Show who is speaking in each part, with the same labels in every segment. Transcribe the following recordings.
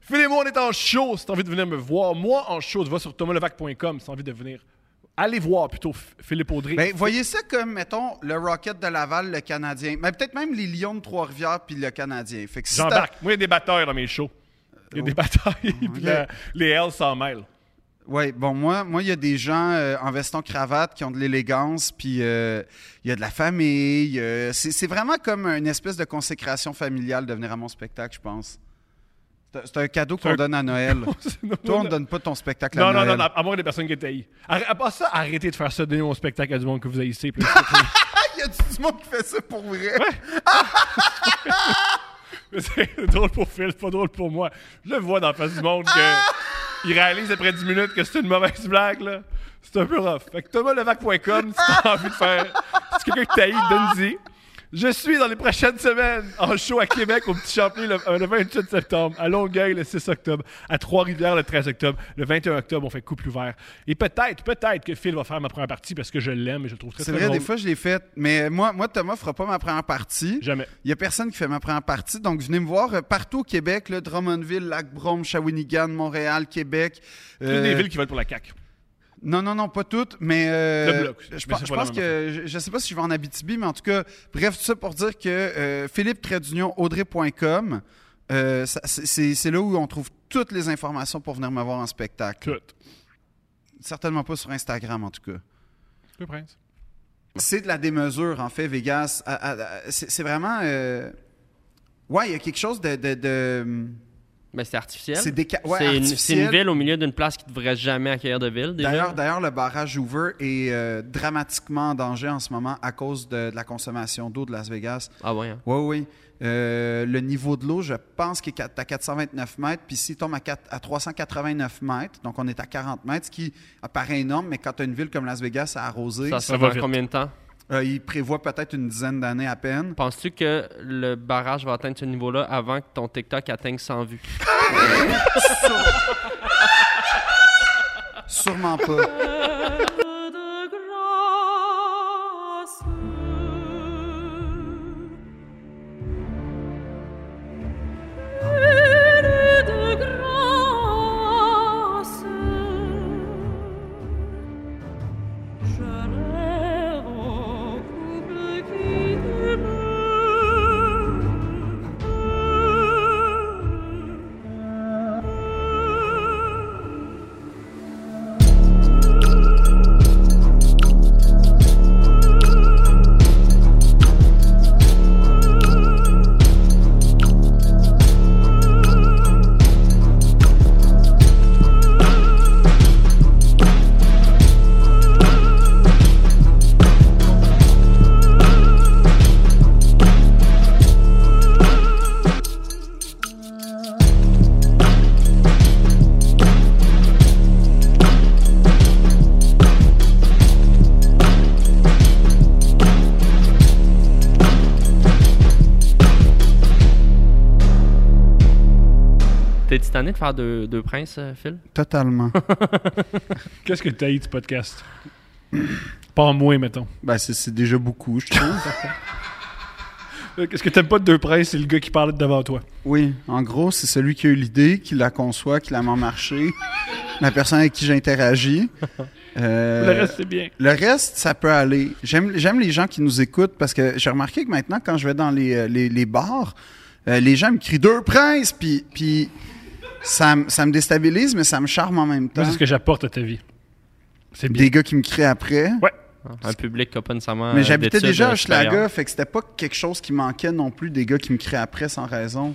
Speaker 1: Phil et moi, on est en show si t'as envie de venir me voir. Moi, en show, tu vas sur thomaslevac.com si t'as envie de venir. Allez voir plutôt F- Philippe Audrey.
Speaker 2: Ben, voyez ça comme, mettons, le Rocket de Laval, le Canadien. Mais peut-être même les Lions de Trois-Rivières puis le Canadien. Fait que si t'as- Oh.
Speaker 1: J'embarque. Moi, il y a des batailles dans mes shows. Il y a des batailles, puis la- les Hells s'en mêlent.
Speaker 2: Ouais, bon, moi, moi, il y a des gens euh, en veston-cravate qui ont de l'élégance, puis euh, il y a de la famille. euh, c'est c'est vraiment comme une espèce de consécration familiale de venir à mon spectacle, je pense. C'est un- C'est un cadeau qu'on
Speaker 1: un-
Speaker 2: donne à Noël.
Speaker 1: Non,
Speaker 2: Toi, on ne donne pas ton spectacle à
Speaker 1: non, non,
Speaker 2: Noël.
Speaker 1: non, à moins que des personnes qui t'aillent. À part ça, arrêtez de faire ça, donnez mon spectacle à du monde que vous haïssez. puis là,
Speaker 2: Il y a du monde qui fait ça pour vrai.
Speaker 1: C'est c'est drôle pour Phil, c'est pas drôle pour moi. Je le vois dans la face du monde
Speaker 2: Ah!
Speaker 1: que il réalise après 10 minutes que c'est une mauvaise blague, là. C'est un peu rough. Fait que thomaslevac.com, si
Speaker 2: Ah!
Speaker 1: t'as envie de faire... Si quelqu'un que t'haïs, donne-y. Je suis dans les prochaines semaines en show à Québec au Petit Champlain le, euh, le 27 septembre, à Longueuil le 6 octobre, à Trois-Rivières le 13 octobre, le 21 octobre on fait couple ouvert. Et peut-être, peut-être que Phil va faire ma première partie parce que je l'aime et je le trouve très
Speaker 2: C'est
Speaker 1: très
Speaker 2: vrai,
Speaker 1: drôle.
Speaker 2: des fois, je l'ai fait. Mais moi, moi Thomas ne fera pas ma première partie.
Speaker 1: Jamais.
Speaker 2: Il n'y a personne qui fait ma première partie. Donc, venez me voir euh, partout au Québec, là, Drummondville, Lac-Brome, Shawinigan, Montréal, Québec.
Speaker 1: Toutes
Speaker 2: Euh,
Speaker 1: des villes qui votent pour la CAQ.
Speaker 2: Non, non, non, pas toutes, mais. euh,
Speaker 1: Le bloc aussi, mais
Speaker 2: Je,
Speaker 1: c'est
Speaker 2: pense-
Speaker 1: pas
Speaker 2: je
Speaker 1: la même
Speaker 2: pense que. Je, je sais pas si je vais en Abitibi, mais en tout cas, bref, tout ça pour dire que euh, Philippe Trédunion, Audrey.com, euh, ça- c'est- c'est c'est là où on trouve toutes les informations pour venir me voir en spectacle.
Speaker 1: Toutes.
Speaker 2: Certainement pas sur Instagram, en tout cas.
Speaker 1: Le prince.
Speaker 2: C'est de la démesure, en fait, Vegas. À- à- à- C'est c'est vraiment. euh, Ouais, il y a quelque chose de. de- de- hum,
Speaker 3: Mais Ben, c'est artificiel.
Speaker 2: C'est déca- ouais,
Speaker 3: C'est une- c'est
Speaker 2: artificiel.
Speaker 3: une, ville au milieu d'une place qui ne devrait jamais accueillir de ville. déjà.
Speaker 2: D'ailleurs, d'ailleurs, le barrage Hoover est euh, dramatiquement en danger en ce moment à cause de, de la consommation d'eau de Las Vegas.
Speaker 3: Ah ouais. hein.
Speaker 2: Oui, oui. Euh, le niveau de l'eau, je pense qu'il est à 429 mètres, puis s'il tombe à, quatre- à 389 mètres, donc on est à 40 mètres, ce qui apparaît énorme, mais quand tu as une ville comme Las Vegas à arroser,
Speaker 3: Ça, se
Speaker 1: Ça
Speaker 3: fait
Speaker 1: va
Speaker 3: en
Speaker 1: vite.
Speaker 3: combien de temps?
Speaker 2: euh, il prévoit peut-être une dizaine d'années à peine.
Speaker 3: Penses-tu que le barrage va atteindre ce niveau-là avant que ton TikTok atteigne 100 vues?
Speaker 2: Sûrement pas.
Speaker 4: de grâce. Pleine de grâce. Je rêve au couple qui demeure.
Speaker 3: T'es titané de faire deux, deux princes, euh, Phil?
Speaker 2: Totalement.
Speaker 1: Qu'est-ce que t'haïs du podcast? Pas moins, mettons.
Speaker 2: Ben, c'est- c'est déjà beaucoup, je trouve.
Speaker 1: Euh, Qu'est-ce que t'aimes pas de Deux Princes? C'est le gars qui parle devant toi.
Speaker 2: Oui, en gros, c'est celui qui a eu l'idée, qui la conçoit, qui la met en marché, la personne avec qui j'interagis. Euh,
Speaker 1: Le reste, c'est bien.
Speaker 2: Le reste, ça peut aller. J'aime j'aime les gens qui nous écoutent parce que j'ai remarqué que maintenant, quand je vais dans les, euh, les, les bars, euh, les gens me crient deux princes, puis, puis ça, me- ça me déstabilise, mais ça me charme en même temps.
Speaker 1: Moi, c'est ce que j'apporte à ta vie. C'est bien.
Speaker 2: Des gars qui me crient après.
Speaker 1: Ouais.
Speaker 3: Un public qui n'a pas nécessairement.
Speaker 2: Ah. Mais
Speaker 3: euh,
Speaker 2: j'habitais
Speaker 3: d'études,
Speaker 2: déjà
Speaker 3: euh,
Speaker 2: à Schlaga,
Speaker 3: supérieures.
Speaker 2: fait que c'était pas quelque chose qui manquait non plus des gars qui me crient après sans raison.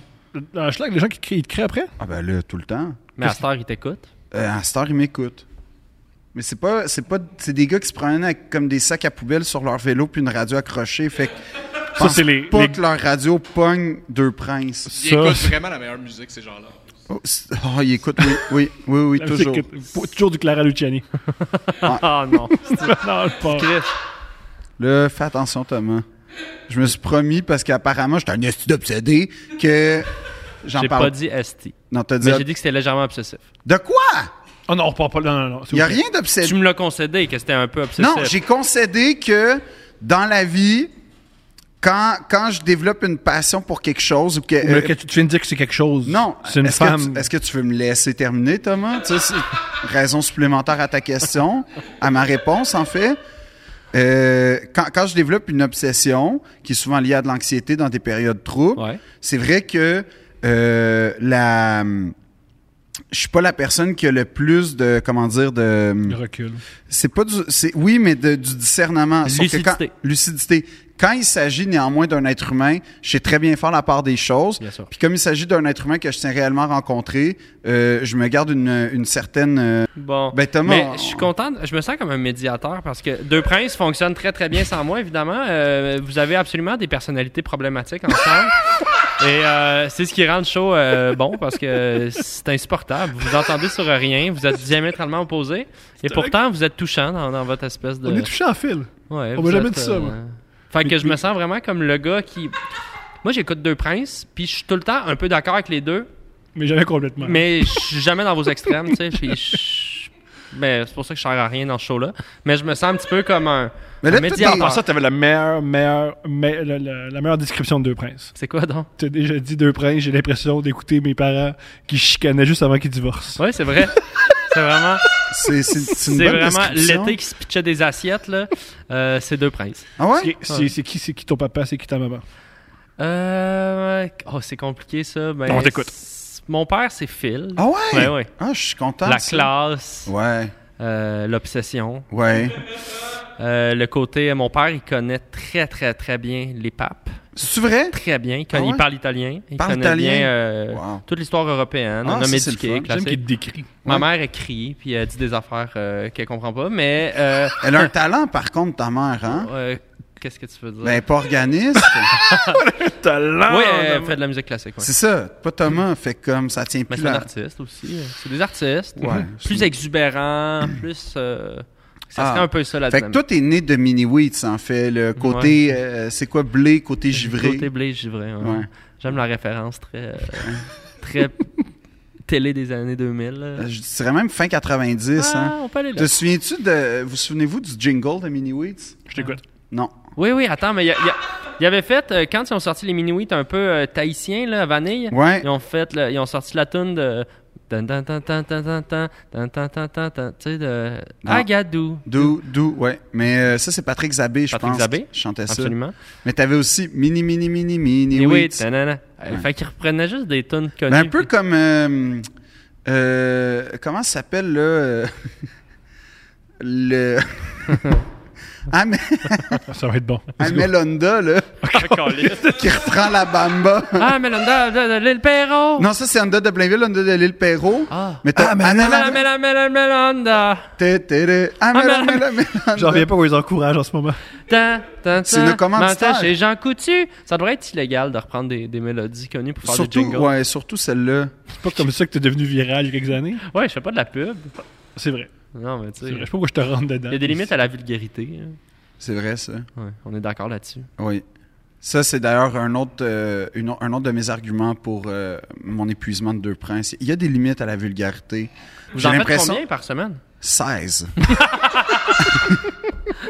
Speaker 1: Dans le schlag, les gens qui crient, ils te crient après?
Speaker 2: Ah ben là, tout le temps.
Speaker 3: Mais à cette heure, il t'écoute.
Speaker 2: Euh, à cette heure, ils m'écoutent. Mais c'est pas, c'est pas, c'est des gars qui se promènent avec comme des sacs à poubelle sur leur vélo puis une radio accrochée. Fait que je
Speaker 1: Ça,
Speaker 2: pense
Speaker 1: c'est les-
Speaker 2: pas
Speaker 1: les-
Speaker 2: que leur radio pogne deux princes.
Speaker 5: Ils
Speaker 1: Ça,
Speaker 5: écoutent
Speaker 1: c'est-
Speaker 5: vraiment la meilleure musique, ces gens-là.
Speaker 2: Oh, c'est- oh, ils écoutent, oui, oui, oui, oui,
Speaker 1: La musique
Speaker 2: toujours.
Speaker 1: que- pour- toujours du Clara Luciani.
Speaker 3: Ah
Speaker 1: non,
Speaker 3: non.
Speaker 1: je parle.
Speaker 3: Chris.
Speaker 2: Là, fais attention, Thomas. Je me suis promis parce qu'apparemment, j'étais un esti d'obsédé que j'en
Speaker 3: J'ai
Speaker 2: parle.
Speaker 3: pas dit ST.
Speaker 2: Non, t'as dit.
Speaker 3: Mais j'ai dit que c'était légèrement obsessif.
Speaker 2: De quoi?
Speaker 1: Oh non, on repart pas. Non, non, non. s'il
Speaker 2: Il n'y a
Speaker 1: vous plaît.
Speaker 2: rien d'obsédé.
Speaker 3: Tu me l'as concédé que c'était un peu obsessif.
Speaker 2: Non, j'ai concédé que dans la vie, quand, quand je développe une passion pour quelque chose ou que.
Speaker 1: Mais
Speaker 2: euh,
Speaker 1: que tu, tu viens de dire que c'est quelque chose.
Speaker 2: non,
Speaker 1: C'est une
Speaker 2: est-ce que
Speaker 1: femme.
Speaker 2: tu- Est-ce que tu veux me laisser terminer, Thomas? Tu sais, c'est- raison supplémentaire à ta question, à ma réponse, en fait. Euh, quand, quand je développe une obsession qui est souvent liée à de l'anxiété dans des périodes troubles,
Speaker 1: Ouais.
Speaker 2: c'est vrai que euh, la, je suis pas la personne qui a le plus de comment dire de
Speaker 1: Il recule.
Speaker 2: c'est pas du. c'est- oui, mais de- du discernement. Sauf que quand-
Speaker 3: Lucidité.
Speaker 2: lucidité. Quand il s'agit néanmoins d'un être humain, je sais très bien faire la part des choses.
Speaker 3: Bien sûr.
Speaker 2: Puis comme il s'agit d'un être humain que je tiens réellement à rencontrer, euh, je me garde une, une certaine. euh,
Speaker 3: Bon.
Speaker 2: Ben, Thomas,
Speaker 3: Mais
Speaker 2: on-
Speaker 3: je suis content, je me sens comme un médiateur parce que Deux Princes fonctionne très très bien sans moi, évidemment. Euh, vous avez absolument des personnalités problématiques ensemble. Et euh, c'est ce qui rend le show euh, bon parce que c'est insupportable. Vous vous entendez sur rien, vous êtes diamétralement opposés. Et pourtant, vous êtes touchant dans, dans votre espèce de.
Speaker 1: On est touché en fil.
Speaker 3: Ouais,
Speaker 1: On
Speaker 3: vous
Speaker 1: m'a jamais
Speaker 3: êtes, euh,
Speaker 1: dit ça, moi.
Speaker 3: Fait que
Speaker 1: Mais-
Speaker 3: je me sens vraiment comme le gars qui. Moi, j'écoute Deux Princes, puis je suis tout le temps un peu d'accord avec les deux,
Speaker 1: Mais jamais complètement.
Speaker 3: mais je suis jamais dans vos extrêmes, tu sais. Je suis- je- Mais c'est pour ça que je sers à rien dans ce show-là. Mais je me sens un petit peu comme un,
Speaker 2: Mais
Speaker 3: un
Speaker 2: là, tout
Speaker 6: En
Speaker 3: médiateur.
Speaker 6: ça, t'avais la meilleure, meilleure.
Speaker 1: Mais la, la- la meilleure description de Deux Princes.
Speaker 3: C'est quoi donc?
Speaker 1: T'as déjà dit Deux Princes, j'ai l'impression d'écouter mes parents qui chicanaient juste avant qu'ils divorcent.
Speaker 3: Oui, c'est vrai. c'est vraiment,
Speaker 2: C'est c'est- c'est une
Speaker 3: c'est
Speaker 2: bonne
Speaker 3: vraiment
Speaker 2: description.
Speaker 3: l'été qui se pitchait des assiettes, là. Euh, c'est Deux Princes.
Speaker 2: Ah ouais.
Speaker 1: C'est- C'est c'est qui, c'est qui ton papa, c'est qui ta maman?
Speaker 3: Euh, oh, c'est compliqué ça. Ben,
Speaker 6: On t'écoute.
Speaker 3: c'est- Mon père, c'est Phil.
Speaker 2: Ah ouais.
Speaker 3: Ouais, ouais.
Speaker 2: Ah, je suis content.
Speaker 3: La
Speaker 2: ça.
Speaker 3: classe,
Speaker 2: Ouais.
Speaker 3: euh, l'obsession.
Speaker 2: Ouais.
Speaker 3: Euh, le côté, mon père, il connaît très, très, très bien les papes.
Speaker 2: C'est vrai.
Speaker 3: Très bien. Quand
Speaker 2: Ah ouais?
Speaker 3: Il parle italien. Il
Speaker 2: Parle
Speaker 3: connaît
Speaker 2: italien?
Speaker 3: bien euh,
Speaker 2: Wow.
Speaker 3: toute l'histoire européenne.
Speaker 2: Ah,
Speaker 3: on a
Speaker 2: ça, c'est le
Speaker 3: médiqué,
Speaker 2: fun.
Speaker 1: J'aime
Speaker 3: classé.
Speaker 1: qu'il te décrit.
Speaker 3: Ma mère écrit, puis elle dit des affaires euh, qu'elle comprend pas, mais... euh,
Speaker 2: Elle a un talent, par contre, ta mère, hein.
Speaker 3: euh, Qu'est-ce que tu veux dire?
Speaker 2: Ben, elle est pas organiste.
Speaker 6: Talent!
Speaker 3: oui, elle fait de la musique classique. ouais.
Speaker 2: c'est ça. Pas Thomas. Fait comme ça tient
Speaker 3: Mais
Speaker 2: plus
Speaker 3: c'est un
Speaker 2: la.
Speaker 3: artiste aussi. euh. C'est des artistes.
Speaker 2: Ouais.
Speaker 3: Plus exubérants, plus... euh, ça serait
Speaker 2: Ah.
Speaker 3: un peu ça, la
Speaker 2: Fait que
Speaker 3: dynamique.
Speaker 2: toi, t'es né de mini wheats, en fait. Le côté, euh, c'est quoi, blé, côté givré.
Speaker 3: Côté blé givré. hein.
Speaker 2: Ouais.
Speaker 3: J'aime la référence très... euh, très télé des années 2000. là.
Speaker 2: Euh, Je dirais même fin 90. hein.
Speaker 3: Ah, on peut aller là.
Speaker 2: Te souviens-tu de. Vous souvenez-vous du jingle de mini wheats?
Speaker 1: Je t'écoute.
Speaker 2: Non.
Speaker 3: Oui, oui, attends, mais il y, a- il y a- il y avait fait, euh, quand ils ont sorti les mini un peu euh, tahitiens, là, à vanille,
Speaker 2: Ouais.
Speaker 3: ils, ont fait, là, ils ont sorti la toune de... tan, tan, tan, tan, tan, tan, tan, tan, tan, tan, tan, tan, Tu sais, de...
Speaker 2: Non.
Speaker 3: Agadou.
Speaker 2: D'où, d'où, ouais. Mais euh, ça, c'est Patrick Zabé, je pense.
Speaker 3: Patrick Zabé?
Speaker 2: qui chantait ça.
Speaker 3: Absolument.
Speaker 2: Mais t'avais aussi mini, mini, mini, mini
Speaker 3: Et oui,
Speaker 2: wheats.
Speaker 3: tanana. Euh,
Speaker 2: Ouais.
Speaker 3: Fait qu'ils reprenaient juste des tunes connues.
Speaker 2: Ben, un peu comme. euh, euh, comment ça s'appelle, là euh, Le. Amel-
Speaker 1: Ah, Ça va être bon.
Speaker 2: Amelonda, là, qui reprend la bamba.
Speaker 3: Ah, Melanda de, de l'île Perrault.
Speaker 2: Non, ça, c'est Honda de Blainville, Honda de l'île Perrault.
Speaker 3: Ah.
Speaker 2: Mais t'as.
Speaker 3: Ah,
Speaker 2: Amelonda.
Speaker 3: Melanda, Melanda, Melanda.
Speaker 2: Amelonda.
Speaker 1: J'en reviens pas où ils encouragent en ce moment.
Speaker 3: Tan, tan, tan.
Speaker 2: C'est nos commanditaires.
Speaker 3: M'entends chez Jean Coutu. Ça devrait être illégal de reprendre des, des mélodies connues pour faire des
Speaker 2: Surtout,
Speaker 3: jingles.
Speaker 2: ouais, surtout celle-là.
Speaker 1: C'est pas comme ça que t'es devenu viral il y a quelques années.
Speaker 3: Ouais, je fais pas de la pub.
Speaker 1: C'est vrai.
Speaker 3: Non, mais tu
Speaker 1: C'est
Speaker 3: sais,
Speaker 1: vrai. Je sais pas pourquoi je te rentre dedans.
Speaker 3: il y a des limites à la vulgarité. hein.
Speaker 2: C'est vrai, ça.
Speaker 3: Ouais, on est d'accord là-dessus.
Speaker 2: Oui. Ça, c'est d'ailleurs un autre, euh, une au- un autre de mes arguments pour euh, mon épuisement de deux princes. Il y a des limites à la vulgarité.
Speaker 3: Vous
Speaker 2: J'ai
Speaker 3: en faites
Speaker 2: l'impression-
Speaker 3: combien par semaine?
Speaker 2: 16.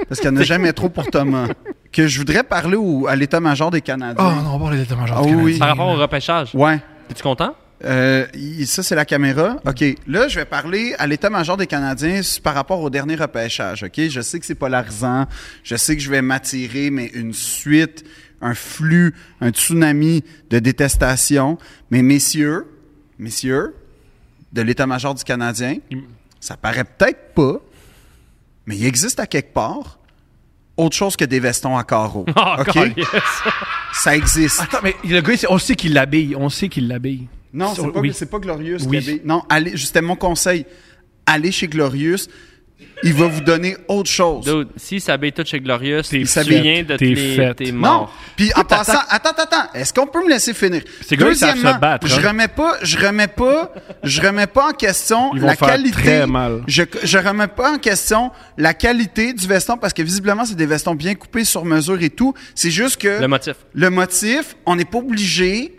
Speaker 2: Parce qu'il n'y en a jamais trop pour Thomas. Que je voudrais parler au, à l'état-major des
Speaker 1: Oh
Speaker 2: Canadiens.
Speaker 1: non, on parle des états-majors.
Speaker 2: Ah
Speaker 1: du Canada.
Speaker 2: oui.
Speaker 3: Par rapport au repêchage.
Speaker 2: Ouais.
Speaker 3: Es-tu content?
Speaker 2: Euh, il- ça, c'est la caméra. OK. Là, je vais parler à l'état-major des Canadiens s- par rapport au dernier repêchage. OK. Je sais que c'est polarisant. Je sais que je vais m'attirer, mais une suite, un flux, un tsunami de détestation. Mais messieurs, messieurs, de l'état-major du Canadien, ça paraît peut-être pas, mais il existe à quelque part autre chose que des vestons à carreaux.
Speaker 3: Ah,
Speaker 2: OK.
Speaker 3: câlisse.
Speaker 2: Ça existe.
Speaker 1: Attends, mais le gars, on sait qu'il l'habille. On sait qu'il l'habille.
Speaker 2: Non,
Speaker 1: Sur-
Speaker 2: c'est pas,
Speaker 1: oui.
Speaker 2: c'est pas Glorious.
Speaker 1: Oui.
Speaker 2: Gabé. Non, allez, justement, mon conseil, allez chez Glorious. Il va vous donner autre chose.
Speaker 3: Dude, si ça baille tout chez Glorious, tu te
Speaker 1: fait.
Speaker 3: souviens de
Speaker 1: T'es
Speaker 3: tes-
Speaker 1: fait.
Speaker 3: t'es
Speaker 2: Non.
Speaker 3: mort.
Speaker 2: Puis en passant, attends, attends, attends. Est-ce qu'on peut me laisser finir
Speaker 1: Ces gars-là, ils savent se battre,
Speaker 2: je
Speaker 1: hein.
Speaker 2: remets pas, je remets pas, je remets pas en question
Speaker 1: Ils vont
Speaker 2: la
Speaker 1: faire
Speaker 2: qualité.
Speaker 1: très mal.
Speaker 2: Je, je remets pas en question la qualité du veston parce que visiblement c'est des vestons bien coupés sur mesure et tout. C'est juste que
Speaker 3: Le motif.
Speaker 2: le motif, on n'est pas obligé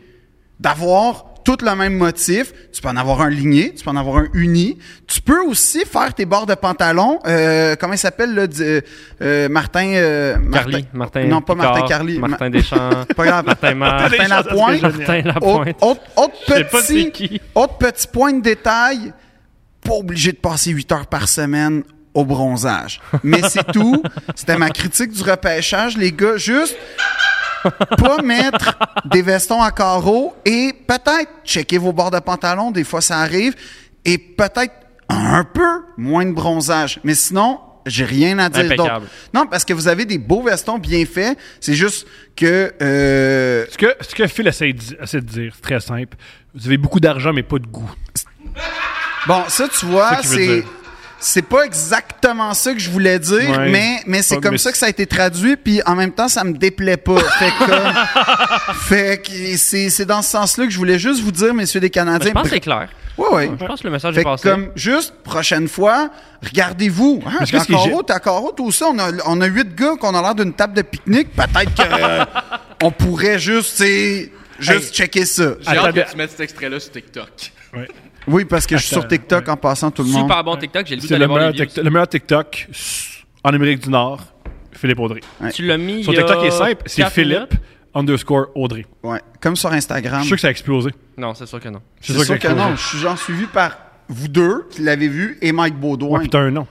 Speaker 2: d'avoir tout le même motif. Tu peux en avoir un ligné, tu peux en avoir un uni. Tu peux aussi faire tes bords de pantalon. euh, comment il s'appelle, là, du- euh, Martin, euh, Martin-
Speaker 3: Carly, Martin.
Speaker 2: Non, pas Martin
Speaker 3: Picard,
Speaker 2: Carly. Ma-
Speaker 3: Martin Deschamps.
Speaker 2: Pas grave.
Speaker 3: Martin Mar.
Speaker 2: Martin Lapointe.
Speaker 3: Martin
Speaker 2: Autre,
Speaker 3: Lapointe.
Speaker 2: autre- autre
Speaker 3: Je sais pas c'est
Speaker 2: petit,
Speaker 3: qui.
Speaker 2: autre petit point de détail, pas obligé de passer 8 heures par semaine au bronzage. Mais c'est tout. C'était ma critique du repêchage, les gars. Juste pas mettre des vestons à carreaux et peut-être checker vos bords de pantalon, des fois ça arrive, et peut-être un peu moins de bronzage. Mais sinon, j'ai rien à dire
Speaker 3: Impeccable.
Speaker 2: d'autre. Non, parce que vous avez des beaux vestons bien faits. C'est juste que euh,
Speaker 1: Ce que, ce que Phil essaie de, essaie de dire, c'est très simple. Vous avez beaucoup d'argent, mais pas de goût.
Speaker 2: Bon, ça, tu vois,
Speaker 1: C'est ça qu'il veut
Speaker 2: c'est.
Speaker 1: dire.
Speaker 2: C'est pas exactement ça que je voulais dire,
Speaker 1: Ouais.
Speaker 2: mais, mais c'est
Speaker 1: Pas-
Speaker 2: comme
Speaker 1: mais
Speaker 2: ça que ça a été traduit, puis en même temps, ça me déplaît pas. Fait que, comme- fait que c'est c'est dans ce sens-là que je voulais juste vous dire, messieurs des
Speaker 3: Mais Je
Speaker 2: Canadiens.
Speaker 3: pense que
Speaker 2: br-
Speaker 3: c'est clair.
Speaker 2: Ouais, ouais.
Speaker 3: Je pense que le message est
Speaker 2: Fait que
Speaker 3: passé.
Speaker 2: comme, juste, prochaine fois, regardez-vous. Hein,
Speaker 1: Parce
Speaker 2: t'es
Speaker 1: que ce qui est
Speaker 2: encore
Speaker 1: gê-
Speaker 2: haut, t'es encore haut, toi aussi. On a, on a huit gars qu'on a l'air d'une table de pique-nique. Peut-être que, euh, on pourrait juste, tu sais, juste checker ça.
Speaker 7: J'ai hâte
Speaker 1: Attends,
Speaker 7: que tu mettes cet extrait-là sur TikTok.
Speaker 2: Oui, parce que je suis sur TikTok en passant tout le monde.
Speaker 3: Super bon TikTok, j'ai le goût
Speaker 1: C'est
Speaker 3: d'aller
Speaker 1: le
Speaker 3: voir
Speaker 1: meilleur,
Speaker 3: les
Speaker 1: TikTok- le meilleur TikTok s- en Amérique du Nord, Philippe Audrey.
Speaker 3: views. Tu l'as mis.
Speaker 1: Son
Speaker 3: il y a
Speaker 1: TikTok est simple, c'est
Speaker 3: quatre
Speaker 1: Philippe
Speaker 3: minutes.
Speaker 1: underscore Audrey.
Speaker 2: Ouais, comme sur Instagram.
Speaker 1: Je suis sûr que ça a explosé.
Speaker 3: Non, c'est sûr que non.
Speaker 1: Je suis
Speaker 2: C'est sûr que
Speaker 1: ça hein. a
Speaker 2: non.
Speaker 1: explosé.
Speaker 2: Je suis genre suivi par vous deux qui l'avez vu et Mike
Speaker 1: Ouais,
Speaker 2: Baudouin.
Speaker 1: Ah, putain, non.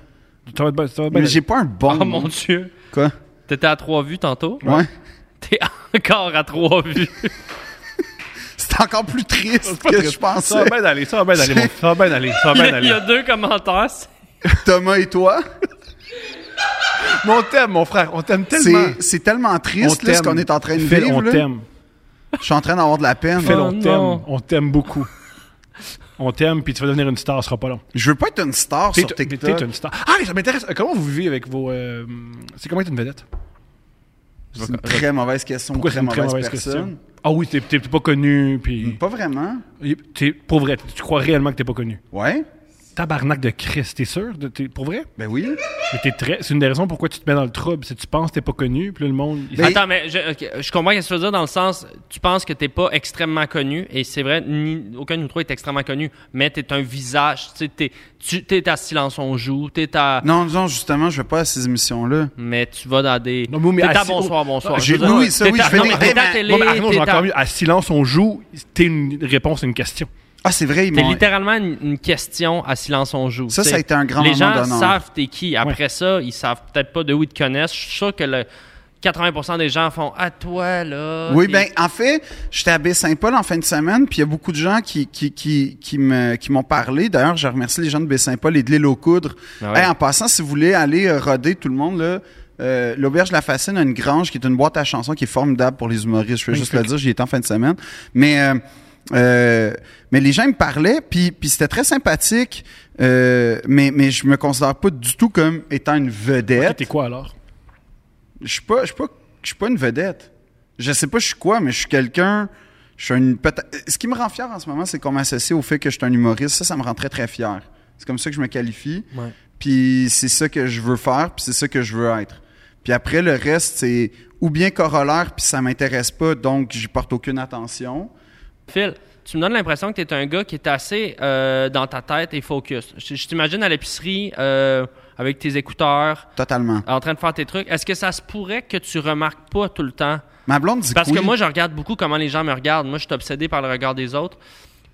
Speaker 1: Ça va être bien- ça va être bien
Speaker 2: mais
Speaker 1: aller.
Speaker 2: j'ai pas un bon.
Speaker 1: Ah,
Speaker 3: Oh mon dieu.
Speaker 2: Quoi?
Speaker 3: T'étais à trois vues tantôt.
Speaker 2: Ouais.
Speaker 3: T'es encore à trois vues.
Speaker 2: C'est encore plus triste
Speaker 1: Pas
Speaker 2: que
Speaker 1: très-
Speaker 2: je pensais.
Speaker 1: Ça va bien aller, ça va bien aller, mon- ça va bien aller, ça va bien
Speaker 3: Il y
Speaker 1: aller.
Speaker 3: a deux commentaires. c'est-
Speaker 2: Thomas et toi,
Speaker 1: Mon t'aime, mon frère, on t'aime tellement.
Speaker 2: c'est c'est tellement triste là, ce qu'on est en train de
Speaker 1: Phil,
Speaker 2: vivre.
Speaker 1: on
Speaker 2: là.
Speaker 1: t'aime.
Speaker 2: Je suis en train d'avoir de la peine.
Speaker 1: Phil,
Speaker 3: Oh
Speaker 1: on
Speaker 3: non.
Speaker 1: t'aime. On t'aime beaucoup. On t'aime, puis tu vas devenir une star, ce sera pas long.
Speaker 2: Je veux pas être une star
Speaker 1: T'es
Speaker 2: sur
Speaker 1: t'es-
Speaker 2: TikTok.
Speaker 1: t'es une star. Ah, ça m'intéresse. Euh, Comment vous vivez avec vos. euh, c'est comment être une vedette?
Speaker 2: C'est une très mauvaise question,
Speaker 1: Pourquoi
Speaker 2: très,
Speaker 1: c'est une
Speaker 2: mauvaise personne. Mm.
Speaker 1: Ah oui, t'es t'es- t'es pas connu, puis.
Speaker 2: Pas vraiment.
Speaker 1: T'es- Pour vrai, tu crois réellement que t'es pas connu.
Speaker 2: Ouais.
Speaker 1: Tabarnak de Christ, t'es sûr? de- t'es- pour vrai?
Speaker 2: Ben oui.
Speaker 1: Mais t'es très. C'est une des raisons pourquoi tu te mets dans le trouble. C'est que tu penses que t'es pas connu, puis là, le monde. il-
Speaker 2: Ben,
Speaker 3: Attends, mais je, ok, je comprends ce que tu veux dire dans le sens, tu penses que t'es pas extrêmement connu, et c'est vrai, ni, aucun de nous trois est extrêmement connu, mais t'es un visage, tu sais, t'es, tu, t'es à silence on joue, t'es à,
Speaker 2: Non, non, justement, je vais pas à ces émissions-là.
Speaker 3: mais tu vas dans des,
Speaker 1: Non, mais- mais
Speaker 3: t'es à
Speaker 1: assis-
Speaker 3: bonsoir,
Speaker 1: oh,
Speaker 3: bonsoir.
Speaker 2: j'ai-
Speaker 3: Je veux dire,
Speaker 2: oui, ça,
Speaker 3: t'es
Speaker 2: oui,
Speaker 3: à-
Speaker 2: je fais
Speaker 3: non,
Speaker 2: des-
Speaker 3: mais t'es à
Speaker 2: mais-
Speaker 3: télé,
Speaker 1: Non, mais ben, Arnaud, j'ai
Speaker 3: t'es à-
Speaker 1: encore mieux. À silence, on joue. T'es une réponse à une question.
Speaker 2: Ah, c'est vrai, ils
Speaker 3: T'es
Speaker 2: m'ont-
Speaker 3: littéralement une, une question à silence on joue.
Speaker 2: Ça,
Speaker 3: tu sais.
Speaker 2: ça a été un grand
Speaker 3: Les
Speaker 2: moment
Speaker 3: gens
Speaker 2: d'honneur.
Speaker 3: savent t'es qui. Après ça, ils savent peut-être pas de où ils te connaissent. Je suis sûr que le 80% des gens font à toi là.
Speaker 2: Oui,
Speaker 3: Euh, Puis-
Speaker 2: ben en fait, j'étais à Baie-Saint-Paul en fin de semaine, puis il y a beaucoup de gens qui, qui, qui, qui, me, qui m'ont parlé. D'ailleurs, je remercie les gens de Baie-Saint-Paul et de l'île aux coudres.
Speaker 3: Ah ouais.
Speaker 2: Hey, en passant, si vous voulez aller euh, roder tout le monde, là, euh, l'Auberge La Fascine a une grange qui est une boîte à chansons qui est formidable pour les humoristes. Je veux juste le dire, j'y étais en fin de semaine. Mais, euh, euh, mais les gens ils me parlaient, puis, puis c'était très sympathique. Euh, mais, mais je me considère pas du tout comme étant une vedette.
Speaker 1: T'es quoi alors?
Speaker 2: Je suis pas, je suis pas, je suis pas une vedette. Je sais pas je suis quoi, mais je suis quelqu'un. Je suis une. peut-être- Ce qui me rend fier en ce moment, c'est qu'on m'associe au fait que je suis un humoriste. Ça, ça me rend très très fier. C'est comme ça que je me qualifie.
Speaker 3: Ouais.
Speaker 2: Puis c'est ça que je veux faire, puis c'est ça que je veux être. Puis après le reste, c'est ou bien corollaire, puis ça m'intéresse pas, donc j'y porte aucune attention.
Speaker 3: Phil, tu me donnes l'impression que tu es un gars qui est assez euh, dans ta tête et focus. Je, je t'imagine à l'épicerie euh, avec tes écouteurs,
Speaker 2: Totalement.
Speaker 3: en train de faire tes trucs. Est-ce que ça se pourrait que tu remarques pas tout le temps?
Speaker 2: Ma blonde dit
Speaker 3: Parce
Speaker 2: oui.
Speaker 3: que moi, je regarde beaucoup comment les gens me regardent. Moi, je suis obsédé par le regard des autres.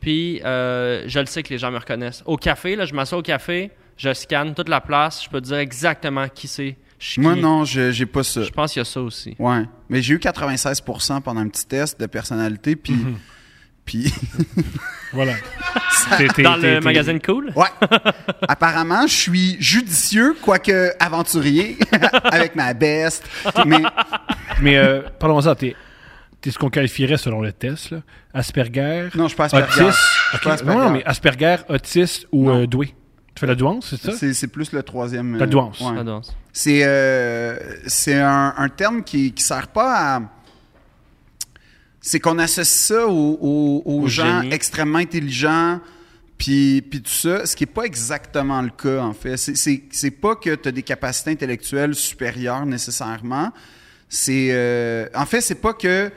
Speaker 3: Puis, euh, je le sais que les gens me reconnaissent. Au café, là, je m'assois au café, je scanne toute la place, je peux te dire exactement qui c'est. je suis
Speaker 2: Moi,
Speaker 3: qui.
Speaker 2: non, je- j'ai pas ça.
Speaker 3: Je pense qu'il y a ça aussi.
Speaker 2: Ouais. Mais j'ai eu 96 pendant un petit test de personnalité, puis.
Speaker 3: Mhm.
Speaker 2: Puis.
Speaker 1: Voilà.
Speaker 3: Dans le magazine Cool?
Speaker 2: Ouais. Apparemment, je suis judicieux, quoique aventurier, avec ma best. Mais
Speaker 1: Mais euh, parlons-en, t'es t'es ce qu'on qualifierait selon le test, là. Asperger.
Speaker 2: Non, je suis pas Asperger.
Speaker 1: Autiste.
Speaker 2: Je suis
Speaker 1: Ok,
Speaker 2: pas Asperger.
Speaker 1: Non, non, mais Asperger, autiste ou euh, doué. Tu fais la douance, c'est ça?
Speaker 2: c'est c'est plus le troisième. euh,
Speaker 1: La douance.
Speaker 2: ouais.
Speaker 3: Ça danse.
Speaker 2: C'est euh, c'est un, un terme qui ne sert pas à. C'est qu'on associe ça aux, aux- aux
Speaker 3: Au
Speaker 2: gens
Speaker 3: génie.
Speaker 2: extrêmement intelligents, puis, puis tout ça, ce qui n'est pas exactement le cas, en fait. C'est- C'est c'est pas que tu as des capacités intellectuelles supérieures nécessairement. C'est. euh, en fait, c'est pas que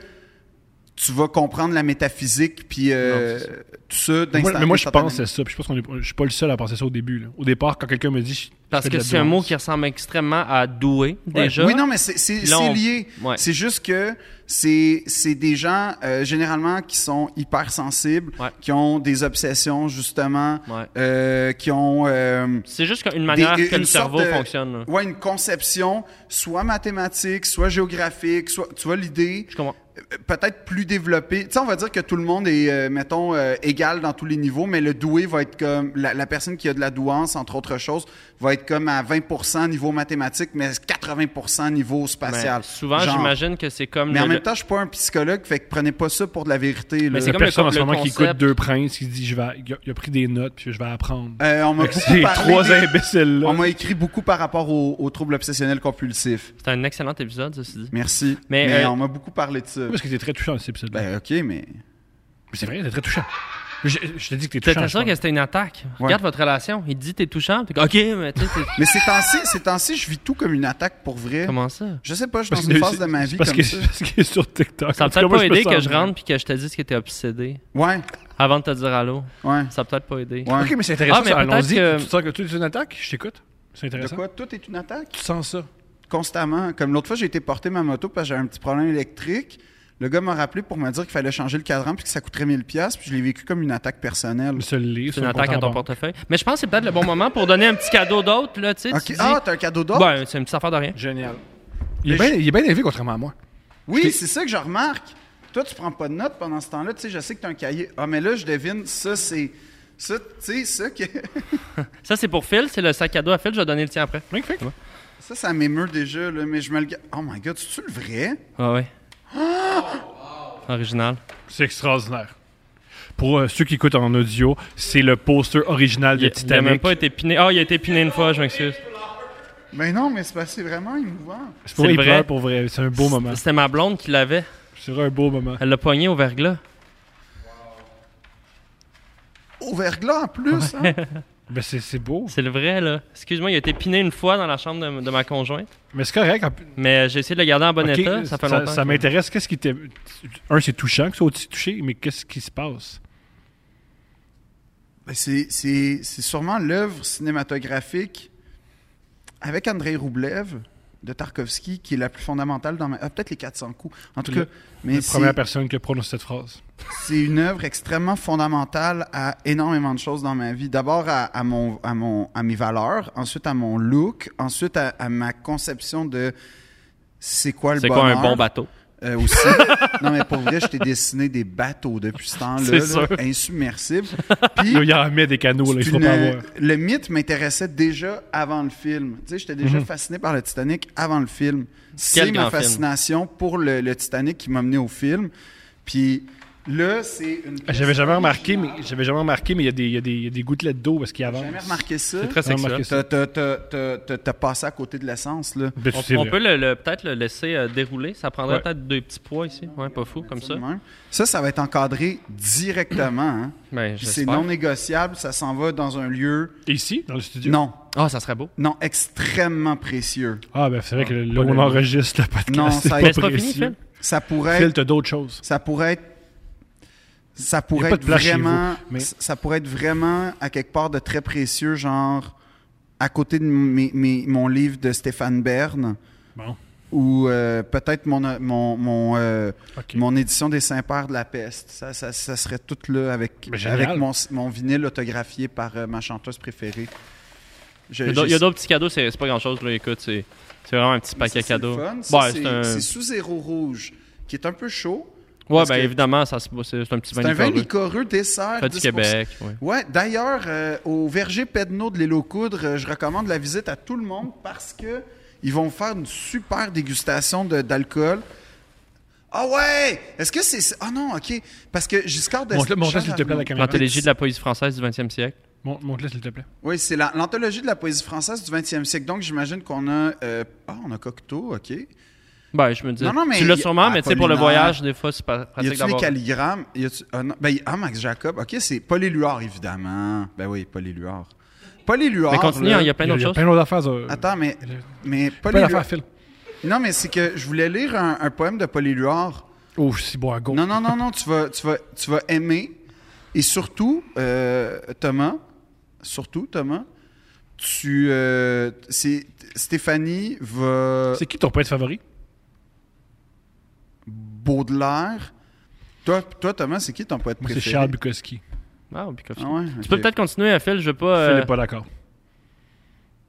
Speaker 2: tu vas comprendre la métaphysique, puis euh,
Speaker 1: Non, c'est
Speaker 2: tout ça
Speaker 1: Mais moi-
Speaker 2: d'instant-
Speaker 1: mais moi, je pense
Speaker 2: instantanément.
Speaker 1: à ça. Puis je pense qu'on est, je suis pas le seul à penser ça au début. là. Au départ, quand quelqu'un me dit, je- je
Speaker 3: Parce
Speaker 1: fais de
Speaker 3: que
Speaker 1: la
Speaker 3: c'est un mot
Speaker 1: violence.
Speaker 3: qui ressemble extrêmement à doué, déjà.
Speaker 2: Oui, non, mais c'est- c'est
Speaker 3: Puis là, on-
Speaker 2: c'est lié.
Speaker 3: Ouais.
Speaker 2: C'est juste que c'est c'est des gens euh, généralement qui sont hyper sensibles,
Speaker 3: Ouais.
Speaker 2: qui ont des obsessions justement,
Speaker 3: Ouais.
Speaker 2: euh, qui ont euh,
Speaker 3: C'est juste une manière
Speaker 2: des-
Speaker 3: que le
Speaker 2: une sorte
Speaker 3: cerveau
Speaker 2: de-
Speaker 3: fonctionne. là.
Speaker 2: Ouais, une conception soit mathématique, soit géographique, soit tu vois l'idée
Speaker 3: Je comprends.
Speaker 2: euh, peut-être plus développée. Tu sais, on va dire que tout le monde est euh, mettons euh, égal dans tous les niveaux, mais le doué va être comme la, la personne qui a de la douance entre autres choses va être comme à 20% niveau mathématique, mais 80% niveau spatial.
Speaker 3: Mais Ben, souvent,
Speaker 2: Ah, Genre.
Speaker 3: j'imagine que c'est comme
Speaker 2: Mais en
Speaker 3: le-
Speaker 2: même temps, je suis pas un psychologue, fait que prenez pas ça pour de la vérité. là.
Speaker 3: Mais
Speaker 1: Il y
Speaker 3: c'est
Speaker 1: a
Speaker 3: comme
Speaker 1: personne
Speaker 3: le-
Speaker 1: en ce
Speaker 3: le
Speaker 1: moment qui
Speaker 3: concept.
Speaker 1: écoute deux princes qui se dit, je vais, il, a, il a pris des notes, puis je vais apprendre.
Speaker 2: Euh, on m'a
Speaker 1: Avec
Speaker 2: beaucoup
Speaker 1: ces
Speaker 2: parlé
Speaker 1: trois
Speaker 2: des- On
Speaker 1: imbéciles-là.
Speaker 2: m'a écrit beaucoup par rapport aux, aux troubles obsessionnels compulsifs.
Speaker 3: C'est un excellent épisode, ceci dit.
Speaker 2: Merci. Mais,
Speaker 3: Mais, euh,
Speaker 2: on m'a beaucoup parlé de ça.
Speaker 1: Parce que t'es très touchant, cet épisode-là.
Speaker 2: Ben ok,
Speaker 1: Mais
Speaker 2: mais
Speaker 1: C'est vrai, t'es très touchant. Je, je te dis que t'es touchant.
Speaker 3: T'étais
Speaker 1: je
Speaker 3: sûr que
Speaker 1: pense.
Speaker 3: c'était une attaque. Regarde votre relation. Il te dit t'es touchant. T'es comme, OK, mais tu sais, t'es-
Speaker 2: mais ces temps-ci, ces temps-ci, je vis tout comme une attaque pour vrai.
Speaker 3: comment ça?
Speaker 2: Je sais pas, je suis
Speaker 1: Parce
Speaker 2: dans une
Speaker 1: que
Speaker 2: phase
Speaker 1: c'est-
Speaker 2: de ma vie
Speaker 1: c'est parce
Speaker 2: comme
Speaker 1: que,
Speaker 2: ça.
Speaker 1: Parce qu'il est sur TikTok.
Speaker 3: Ça
Speaker 1: En
Speaker 3: a
Speaker 1: tout cas,
Speaker 3: peut-être
Speaker 1: moi,
Speaker 3: pas
Speaker 1: je me
Speaker 3: aidé que
Speaker 1: sens
Speaker 3: je
Speaker 1: bien.
Speaker 3: rentre puis que je te dise que t'es obsédé.
Speaker 2: Ouais,
Speaker 3: Avant de te dire allô.
Speaker 2: ouais,
Speaker 3: Ça a peut-être pas aidé.
Speaker 2: ouais.
Speaker 1: Ok, mais c'est intéressant.
Speaker 3: Ah, mais
Speaker 1: ça,
Speaker 3: peut-être
Speaker 1: Allons-y.
Speaker 3: que-
Speaker 1: Tu sens que tu es une attaque Je t'écoute. C'est
Speaker 2: De
Speaker 1: intéressant.
Speaker 2: quoi Tout est une attaque
Speaker 1: Tu sens ça
Speaker 2: constamment. Comme l'autre fois, j'ai été porter ma moto parce que j'avais un petit problème électrique. Le gars m'a rappelé pour me dire qu'il fallait changer le cadran puis que ça coûterait 1000 pièces, puis je l'ai vécu comme une attaque personnelle.
Speaker 1: Mais ça l'est.
Speaker 3: C'est
Speaker 1: sur
Speaker 3: une
Speaker 1: le compte
Speaker 3: attaque à
Speaker 1: en
Speaker 3: ton
Speaker 1: banque.
Speaker 3: portefeuille. Mais je pense que c'est peut-être le bon moment pour donner un petit cadeau d'autre, là, tu sais.
Speaker 2: Ok.
Speaker 3: tu dis-
Speaker 2: Ah, t'as un cadeau d'or
Speaker 3: ben, c'est une petite affaire de rien.
Speaker 1: Génial. Il est,
Speaker 2: Mais
Speaker 1: bien, il est bien élevé, contrairement à moi.
Speaker 2: Oui, c'est ça que je remarque. Toi, tu prends pas de notes pendant ce temps-là. Tu sais, je sais que t'as un cahier. Ah, mais là, je devine, ça, c'est. Ça, tu sais, ça, que...
Speaker 3: Ça, c'est pour Phil. C'est le sac à dos à Phil. Je vais donner le tien après.
Speaker 2: ça, ça m'émeut déjà, là, mais je me le garde. Oh my god, c'est-tu le vrai?
Speaker 3: Ah ouais. Original.
Speaker 1: C'est extraordinaire. Pour euh, ceux qui écoutent en audio, c'est le poster original
Speaker 3: Il,
Speaker 1: de
Speaker 3: il a même
Speaker 1: Titanic.
Speaker 3: pas été piné. Ah, il a été piné une fois, je m'excuse.
Speaker 2: Ben non, mais c'est parce que c'est vraiment émouvant.
Speaker 1: C'est pour
Speaker 3: C'est
Speaker 1: les
Speaker 3: vrai.
Speaker 1: pleurs, pour vrai. C'est un beau moment.
Speaker 3: C'était ma blonde qui l'avait.
Speaker 1: C'est vrai, un beau moment.
Speaker 3: Elle l'a pogné au verglas.
Speaker 2: Au verglas en plus, hein?
Speaker 1: Ben, c'est c'est beau.
Speaker 3: C'est le vrai, là. Excuse-moi, il a été piné une fois dans la chambre de, de ma conjointe.
Speaker 1: Mais c'est correct. en-
Speaker 3: Mais euh, j'ai essayé de le garder en bon
Speaker 1: Ok,
Speaker 3: état. Ça fait longtemps. que-
Speaker 1: m'intéresse. Qu'est-ce qui t'est. Un, c'est touchant que ça soit aussi touché, mais qu'est-ce qui se passe?
Speaker 2: Ben, c'est- C'est c'est sûrement l'œuvre cinématographique avec Andrei Roublev de Tarkovsky qui est la plus fondamentale dans ma... Ah, peut-être les 400 coups. En tout
Speaker 1: Le-
Speaker 2: cas, mais
Speaker 1: la
Speaker 2: c'est-
Speaker 1: première personne qui a prononcé cette phrase.
Speaker 2: c'est une œuvre extrêmement fondamentale à énormément de choses dans ma vie. D'abord à, à mon, à, mon, à mes valeurs, ensuite à mon look, ensuite à, à ma conception de c'est quoi le
Speaker 3: C'est
Speaker 2: bonheur.
Speaker 3: quoi un bon bateau?
Speaker 2: Euh, aussi. non, mais pour vrai, je t'ai dessiné des bateaux depuis ce temps-là.
Speaker 3: C'est
Speaker 2: là,
Speaker 3: sûr.
Speaker 2: Insubmersibles. Puis,
Speaker 1: Là, il en met des canaux, là, il
Speaker 2: c'est
Speaker 1: faut
Speaker 2: une- euh,
Speaker 1: pas avoir.
Speaker 2: Le mythe m'intéressait déjà avant le film. Tu sais, j'étais déjà
Speaker 1: Mhm.
Speaker 2: fasciné par le Titanic avant le film. C'est
Speaker 3: grand
Speaker 2: ma
Speaker 3: film.
Speaker 2: fascination pour le, le Titanic qui m'a mené au film. Puis là, c'est une. pièce-
Speaker 1: Ah, J'avais jamais remarqué, mais j'avais jamais remarqué, mais il y a des, il y a des, il y a des gouttelettes d'eau parce qu'il avance.
Speaker 2: Jamais remarqué ça.
Speaker 3: C'est très
Speaker 1: J'ai remarqué
Speaker 3: sexuel.
Speaker 1: ça.
Speaker 2: T'as- t'as- t'as- t'as- t'as- T'as passé à côté de l'essence, là.
Speaker 1: Ben, c'est
Speaker 3: On, on
Speaker 1: vrai.
Speaker 3: peut le- le- peut-être le laisser euh, dérouler. Ça prendrait
Speaker 1: Ouais.
Speaker 3: peut-être deux petits poids ici. Ouais, pas fou, comme ça.
Speaker 2: Même. Ça, ça va être encadré directement. hein.
Speaker 3: Ben,
Speaker 2: Puis c'est
Speaker 3: j'espère.
Speaker 2: non négociable, ça s'en va dans un lieu.
Speaker 1: Ici, dans le studio.
Speaker 2: Non,
Speaker 3: Ah, ça serait beau.
Speaker 2: non, extrêmement précieux.
Speaker 1: Ah, ben, c'est vrai que là,
Speaker 3: pas
Speaker 1: on
Speaker 3: de-
Speaker 1: enregistre le podcast.
Speaker 2: Non,
Speaker 1: c'est
Speaker 2: ça-
Speaker 1: pas
Speaker 2: Mais
Speaker 3: c'est pas fini,
Speaker 1: précieux.
Speaker 3: Phil?
Speaker 2: Ça pourrait
Speaker 1: Phil,
Speaker 2: être.
Speaker 1: t'as d'autres choses.
Speaker 2: Ça pourrait être.
Speaker 1: Il
Speaker 2: Ça
Speaker 1: y a
Speaker 2: pourrait
Speaker 1: pas de
Speaker 2: être
Speaker 1: place chez
Speaker 2: vraiment.
Speaker 1: vous, mais-
Speaker 2: Ça pourrait être vraiment à quelque part de très précieux, genre à côté de mes- mes- mon livre de Stéphane Bern.
Speaker 1: Bon.
Speaker 2: Ou euh, peut-être mon, mon, mon, euh,
Speaker 1: OK.
Speaker 2: Mon édition des Saint-Pères de la peste, ça, ça, ça serait tout là avec,
Speaker 1: Mais Ben, génial.
Speaker 2: avec mon, mon vinyle autographié par euh, ma chanteuse préférée. Je-
Speaker 3: Il y a d'autres- il y a
Speaker 2: je-
Speaker 3: d'autres petits cadeaux, c'est c'est pas grand-chose. là, Écoute, c'est c'est vraiment un petit
Speaker 2: ça,
Speaker 3: paquet
Speaker 2: c'est le
Speaker 3: cadeau.
Speaker 2: fun. Ça,
Speaker 3: Ouais,
Speaker 2: c'est
Speaker 3: c'est un-
Speaker 2: c'est sous zéro rouge, qui est un peu chaud.
Speaker 3: Ouais,
Speaker 2: parce
Speaker 3: ben
Speaker 2: que-
Speaker 3: évidemment, ça, se- c'est c'est un petit
Speaker 2: C'est un vin
Speaker 3: vin
Speaker 2: licoreux dessert.
Speaker 3: Fait du
Speaker 2: 10%.
Speaker 3: Québec. ouais.
Speaker 2: Ouais, d'ailleurs, euh, au verger Pedneau de l'Île aux Coudres, euh, je recommande la visite à tout le monde parce que ils vont faire une super dégustation de- d'alcool. Ah ouais! Est-ce que c'est. Ah non, ok. Parce que Giscard
Speaker 1: Montre-le, montre-le, s'il te plaît, à la
Speaker 2: d'Estaing-
Speaker 1: caméra.
Speaker 3: L'anthologie de la poésie française du 20e siècle.
Speaker 1: Mon- Montre-le, s'il te plaît.
Speaker 2: Oui, c'est la- l'anthologie de la poésie française du 20e siècle. Donc, j'imagine qu'on a. euh, Ah, on a Cocteau, OK. Y
Speaker 3: Ben, je me dis.
Speaker 2: Non, non, mais
Speaker 3: tu l'as
Speaker 2: y a-
Speaker 3: sûrement, mais tu sais, pour le
Speaker 2: Apollinaire.
Speaker 3: voyage, des fois, c'est pas
Speaker 2: a-tu
Speaker 3: pratique
Speaker 2: les
Speaker 3: d'avoir.
Speaker 2: calligrammes Y a-tu- ah, non. Ben, y- ah, Max Jacob, OK, c'est Paul Éluard, évidemment. Ben oui, Paul Éluard. Paul Éluard.
Speaker 3: Mais continue,
Speaker 2: là-
Speaker 3: hein, il y a plein
Speaker 1: Il y a-
Speaker 3: d'autres
Speaker 1: il y a
Speaker 3: choses.
Speaker 1: plein d'autres affaires. euh,
Speaker 2: Attends, mais, mais Paul
Speaker 1: Plein
Speaker 2: Éluard-
Speaker 1: d'affaires, Phil.
Speaker 2: Non, mais c'est que je voulais lire un, un poème de Paul Éluard
Speaker 1: Oh, je suis bon à gauche.
Speaker 2: Non, non, non, non, tu vas, tu vas, tu vas aimer. Et surtout, euh, Thomas, surtout, Thomas, tu. euh, c'est- Stéphanie va.
Speaker 1: C'est qui ton poète favori?
Speaker 2: Baudelaire. Toi, toi, Thomas, c'est qui ton poète
Speaker 1: Moi,
Speaker 2: préféré?
Speaker 1: c'est Charles Bukowski.
Speaker 3: Ah, Bukowski.
Speaker 2: Ah ouais,
Speaker 3: Tu peux
Speaker 2: ok.
Speaker 3: peut-être continuer, Phil, je veux pas...
Speaker 1: Phil
Speaker 3: euh,
Speaker 1: n'est pas d'accord.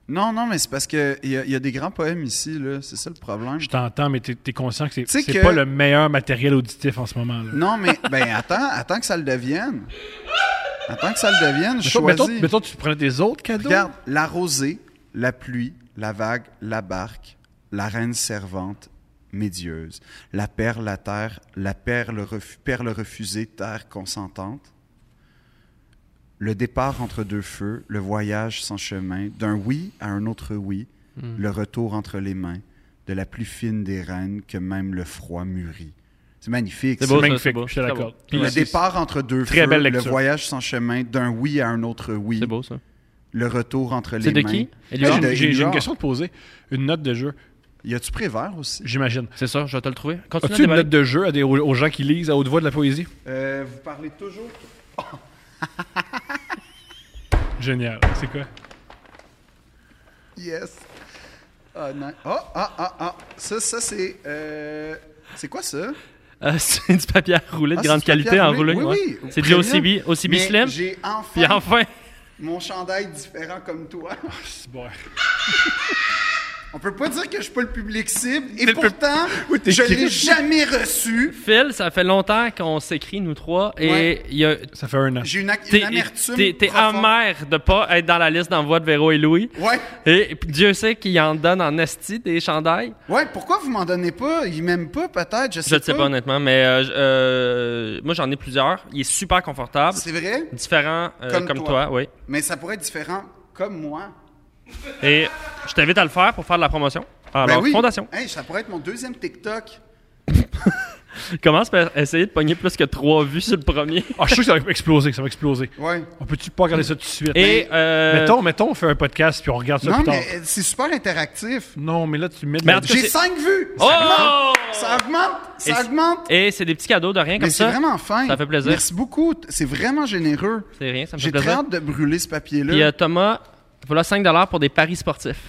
Speaker 2: Non, non, mais c'est parce qu'il y, a- il y a des grands poèmes ici, là. C'est ça le problème.
Speaker 1: Je t'entends, mais t'es es conscient que c'est
Speaker 2: Tu sais
Speaker 1: c'est
Speaker 2: que-
Speaker 1: pas le meilleur matériel auditif en ce moment. Là.
Speaker 2: Non, mais ben attends, attends que ça le devienne. Attends que ça le devienne, je
Speaker 1: Mettons- mettons,
Speaker 2: choisis.
Speaker 1: mettons, tu prenais des autres cadeaux.
Speaker 2: Regarde, la rosée, la pluie, la vague, la barque, la reine servante, médieuse, la perle, la terre, la perle, refu- perle refusée, terre consentante, le départ entre deux feux, le voyage sans chemin, d'un oui à un autre oui,
Speaker 3: Hmm.
Speaker 2: le retour entre les mains, de la plus fine des reines que même le froid mûrit. C'est magnifique.
Speaker 3: C'est
Speaker 2: ça.
Speaker 1: C'est
Speaker 3: beau, ça,
Speaker 1: magnifique,
Speaker 3: beau.
Speaker 1: je te
Speaker 3: Très
Speaker 1: l'accorde.
Speaker 3: beau.
Speaker 1: Puis
Speaker 2: Le
Speaker 1: c'est-
Speaker 2: départ entre deux
Speaker 1: Très
Speaker 2: feux,
Speaker 1: belle
Speaker 2: le
Speaker 1: lecture.
Speaker 2: voyage sans chemin, d'un oui à un autre oui,
Speaker 3: C'est beau, ça.
Speaker 2: le retour entre les
Speaker 3: C'est de
Speaker 2: mains.
Speaker 3: qui?
Speaker 1: J'ai-
Speaker 3: Éluard?
Speaker 2: Hey, de-
Speaker 1: J'ai j'ai une
Speaker 2: Éluard.
Speaker 1: question à te poser. Une note de jeu,
Speaker 2: Y a-tu Prévert aussi?
Speaker 1: j'imagine.
Speaker 3: C'est ça, je vais te le trouver. Continue à
Speaker 1: As-tu une
Speaker 3: déballer.
Speaker 1: note de jeu à des- aux, aux gens qui lisent à haute voix de la poésie?
Speaker 2: Euh, vous parlez toujours.
Speaker 1: Génial. C'est quoi?
Speaker 2: Yes. Ah, non. Ah, ah, ah, ah. Ça, ça, c'est. euh, C'est quoi ça?
Speaker 3: Ah, c'est du papier à rouler de
Speaker 2: Ah, c'est
Speaker 3: grande
Speaker 2: du papier
Speaker 3: qualité
Speaker 2: à
Speaker 3: en
Speaker 2: rouler.
Speaker 3: rouler.
Speaker 2: Oui,
Speaker 3: ouais.
Speaker 2: oui,
Speaker 3: C'est du
Speaker 2: premium.
Speaker 3: OCB, OCB
Speaker 2: Mais
Speaker 3: Slim.
Speaker 2: J'ai
Speaker 3: Puis
Speaker 2: enfin,
Speaker 3: enfin,
Speaker 2: mon chandail différent comme toi.
Speaker 1: C'est bon.
Speaker 2: On peut pas dire que je suis pas le public cible. Et
Speaker 6: le pub-
Speaker 2: pourtant,
Speaker 6: Oui, t'es
Speaker 2: je l'ai
Speaker 6: critique.
Speaker 2: jamais reçu.
Speaker 3: Phil, ça fait longtemps qu'on s'écrit, nous trois, et
Speaker 2: Ouais.
Speaker 3: il y a...
Speaker 1: Ça fait un an.
Speaker 2: J'ai une, ac- une
Speaker 3: T'es
Speaker 2: amertume.
Speaker 3: t'es- t'es
Speaker 2: profonde.
Speaker 3: amer de pas être dans la liste d'envoi de Véro et Louis.
Speaker 2: Ouais.
Speaker 3: Et puis Dieu sait qu'il en donne en esti des chandails.
Speaker 2: Ouais, pourquoi vous m'en donnez pas? Ils m'aiment pas, peut-être. Je sais
Speaker 3: Je ne sais pas honnêtement, mais euh, je- euh, moi j'en ai plusieurs. Il est super confortable,
Speaker 2: C'est vrai,
Speaker 3: différent euh, comme,
Speaker 2: Comme
Speaker 3: toi.
Speaker 2: toi.
Speaker 3: oui.
Speaker 2: mais ça pourrait être différent comme moi.
Speaker 3: Et je t'invite à le faire pour faire de la promotion. Alors,
Speaker 2: Ben oui.
Speaker 3: fondation.
Speaker 2: Hey, ça pourrait être mon deuxième TikTok.
Speaker 3: Commence par essayer de pogner plus que trois vues sur le premier.
Speaker 1: Ah, je suis sûr que ça va exploser, que ça va exploser.
Speaker 2: Ouais.
Speaker 1: On peut-tu pas regarder ça tout de
Speaker 2: Ben,
Speaker 1: suite?
Speaker 3: Et euh,
Speaker 1: Mettons, mettons, on fait un podcast puis on regarde ça
Speaker 2: Non,
Speaker 1: plus tard.
Speaker 2: mais euh, c'est super interactif.
Speaker 1: Non, mais là, tu mets de
Speaker 3: Mais
Speaker 1: la-
Speaker 3: en tout cas,
Speaker 2: J'ai
Speaker 3: c'est-
Speaker 2: 5 vues!
Speaker 3: Oh!
Speaker 2: Ça augmente! Ça
Speaker 3: Et c'est-
Speaker 2: augmente!
Speaker 3: Et c'est des petits cadeaux de rien comme
Speaker 2: Mais c'est
Speaker 3: ça.
Speaker 2: vraiment fin.
Speaker 3: ça fait plaisir.
Speaker 2: Merci beaucoup. T- C'est vraiment généreux.
Speaker 3: C'est rien, ça me fait
Speaker 2: J'ai très
Speaker 3: plaisir.
Speaker 2: hâte de brûler ce
Speaker 3: Puis
Speaker 2: papier-là.
Speaker 3: euh, Thomas, voilà 5 pour des paris sportifs.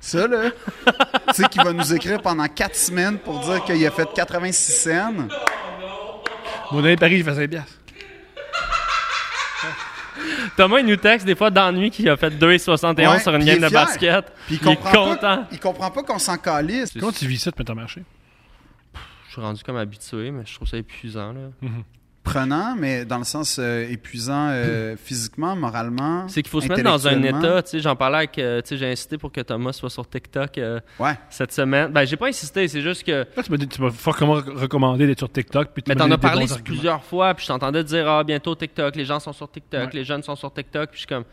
Speaker 2: Ça, là, tu sais, qu'il va nous écrire pendant 4 semaines pour dire qu'il a fait 86 scènes.
Speaker 1: Mon dernier pari, j'ai fait 5 piastres.
Speaker 3: Thomas, il nous texte des fois d'ennui qu'il a fait 2,71
Speaker 2: Ouais,
Speaker 3: sur une
Speaker 2: puis
Speaker 3: game
Speaker 2: il est
Speaker 3: de
Speaker 2: fier.
Speaker 3: basket.
Speaker 2: Puis il
Speaker 3: il est
Speaker 2: comprend,
Speaker 3: content.
Speaker 2: pas, il comprend pas qu'on s'en calisse.
Speaker 1: Comment tu vis ça, tu mets ton marché?
Speaker 3: Je suis rendu comme habitué, mais je trouve ça épuisant. Là.
Speaker 1: Mm.
Speaker 2: Prenant, mais dans le sens euh, épuisant euh, physiquement, moralement.
Speaker 3: C'est qu'il faut se mettre dans un
Speaker 2: intellectuellement.
Speaker 3: état. tu sais, J'en parlais avec. euh, tu sais, J'ai incité pour que Thomas soit sur TikTok euh,
Speaker 2: Ouais.
Speaker 3: cette semaine. Ben, j'ai pas insisté, c'est juste que.
Speaker 1: Là, tu m'as dit- tu m'as fort comment recommandé d'être sur TikTok. Puis tu
Speaker 3: Mais
Speaker 1: m'as
Speaker 3: t'en
Speaker 1: donné
Speaker 3: as
Speaker 1: des
Speaker 3: parlé
Speaker 1: bons arguments.
Speaker 3: plusieurs fois, puis je t'entendais dire Ah, bientôt TikTok, les gens sont sur TikTok,
Speaker 1: Ouais.
Speaker 3: les jeunes sont sur TikTok. Puis je suis comme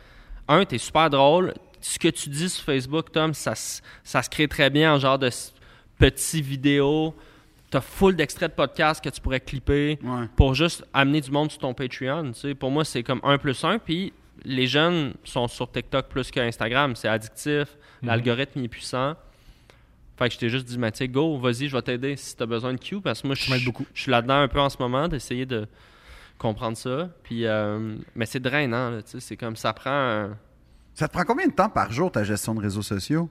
Speaker 3: Un, t'es super drôle. Ce que tu dis sur Facebook, Tom, ça, se- ça se crée très bien en genre de s- petits vidéos. T'as full d'extraits de podcasts que tu pourrais clipper
Speaker 2: Ouais.
Speaker 3: pour juste amener du monde sur ton Patreon. tu sais. Pour moi, c'est comme un plus un. Puis les jeunes sont sur TikTok plus qu'Instagram. C'est addictif.
Speaker 1: Mhm.
Speaker 3: L'algorithme est puissant. Fait que je t'ai juste dit, mais tu sais, go, vas-y, je vais t'aider si t'as besoin de Q, parce que moi, je
Speaker 1: m'aides
Speaker 3: je-
Speaker 1: beaucoup.
Speaker 3: je suis là-dedans un peu en ce moment, d'essayer de comprendre ça. Puis, euh, mais c'est drainant, là, tu sais, c'est comme ça prend. un-
Speaker 2: Ça te prend combien de temps par jour ta gestion de réseaux sociaux?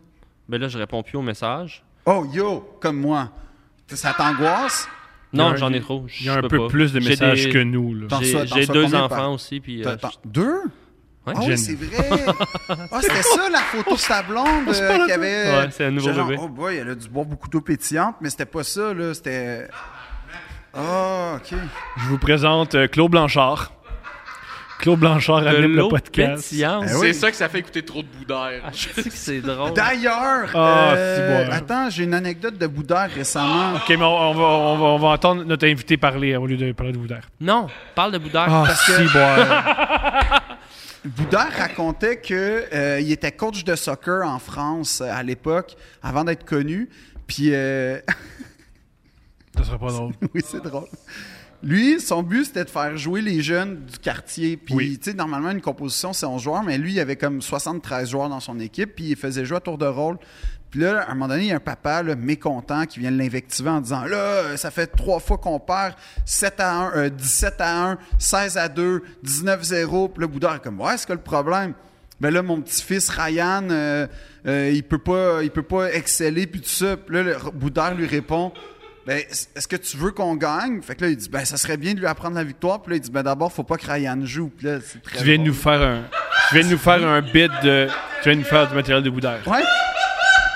Speaker 3: Ben là, je réponds plus aux messages.
Speaker 2: Oh yo, comme moi. Ça t'angoisse?
Speaker 3: Ah!
Speaker 1: y a
Speaker 3: Non,
Speaker 1: un-
Speaker 3: j'en ai trop. je
Speaker 1: Il y a un
Speaker 3: peux
Speaker 1: peu
Speaker 3: pas.
Speaker 1: plus de
Speaker 3: J'ai
Speaker 1: messages
Speaker 3: des-
Speaker 1: que nous. Là.
Speaker 2: T'en
Speaker 3: j'ai-
Speaker 2: reçois- t'en
Speaker 3: J'ai
Speaker 2: reçois
Speaker 3: deux
Speaker 2: combien
Speaker 3: enfants
Speaker 2: par-
Speaker 3: aussi, puis. euh,
Speaker 2: T'as- t'as- Deux?
Speaker 3: Ouais.
Speaker 2: Ah
Speaker 1: Gêne.
Speaker 2: oui, c'est vrai. Ah, c'était ça la photo de sa blonde
Speaker 1: C'est pas
Speaker 2: euh,
Speaker 1: la
Speaker 2: qui avait.
Speaker 3: Ouais, c'est un nouveau
Speaker 2: J'étais genre,
Speaker 3: bébé.
Speaker 2: oh boy, elle a dû boire beaucoup d'eau pétillante, mais c'était pas ça, là. C'était. Ah, ok.
Speaker 3: Ben
Speaker 1: Je vous présente euh, Claude Blanchard. Claude Blanchard
Speaker 3: de
Speaker 1: anime le
Speaker 3: l'eau
Speaker 1: podcast.
Speaker 3: pétillante.
Speaker 2: Ben
Speaker 7: C'est
Speaker 2: oui.
Speaker 7: ça que ça fait écouter trop de bout d'air.
Speaker 3: Je sais que c'est drôle.
Speaker 2: D'ailleurs,
Speaker 1: Ah,
Speaker 2: euh,
Speaker 3: hein.
Speaker 1: c'est bon.
Speaker 2: attends, j'ai une anecdote de Boudère récemment.
Speaker 1: OK, mais on, on va, on, va, on va entendre notre invité parler hein, au lieu de parler de vous d'air.
Speaker 3: Non, parle de Boudard.
Speaker 1: Ah,
Speaker 2: Parce que-
Speaker 1: si, boire.
Speaker 2: Boudin racontait que euh, il était coach de soccer en France euh, à l'époque, avant d'être connu. Puis euh,
Speaker 1: Ça sera pas drôle.
Speaker 2: oui, c'est drôle. Lui, son but, c'était de faire jouer les jeunes du quartier. Puis,
Speaker 1: Oui.
Speaker 2: tu sais, normalement, une composition, c'est 11 joueurs, mais lui, il avait comme 73 joueurs dans son équipe, puis il faisait jouer à tour de rôle. Puis là, à un moment donné, il y a un papa là, mécontent qui vient l'invectiver en disant Là, euh, ça fait trois fois qu'on perd 7 à 1, euh, 17 à 1, 16 à 2, 19-0. Puis là, Boudard est comme Ouais, c'est que le problème ben là, mon petit-fils Ryan, euh, euh, il peut pas, il peut pas exceller puis tout ça. Puis là, le Boudard lui répond, ben est-ce que tu veux qu'on gagne Fait que là, il dit, ben ça serait bien de lui apprendre la victoire. Puis là, il dit, ben d'abord, faut pas que Ryan joue. Puis là, c'est très
Speaker 1: Tu viens de
Speaker 2: drôle.
Speaker 1: nous faire un. Tu viens de nous faire un bid de. Tu viens de nous faire du matériel de boudère.
Speaker 2: Ouais,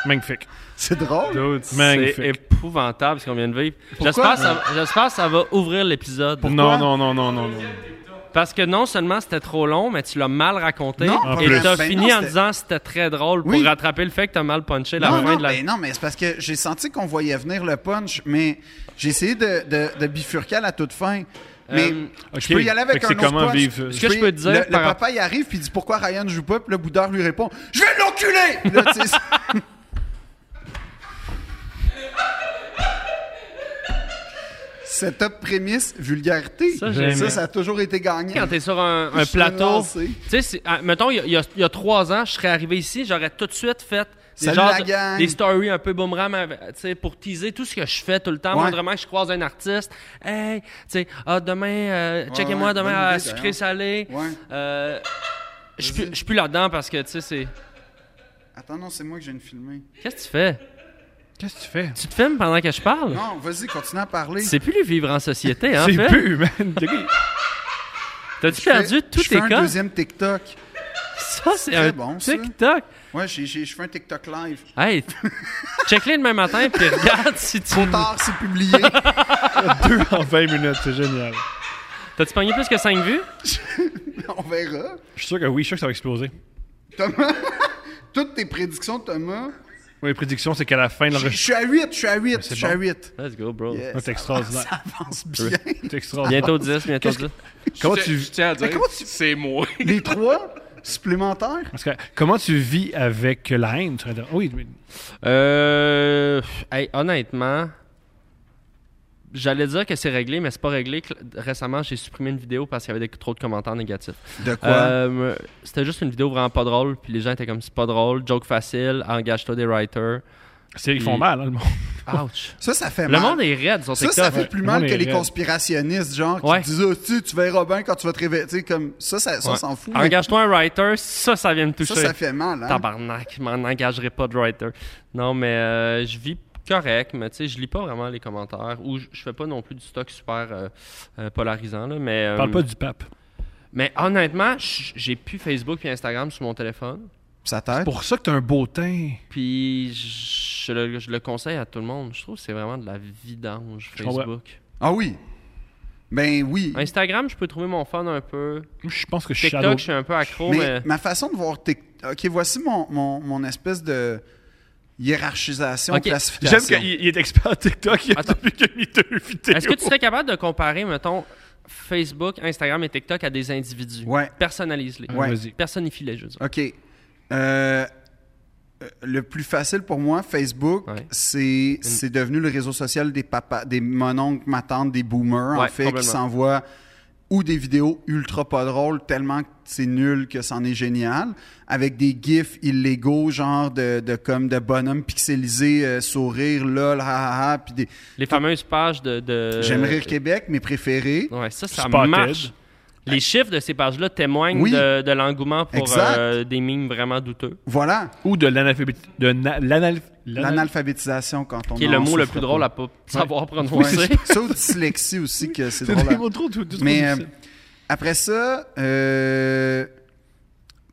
Speaker 1: Magnifique.
Speaker 2: c'est drôle.
Speaker 1: Magnifique.
Speaker 3: C'est épouvantable ce qu'on vient de vivre. J'espère que ça- j'espère que ça va ouvrir l'épisode.
Speaker 1: Non, non, non, non, non, non.
Speaker 3: Parce que non seulement c'était trop long, mais tu l'as mal raconté.
Speaker 2: Non, pas
Speaker 3: et
Speaker 2: plus.
Speaker 3: t'as
Speaker 2: Ben
Speaker 3: fini
Speaker 2: non,
Speaker 3: en
Speaker 2: c'était-
Speaker 3: disant c'était très drôle pour
Speaker 2: Oui.
Speaker 3: rattraper le fait que t'as mal punché la
Speaker 2: Non,
Speaker 3: fin
Speaker 2: non,
Speaker 3: de la.
Speaker 2: ben non, mais c'est parce que j'ai senti qu'on voyait venir le punch, mais j'ai essayé de, de, de bifurquer à la toute fin. Mais
Speaker 3: Euh,
Speaker 2: je
Speaker 1: ok.
Speaker 2: peux y aller avec
Speaker 1: Fait que
Speaker 2: un
Speaker 1: c'est
Speaker 2: autre
Speaker 1: comment
Speaker 2: punch.
Speaker 1: vivre,
Speaker 3: ce que je peux te dire
Speaker 2: le, le
Speaker 3: par-
Speaker 2: papa il arrive puis il dit pourquoi Ryan joue pas puis le boudard lui répond je vais l'enculer Puis là, tu sais, c'est- Setup prémisse vulgarité ça
Speaker 3: Ça, j'aimais.
Speaker 2: ça, a toujours été gagné
Speaker 3: Quand t'es sur un, un
Speaker 2: Je suis
Speaker 3: plateau,
Speaker 2: lancé.
Speaker 3: tu sais, c'est- ah, mettons, il y a- il y, a- il y a trois ans, je serais arrivé ici, j'aurais tout de suite fait des,
Speaker 2: Salut
Speaker 3: genres
Speaker 2: la
Speaker 3: de-
Speaker 2: gang.
Speaker 3: des stories un peu boomerang avec- tu sais, pour teaser tout ce que je fais tout le temps.
Speaker 2: Ouais.
Speaker 3: Moi, vraiment, que je croise un artiste, hey, tu sais, ah, demain, euh, checkez-moi
Speaker 2: ouais,
Speaker 3: demain
Speaker 2: bonne
Speaker 3: à
Speaker 2: idée,
Speaker 3: sucré
Speaker 2: d'ailleurs.
Speaker 3: salé.
Speaker 2: Ouais.
Speaker 3: Euh, je suis plus- je suis plus là-dedans parce que, tu sais, c'est.
Speaker 2: attends non c'est moi que je viens de filmer
Speaker 3: Qu'est-ce que tu fais?
Speaker 1: Qu'est-ce que tu fais?
Speaker 3: Tu te filmes pendant que je parle?
Speaker 2: non vas-y continue à parler
Speaker 3: C'est plus le vivre en société, hein,
Speaker 1: C'est
Speaker 3: fait.
Speaker 1: plus, man. Le gars,
Speaker 3: T'as-tu
Speaker 2: Je fais-
Speaker 3: perdu tous
Speaker 2: je fais
Speaker 3: tes
Speaker 2: un
Speaker 3: cas?
Speaker 2: deuxième TikTok
Speaker 3: Ça, c'est
Speaker 2: très
Speaker 3: un
Speaker 2: bon, ça.
Speaker 3: TikTok.
Speaker 2: ouais j'ai- j'ai- je fais un TikTok live
Speaker 3: Hey, check-les demain matin, puis regarde si tu...
Speaker 2: tard c'est publié
Speaker 1: il- Deux en 20 minutes, c'est génial.
Speaker 3: T'as-tu pogné plus que 5 vues?
Speaker 2: on verra
Speaker 1: Je suis sûr que oui, je suis sûr que ça va exploser.
Speaker 2: Thomas toutes tes prédictions Thomas
Speaker 1: Mes prédictions, c'est qu'à la fin de
Speaker 2: je je
Speaker 1: l'enregistrement.
Speaker 2: suis à 8 je suis à 8 je suis à
Speaker 1: bon.
Speaker 2: 8
Speaker 3: Let's go, bro.
Speaker 2: Yes.
Speaker 1: C'est extraordinaire.
Speaker 2: avance bien.
Speaker 1: C'est extraordinaire.
Speaker 3: Bientôt 10, bientôt 10.
Speaker 1: Comment
Speaker 7: Je-
Speaker 1: tu,
Speaker 7: Je tiens à dire,
Speaker 2: comment tu-
Speaker 7: c'est moi.
Speaker 2: Les trois supplémentaires?
Speaker 1: parce que comment tu vis avec la haine? sur Internet? Oui, mais-
Speaker 3: Euh... Hey, honnêtement... J'allais dire que c'est réglé, mais c'est pas réglé. Cl- Récemment, j'ai supprimé une vidéo parce qu'il y avait des- trop de commentaires négatifs.
Speaker 2: De
Speaker 3: Euh, C'était juste une vidéo vraiment pas drôle, puis les gens étaient comme c'est pas drôle, joke facile, engage-toi des writers.
Speaker 1: c'est- ils font mal, hein, le monde.
Speaker 3: Euh, Ouch.
Speaker 2: ça, ça fait
Speaker 3: Le
Speaker 2: mal.
Speaker 3: monde est raide sur
Speaker 2: ça,
Speaker 3: TikTok.
Speaker 2: ça fait plus mal
Speaker 1: Le monde
Speaker 2: que
Speaker 1: est
Speaker 2: les
Speaker 1: raide.
Speaker 2: conspirationnistes, genre, qui
Speaker 3: Ouais.
Speaker 2: te disent Ah, tu, tu verras bien quand tu vas te réveiller. Tu sais, comme ça, ça, ça, on
Speaker 3: Ouais.
Speaker 2: s'en fout. mais
Speaker 3: Engage-toi un writer, ça, ça vient me toucher.
Speaker 2: ça, ça fait mal. Hein?
Speaker 3: Tabarnak, je m'en engagerai pas de writer. Non, mais euh, je vis correct, mais tu sais, je lis pas vraiment les commentaires ou je je fais pas non plus du stock super euh, euh, polarisant, là, mais... euh,
Speaker 1: Parle pas du pape.
Speaker 3: Mais honnêtement, j- j'ai plus Facebook puis Instagram sur mon téléphone,
Speaker 2: Ça t'aide.
Speaker 1: Pour ça que t'as un beau teint.
Speaker 3: puis je je le, je le conseille à tout le monde. Je trouve que c'est vraiment de la vidange,
Speaker 1: comprends.
Speaker 3: Facebook.
Speaker 2: Ah oui. Ben oui.
Speaker 3: Instagram, je peux trouver mon fun un peu.
Speaker 1: Moi, Je pense que je suis shadow.
Speaker 3: TikTok, je suis un peu accro,
Speaker 2: mais
Speaker 3: Oh, mais...
Speaker 2: ma façon de voir TikTok. Ok, voici mon, mon, mon espèce de hiérarchisation,
Speaker 3: Ok.
Speaker 1: J'aime
Speaker 2: classification.
Speaker 1: qu'il il est expert TikTok il a
Speaker 3: Attends.
Speaker 1: depuis qu'il a mis deux vidéos.
Speaker 3: Est-ce que tu serais capable de comparer, mettons, Facebook, Instagram et TikTok à des individus?
Speaker 2: Ouais.
Speaker 3: Personnalise-les.
Speaker 2: Ouais.
Speaker 1: Vas-y.
Speaker 3: Personnifie-les, je veux dire.
Speaker 2: OK. Euh, euh, le plus facile pour moi, Facebook,
Speaker 3: Ouais.
Speaker 2: c'est c'est devenu le réseau social des papas, des mononcles, ma tante, des boomers, en
Speaker 3: Ouais,
Speaker 2: fait, qui
Speaker 3: complètement.
Speaker 2: s'envoient ou des vidéos ultra pas drôles, tellement que c'est nul que c'en est génial, avec des gifs illégaux, genre de, de comme de bonhomme pixelisé, euh, sourire, lol, ha ha ha, puis des...
Speaker 3: Les fameuses pages de. de...
Speaker 2: J'aime rire Québec, mes préférés.
Speaker 3: Ouais, ça, ça
Speaker 1: Spotted.
Speaker 3: marche. Les chiffres de ces pages-là témoignent
Speaker 2: Oui.
Speaker 3: de, de l'engouement pour
Speaker 2: Exact.
Speaker 3: euh, des mimes vraiment douteux.
Speaker 2: Voilà,
Speaker 1: Ou de l'analphabétisme. De na- l'anal- l'anal-
Speaker 2: l'analphabétisation quand on
Speaker 3: Qui est
Speaker 2: en
Speaker 3: le mot le
Speaker 2: souffre
Speaker 3: plus
Speaker 2: pas.
Speaker 3: drôle à pas savoir prononcer.
Speaker 2: Ouais. Ça, ou dyslexie aussi, que c'est
Speaker 1: C'est
Speaker 2: drôle
Speaker 1: des
Speaker 2: à-
Speaker 1: mots trop- trop- trop
Speaker 2: Mais euh,
Speaker 1: difficiles.
Speaker 2: après ça, euh,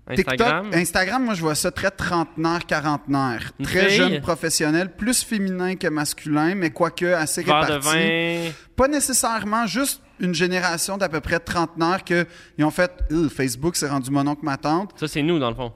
Speaker 3: Instagram.
Speaker 2: TikTok, Instagram, moi je vois ça très trentenaire, quarantenaire.
Speaker 3: Une
Speaker 2: très
Speaker 3: fille.
Speaker 2: jeune professionnel, plus féminin que masculin, mais quoique assez
Speaker 3: Verre de
Speaker 2: réparti.
Speaker 3: vin.
Speaker 2: Pas nécessairement juste une génération d'à peu près trentenaire que ils ont fait Euh, Facebook, c'est rendu mon oncle, ma tante.
Speaker 3: Ça, c'est nous, dans le fond.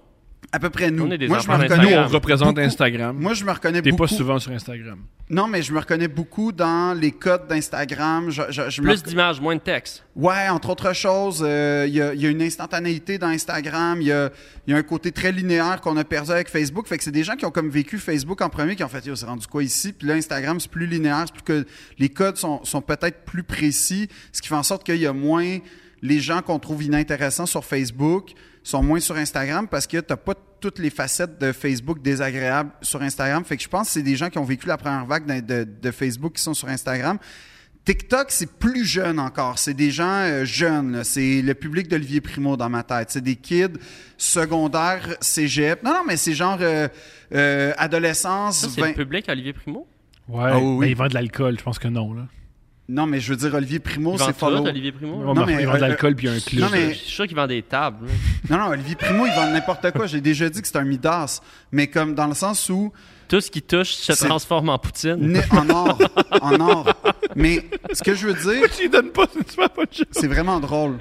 Speaker 2: À peu près nous.
Speaker 3: On est des
Speaker 2: moi, je me
Speaker 3: enfants
Speaker 2: reconnais,
Speaker 1: Nous, on
Speaker 3: Instagram.
Speaker 1: représente
Speaker 2: beaucoup-
Speaker 1: Instagram.
Speaker 2: moi, je me reconnais
Speaker 1: T'es
Speaker 2: beaucoup.
Speaker 1: pas souvent sur Instagram.
Speaker 2: Non, mais je me reconnais beaucoup dans les codes d'Instagram. Je, je- je me
Speaker 3: Plus
Speaker 2: reconnais-
Speaker 3: d'images, moins de texte.
Speaker 2: Ouais, entre autres choses, euh, il y, a- il y a une instantanéité dans Instagram, il y a, il y a un côté très linéaire qu'on a perdu avec Facebook. Fait que c'est des gens qui ont comme vécu Facebook en premier, qui ont fait, yo, c'est rendu quoi ici? Puis là, Instagram, c'est plus linéaire, c'est plus que les codes sont, sont peut-être plus précis, ce qui fait en sorte qu'il y a moins les gens qu'on trouve inintéressants sur Facebook sont moins sur Instagram parce que t'as pas toutes les facettes de Facebook désagréables sur Instagram. Fait que je pense que c'est des gens qui ont vécu la première vague de, de- de Facebook qui sont sur Instagram. TikTok, c'est plus jeune encore. C'est des gens euh, jeunes. là. C'est le public d'Olivier Primo dans ma tête. C'est des kids secondaires, cégep. Non, non, mais c'est genre euh, euh, adolescence.
Speaker 3: Ça, c'est
Speaker 2: vingt-
Speaker 3: le public, Olivier Primo.
Speaker 1: Ouais,
Speaker 2: Ah oui, oui.
Speaker 1: mais ils vendent de l'alcool, je pense que non. Là.
Speaker 2: Non, mais je veux dire, Olivier Primo,
Speaker 3: Ils
Speaker 2: c'est
Speaker 3: vendent tout,
Speaker 2: follow.
Speaker 3: Olivier Primo.
Speaker 1: Non,
Speaker 2: mais,
Speaker 1: ils vendent
Speaker 2: euh,
Speaker 1: de l'alcool puis un club.
Speaker 2: non, mais-
Speaker 3: Je suis sûr qu'il vend des tables. là.
Speaker 2: Non, non, Olivier Primo, il vend n'importe quoi. J'ai déjà dit que c'est un Midas. Mais comme dans le sens où.
Speaker 3: Tout ce qui touche se
Speaker 2: C'est-
Speaker 3: transforme en poutine.
Speaker 2: né en or. En or. Mais ce que je veux dire,
Speaker 6: Tu lui donnes pas, c'est une super bonne chose.
Speaker 2: c'est vraiment drôle.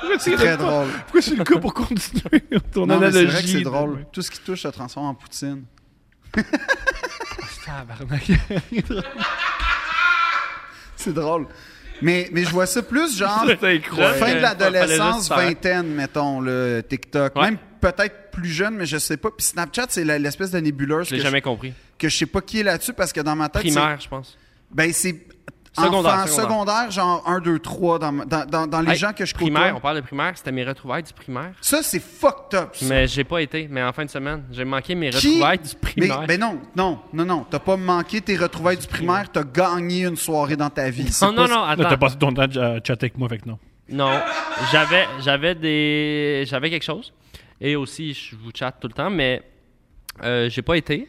Speaker 6: Pourquoi tu
Speaker 2: C'est
Speaker 6: lui
Speaker 2: très
Speaker 6: donnes pas?
Speaker 2: drôle.
Speaker 6: Pourquoi c'est le cas pour continuer ton
Speaker 2: Non, mais
Speaker 6: analogie?
Speaker 2: c'est vrai que c'est drôle. Tout ce qui touche se transforme en poutine.
Speaker 1: Tabarnak.
Speaker 2: C'est drôle. Mais, mais je vois ça plus genre
Speaker 6: C'était incroyable.
Speaker 2: fin de l'adolescence,
Speaker 3: Fallait juste
Speaker 2: vingtaine, mettons, le TikTok.
Speaker 3: Ouais.
Speaker 2: Même peut-être plus jeune, mais je sais pas. Puis Snapchat, c'est la- l'espèce de nébuleuse
Speaker 3: Je
Speaker 2: que,
Speaker 3: l'ai
Speaker 2: je,
Speaker 3: jamais compris.
Speaker 2: que je sais pas qui est là-dessus parce que dans ma tête, c'est-
Speaker 3: Primaire, je pense.
Speaker 2: ben c'est
Speaker 3: Secondaire,
Speaker 2: enfant,
Speaker 3: secondaire.
Speaker 2: secondaire, genre 1, 2, 3, dans, ma- dans, dans, dans les
Speaker 3: Hey,
Speaker 2: gens que je
Speaker 3: Primaire, on
Speaker 2: côtoie.
Speaker 3: parle de primaire, c'était mes retrouvailles du primaire.
Speaker 2: Ça, c'est fucked up. ça.
Speaker 3: Mais j'ai pas été, mais en fin de semaine, j'ai manqué mes
Speaker 2: Qui-
Speaker 3: retrouvailles du
Speaker 2: Mais,
Speaker 3: primaire.
Speaker 2: ben non, non, non, non. T'as pas manqué tes retrouvailles du primaire, t'as gagné une soirée dans ta vie. C'est
Speaker 3: non, non,
Speaker 2: pas-
Speaker 3: non,
Speaker 1: Là, t'as
Speaker 3: attends.
Speaker 1: passé ton temps à chatter avec moi, fait que non.
Speaker 3: Non, j'avais, j'avais des, j'avais quelque chose. Et aussi, je vous chatte tout le temps, mais euh, j'ai pas été.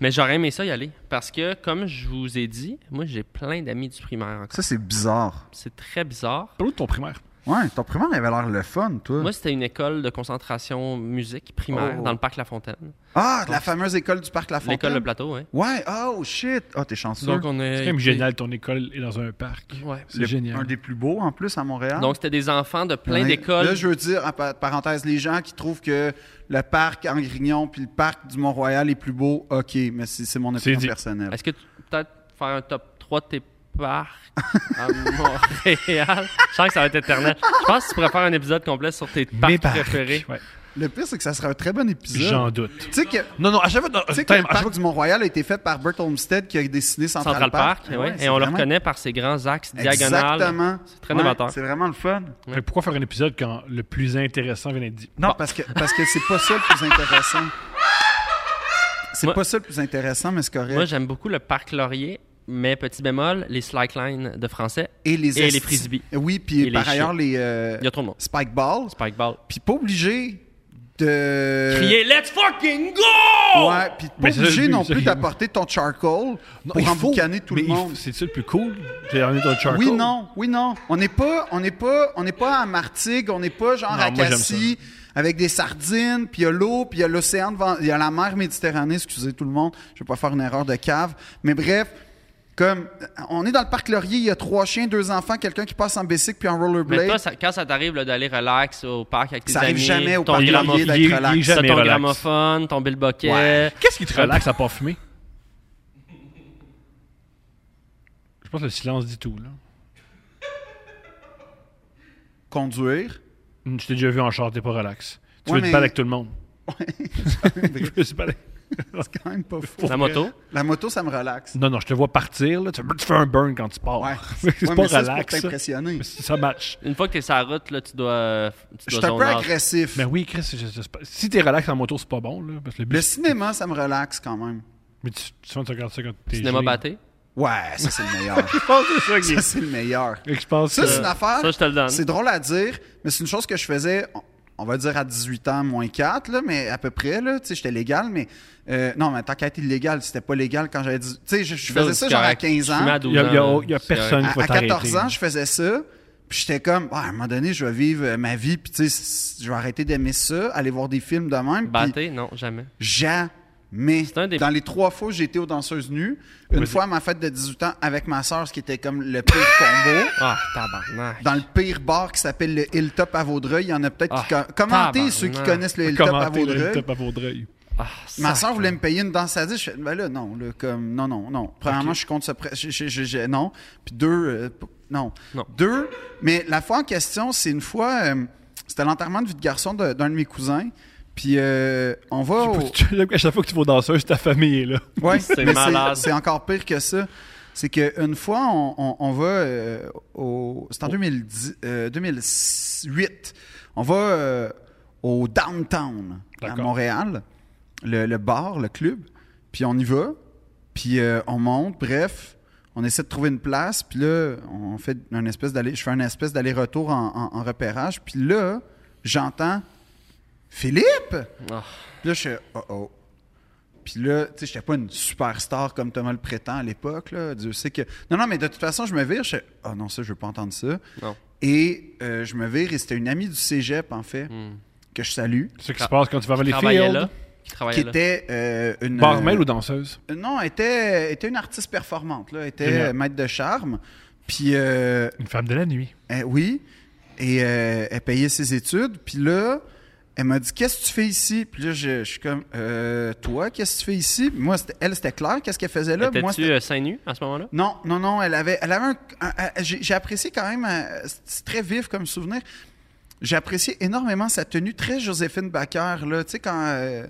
Speaker 3: Mais j'aurais aimé ça y aller parce que, comme je vous ai dit, moi j'ai plein d'amis du primaire. encore.
Speaker 2: Ça, c'est bizarre.
Speaker 3: C'est très bizarre.
Speaker 1: Parle-nous de ton primaire.
Speaker 2: Ouais, ton primaire avait l'air le fun, toi.
Speaker 3: Moi, c'était une école de concentration musique primaire
Speaker 2: Hum. Oh.
Speaker 3: dans le parc La Fontaine,
Speaker 2: ah, de la fameuse école du Parc La Fontaine.
Speaker 3: l'école Le Plateau, hein.
Speaker 2: Ouais, oh shit. Ah, t'es chanceux.
Speaker 3: Donc on est.
Speaker 1: C'est quand même génial, ton école est dans un parc.
Speaker 3: Ouais.
Speaker 1: C'est
Speaker 2: Le-
Speaker 1: génial.
Speaker 2: Un des plus beaux, en plus, à Montréal.
Speaker 3: Donc c'était des enfants de plein
Speaker 2: Ouais.
Speaker 3: d'écoles.
Speaker 2: Là, je veux dire, en pa- parenthèse, les gens qui trouvent que le parc en Grignon puis le parc du Mont-Royal est plus beau, OK, mais c'est c'est mon
Speaker 1: C'est
Speaker 2: opinion
Speaker 1: dit.
Speaker 2: personnelle.
Speaker 3: Est-ce que tu peut-être faire un top 3 de tes parcs à Montréal? Je sens que ça va être éternel. Je pense que tu pourrais faire un épisode complet sur tes parcs
Speaker 1: Mes parcs.
Speaker 3: préférés.
Speaker 1: Ouais.
Speaker 2: Le pire, c'est que ça sera un très bon épisode.
Speaker 1: J'en doute.
Speaker 2: Tu sais que
Speaker 1: Non, non, à chaque fois, dans-
Speaker 2: Tu sais que
Speaker 1: Tim,
Speaker 2: le
Speaker 1: à chaque fois
Speaker 2: parc du Mont-Royal a été fait par Bert Olmsted qui a dessiné Central, Ah
Speaker 3: Central Park, ouais.
Speaker 2: Ouais, c'est
Speaker 3: et on le
Speaker 2: vraiment-
Speaker 3: reconnaît par ses grands axes diagonales.
Speaker 2: Exactement.
Speaker 3: C'est très
Speaker 2: Ouais,
Speaker 3: novateur.
Speaker 2: C'est vraiment le fun.
Speaker 1: Fait que pourquoi faire un épisode quand le plus intéressant vient d'être dit?
Speaker 2: Non, parce que parce que c'est pas ça le plus intéressant. C'est
Speaker 3: Moi-
Speaker 2: pas ça le plus intéressant, mais c'est correct.
Speaker 3: Moi, j'aime beaucoup le parc Laurier, mais petit bémol, les slacklines de français.
Speaker 2: et les,
Speaker 3: et
Speaker 2: esti-
Speaker 3: les frisbees.
Speaker 2: Oui,
Speaker 3: Et
Speaker 2: puis
Speaker 3: les
Speaker 2: par
Speaker 3: chiens.
Speaker 2: ailleurs, les euh,
Speaker 3: Il y a trop de monde.
Speaker 2: spike balls.
Speaker 3: Spike Ball.
Speaker 2: Puis pas obligé de...
Speaker 3: Crier Let's fucking go!
Speaker 2: Ouais, puis pas
Speaker 1: Mais c'est ça,
Speaker 2: obligé
Speaker 1: le but,
Speaker 2: non
Speaker 1: ça,
Speaker 2: plus
Speaker 1: il-
Speaker 2: d'apporter ton charcoal
Speaker 1: Non, il
Speaker 2: pour
Speaker 1: faut-
Speaker 2: emboucaner tout
Speaker 1: mais
Speaker 2: le
Speaker 1: il-
Speaker 2: monde.
Speaker 1: C'est ça le plus cool? J'ai ramené ton charcoal.
Speaker 2: Oui, non, oui, non. On n'est pas, on n'est pas, on n'est pas à Martigues, on n'est pas genre
Speaker 1: Non,
Speaker 2: à
Speaker 1: moi, j'aime
Speaker 2: Cassis, avec des sardines, puis il y a l'eau, puis il y a l'océan devant, il y a la mer Méditerranée, excusez tout le monde, je vais pas faire une erreur de cave, mais bref. Comme, on est dans le parc Laurier, il y a trois chiens, deux enfants, quelqu'un qui passe en bicycle puis en
Speaker 3: Mais toi,
Speaker 2: rollerblade.
Speaker 3: ça- quand ça t'arrive là, d'aller relax au parc avec tes
Speaker 2: Ça
Speaker 3: amis,
Speaker 2: arrive jamais au
Speaker 3: ton
Speaker 2: parc
Speaker 3: gramophone-
Speaker 2: Laurier
Speaker 1: il-
Speaker 2: d'être
Speaker 1: il-
Speaker 2: relax.
Speaker 1: jamais
Speaker 3: ton
Speaker 1: relax.
Speaker 3: gramophone, ton bill bucket,
Speaker 1: Qu'est-ce qui te relaxe à pas fumer? Je pense que le silence dit tout. Là.
Speaker 2: Conduire.
Speaker 1: Hum, Je t'ai déjà vu en char, t'es pas relax. Tu
Speaker 2: Ouais,
Speaker 1: veux
Speaker 2: mais-
Speaker 1: te battre avec tout le monde. Tu veux te battre avec-
Speaker 2: C'est quand même pas faux.
Speaker 3: la moto.
Speaker 2: La moto, ça me relaxe.
Speaker 1: non, non, je te vois partir. Là. Tu tu fais un burn quand tu pars.
Speaker 2: Ouais.
Speaker 1: c'est
Speaker 2: Ouais,
Speaker 1: pas
Speaker 2: mais ça,
Speaker 1: relax.
Speaker 2: C'est
Speaker 1: ça.
Speaker 2: pour t'impressionner.
Speaker 1: Mais c'est- ça match.
Speaker 3: Une fois que t'es sur la route, là, tu dois. euh, Tu
Speaker 2: Je
Speaker 3: dois
Speaker 2: suis un peu
Speaker 3: zone out.
Speaker 2: agressif.
Speaker 1: Mais oui, Chris, je- je- c'est pas- si t'es relax en moto, c'est pas bon. Là, parce que le but,
Speaker 2: Le cinéma, ça me relaxe quand même.
Speaker 1: mais tu, tu sens que tu regardes ça quand t'es.
Speaker 3: Cinéma
Speaker 1: gelé.
Speaker 3: batté.
Speaker 2: Ouais, ça, c'est le meilleur. ça, c'est le meilleur.
Speaker 1: Fait que je pense
Speaker 2: Ça,
Speaker 1: que-
Speaker 2: c'est une affaire.
Speaker 3: ça, je te le donne.
Speaker 2: C'est drôle à dire, mais c'est une chose que je faisais, on- on va dire à 18 ans, moins 4, là, mais à peu près. là, Tu sais, j'étais légal, mais. euh, non, mais tant qu'à être illégal, c'était pas légal quand j'avais 18 Tu sais, je, je faisais ça genre à 15 ans.
Speaker 3: Il
Speaker 2: À,
Speaker 1: Il y a, il y a- il y a personne qui
Speaker 2: à
Speaker 1: va t'arrêter.
Speaker 2: 14 ans, je faisais ça. Puis j'étais comme, Ah, à un moment donné, je vais vivre euh, ma vie, puis tu sais, c- je vais arrêter d'aimer ça, aller voir des films de même. puis-
Speaker 3: Batté, non, jamais.
Speaker 2: Jamais.
Speaker 3: un des-
Speaker 2: Dans les trois fois où j'ai été aux danseuses nues, une fois à ma fête de 18 ans avec ma sœur, ce qui était comme le pire combo,
Speaker 3: Ah, tabarnak.
Speaker 2: dans le pire bar qui s'appelle le Hilltop à Vaudreuil, il y en a peut-être qui...
Speaker 3: Ah,
Speaker 2: con- Commentez
Speaker 3: tabarnak.
Speaker 2: ceux qui connaissent le Hilltop à
Speaker 1: Commenter le
Speaker 2: Vaudreuil.
Speaker 1: top à Vaudreuil.
Speaker 3: Ah,
Speaker 2: Ma
Speaker 3: sacre.
Speaker 2: sœur voulait me payer une danse à 10. Je fais, ben là, non, là, comme, non, non, non. Premièrement, je suis contre ce prêt. je- je- je- je- non. Puis deux, euh, p- non.
Speaker 3: Non.
Speaker 2: Deux, mais la fois en question, c'est une fois, euh, c'était l'enterrement de vie de garçon de- d'un de, mes cousins. Puis euh, on va. au-
Speaker 1: À chaque fois que tu vas aux danseuses, ta famille est là.
Speaker 2: Ouais,
Speaker 3: C'est
Speaker 2: mais
Speaker 3: malade.
Speaker 2: C'est encore pire que ça. C'est qu'une fois, on, on- on va euh, au. C'est en
Speaker 3: Oh.
Speaker 2: 2010, euh, 2008. On va euh, au downtown à
Speaker 1: D'accord.
Speaker 2: Montréal. le, le bar, le club. Puis on y va, puis euh, on monte, bref, on essaie de trouver une place. Puis là, on fait une espèce d'aller, je fais un espèce d'aller-retour en, en- en repérage. Puis là, j'entends Philippe.
Speaker 3: Ah.
Speaker 2: Puis là, je suis oh oh. Puis là, tu sais, j'étais pas une superstar comme Thomas le prétend à l'époque, là. Dieu sait que. Non, non, mais de toute façon, je me vire, je fais, oh non, ça, je veux pas entendre ça.
Speaker 3: Non.
Speaker 2: Et euh, je me vire, et c'était une amie du cégep, en fait,
Speaker 3: Hmm.
Speaker 2: que je salue,
Speaker 1: C'est ce qui se passe quand tu vas vers les
Speaker 3: travaillait
Speaker 1: filles.
Speaker 3: là. Qui
Speaker 2: qui
Speaker 3: travaillait là.
Speaker 2: était euh, une.
Speaker 1: Barmaid
Speaker 2: euh,
Speaker 1: ou danseuse?
Speaker 2: Non, elle était, elle était une artiste performante, là. Elle était
Speaker 1: Génial.
Speaker 2: euh, maître de charme. Puis, euh,
Speaker 1: Une femme de la nuit.
Speaker 2: euh, oui. Et euh, elle payait ses études. Puis là, elle m'a dit Qu'est-ce que tu fais ici Puis là, je, je suis comme Euh, Toi, qu'est-ce que tu fais ici Puis Moi, c'était- elle, c'était clair. Qu'est-ce qu'elle faisait là Moi,
Speaker 3: Étais-tu
Speaker 2: c'était-
Speaker 3: euh, seins nus à ce moment-là?
Speaker 2: Non, non, non. Elle avait, elle avait un. un- un- J'ai j'ai apprécié quand même. euh, C'est très vif comme souvenir. J'ai apprécié énormément sa tenue très Joséphine Baker, là. Tu sais, quand. euh,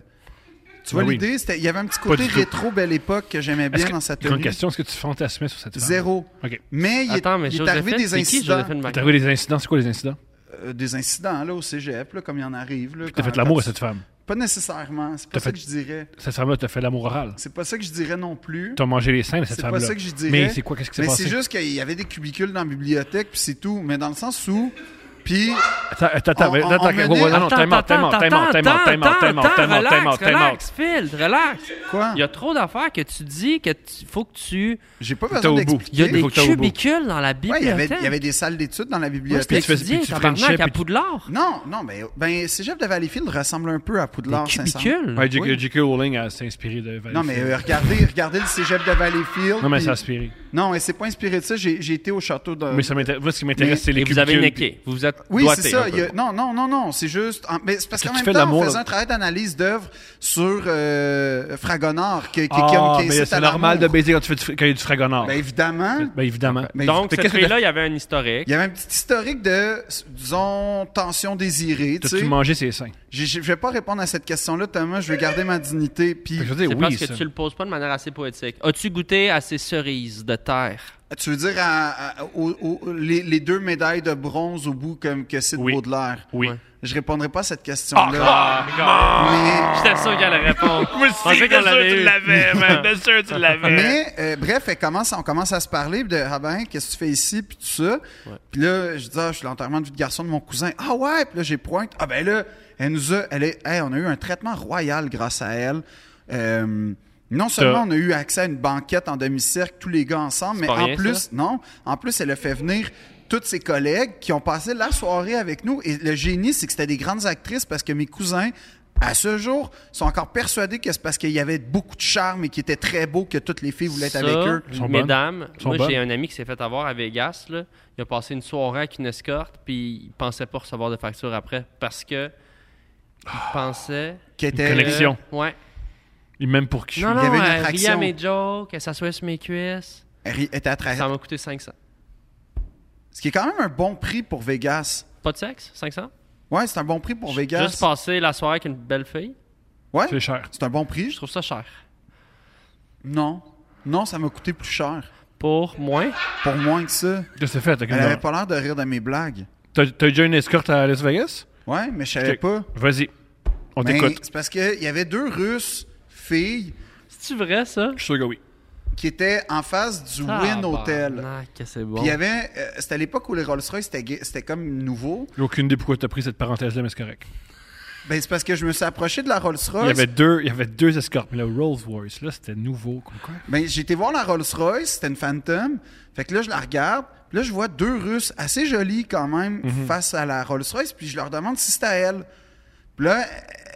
Speaker 2: tu vois
Speaker 1: Ben oui.
Speaker 2: l'idée? C'était- Il y avait un petit
Speaker 1: Pas
Speaker 2: côté
Speaker 1: du tout.
Speaker 2: rétro belle époque que j'aimais bien
Speaker 1: Est-ce que-
Speaker 2: dans sa
Speaker 1: Grande
Speaker 2: tenue.
Speaker 1: question, est-ce que tu fantasmais sur cette femme?
Speaker 2: Zéro.
Speaker 1: OK.
Speaker 2: Mais il est,
Speaker 3: Attends, mais
Speaker 2: il est arrivé
Speaker 3: Joséphine,
Speaker 2: des
Speaker 3: c'est qui
Speaker 2: incidents.
Speaker 3: Joséphine
Speaker 1: T'as
Speaker 3: Baker?
Speaker 1: eu des incidents? C'est quoi les incidents?
Speaker 2: euh, des incidents là, au cégep, là, comme il en arrive. là,
Speaker 1: T'as
Speaker 2: quand-
Speaker 1: fait l'amour
Speaker 2: quand-
Speaker 1: à cette femme.
Speaker 2: Pas nécessairement. C'est pas
Speaker 1: T'as
Speaker 2: ça
Speaker 1: fait-
Speaker 2: que je dirais.
Speaker 1: Cette femme-là, t'as fait l'amour oral.
Speaker 2: C'est pas ça que je dirais non plus.
Speaker 1: T'as mangé les seins de cette
Speaker 2: C'est
Speaker 1: femme-là.
Speaker 2: pas ça que je dirais.
Speaker 1: Mais c'est quoi? Qu'est-ce qui s'est
Speaker 2: Mais
Speaker 1: passé?
Speaker 2: c'est juste qu'il y avait des cubicules dans la bibliothèque, puis c'est tout. Mais dans le sens où. Puis.
Speaker 1: Attends, attends, attends.
Speaker 2: On-
Speaker 1: mais-
Speaker 2: on-
Speaker 1: attends,
Speaker 2: on
Speaker 1: attends,
Speaker 2: menait-
Speaker 1: ouais, ouais, Ah non, non, time out, time out, time out, time out, time out, time out, time out, time out, time out.
Speaker 3: Relax, Phil, relax.
Speaker 2: Quoi
Speaker 3: Il y a trop d'affaires que tu dis que tu- faut que tu...
Speaker 2: J'ai pas
Speaker 1: T'es
Speaker 2: besoin
Speaker 1: au bout.
Speaker 2: d'expliquer.
Speaker 3: Il y a des
Speaker 1: Faut que t'ailles au bout.
Speaker 3: cubicules dans la
Speaker 2: Ouais, il y avait-
Speaker 3: bibliothèque.
Speaker 2: il y avait des salles d'études dans la
Speaker 3: Moi,
Speaker 2: bibliothèque.
Speaker 3: c'était
Speaker 1: Puis tu fais-
Speaker 3: étudié,
Speaker 1: puis tu
Speaker 3: tabarnak,
Speaker 1: frenchais,
Speaker 3: à
Speaker 1: puis tu-
Speaker 3: Poudlard.
Speaker 2: Non, non, ben, ben Cégep de Valleyfield ressemble un peu à Poudlard, sincèrement.
Speaker 3: Cubicules.
Speaker 1: Ouais, J-
Speaker 2: Oui.
Speaker 1: J.K. Rowling a s'inspiré de Valley
Speaker 2: Non, mais
Speaker 1: Field.
Speaker 2: euh, regardez, regardez le Cégep de Valleyfield.
Speaker 1: Non, mais
Speaker 2: puis-
Speaker 1: ça a inspiré.
Speaker 2: Non, mais c'est pas inspiré de ça. J'ai j'ai été au château de.
Speaker 1: Mais ça m'intéresse- moi, ce qui m'intéresse, c'est les
Speaker 3: Et vous avez
Speaker 1: cubicules,
Speaker 3: necké. Vous vous êtes
Speaker 2: Oui,
Speaker 3: doigté
Speaker 2: c'est ça.
Speaker 3: un
Speaker 2: il
Speaker 3: peu.
Speaker 2: y a- Non, non, non, non. C'est juste. en- Mais c'est
Speaker 1: Qu'est-ce
Speaker 2: parce qu'en
Speaker 1: que
Speaker 2: même
Speaker 1: tu fais de
Speaker 2: temps, on
Speaker 1: l'amour,
Speaker 2: faisait
Speaker 1: là?
Speaker 2: un travail d'analyse d'œuvre sur euh, Fragonard, qui, qui, qui-
Speaker 1: Ah,
Speaker 2: qui
Speaker 1: mais
Speaker 2: incite à
Speaker 1: c'est normal de
Speaker 2: l'amour.
Speaker 1: baiser quand tu fais du, quand il y a du fragonard.
Speaker 2: Ben, évidemment.
Speaker 1: Ben, évidemment.
Speaker 2: Mais
Speaker 3: Donc,
Speaker 1: Fait
Speaker 3: cette
Speaker 1: qu'est-ce que
Speaker 3: fille-là, il y avait un historique.
Speaker 2: il y avait un petit historique de, disons, tension désirée. Tu sais,
Speaker 1: T'as-tu mangé ses seins?
Speaker 2: J'ai- j'ai- je vais pas répondre à cette question-là, Thomas. Je vais garder ma dignité. Puis,
Speaker 1: Fait que Ben, je veux
Speaker 3: C'est
Speaker 1: dire,
Speaker 3: parce
Speaker 1: oui,
Speaker 3: que
Speaker 1: ça.
Speaker 3: tu le poses pas de manière assez poétique. As-tu goûté à ces cerises de terre?
Speaker 2: tu veux dire à- à- aux- aux- les, les deux médailles de bronze au bout comme que c'est de
Speaker 1: Oui.
Speaker 2: Baudelaire.
Speaker 1: Oui. Ah,
Speaker 2: Je répondrai pas à cette question-là. mais-
Speaker 3: J'étais sûr qu'elle allait répondre. Ah, Je pensais qu'elle l'avait eu.
Speaker 2: Mais euh, bref, elle commence, on commence à se parler puis de ah ben qu'est-ce que tu fais ici puis tout ça. Puis là, je dis ah, je suis l'enterrement de vie de garçon de mon cousin. Ah ouais, puis là j'ai pointe. Ah ben là, elle nous a, elle est, hey, on a eu un traitement royal grâce à elle. Euh, non seulement on a eu accès à une banquette en demi-cercle tous les gars ensemble, mais
Speaker 3: pas
Speaker 2: en
Speaker 3: rien,
Speaker 2: plus
Speaker 3: ça.
Speaker 2: non, en plus elle a fait venir toutes ses collègues qui ont passé la soirée avec nous. Et le génie, c'est que c'était des grandes actrices parce que mes cousins, à ce jour, sont encore persuadés que c'est parce qu'il y avait beaucoup de charme et qu'il était très beau que toutes les filles voulaient être
Speaker 3: Ça,
Speaker 2: avec eux.
Speaker 1: Ils sont
Speaker 3: mesdames,
Speaker 1: Ils sont
Speaker 3: moi
Speaker 1: bonnes.
Speaker 3: j'ai un ami qui s'est fait avoir à Vegas. Là. Il a passé une soirée avec une escorte, puis il pensait pas recevoir de facture après parce que il
Speaker 2: Ah.
Speaker 3: pensait.
Speaker 2: Qui étaient-
Speaker 1: connexion. Connexion.
Speaker 3: ouais.
Speaker 1: Et même pour qui?
Speaker 3: Non, non,
Speaker 2: y avait une
Speaker 3: elle riait
Speaker 2: attraction. Eh.
Speaker 3: à mes jokes, elle s'assoyait sur mes cuisses.
Speaker 2: Elle ri- était attra-
Speaker 3: Ça m'a coûté 500.
Speaker 2: Ce qui est quand même un bon prix pour Vegas.
Speaker 3: Pas de sexe? 500?
Speaker 2: Ouais, c'est un bon prix pour
Speaker 3: Juste
Speaker 2: Vegas.
Speaker 3: passer la soirée avec une belle fille?
Speaker 2: Ouais,
Speaker 1: C'est cher.
Speaker 2: c'est un bon prix.
Speaker 3: Je trouve ça cher.
Speaker 2: Non. Non, ça m'a coûté plus cher.
Speaker 3: Pour moins?
Speaker 2: Pour moins que ça.
Speaker 1: De ce fait, t'as
Speaker 2: Elle avait
Speaker 1: qu'une-
Speaker 2: pas l'air de rire de mes blagues.
Speaker 1: T'as t'as déjà une escorte à Las Vegas?
Speaker 2: Ouais, mais je savais
Speaker 1: Ok.
Speaker 2: pas.
Speaker 1: Vas-y. On
Speaker 2: Mais
Speaker 1: t'écoute.
Speaker 2: Ben, c'est parce qu'il y avait deux Russes, filles,
Speaker 3: C'est-tu vrai, ça?
Speaker 1: Je suis sûr que oui.
Speaker 2: qui étaient en face du Wynn Hotel.
Speaker 3: Ah, que c'est bon.
Speaker 2: Puis il y avait. euh, c'était à l'époque où les Rolls-Royce, c'était gay- c'était comme nouveau.
Speaker 1: J'ai aucune idée pourquoi t'as pris cette parenthèse-là, mais c'est correct.
Speaker 2: Ben, c'est parce que je me suis approché de la
Speaker 1: Il y
Speaker 2: Rolls-Royce.
Speaker 1: avait deux, il y avait deux escortes, mais le Rolls-Royce, là, c'était nouveau. Comme quoi?
Speaker 2: Ben, j'ai été voir la Rolls-Royce, c'était une Phantom. Fait que là, je la regarde. Puis là, je vois deux Russes assez jolis quand même face à la Rolls-Royce. Puis je leur demande si c'est à elle. Puis là,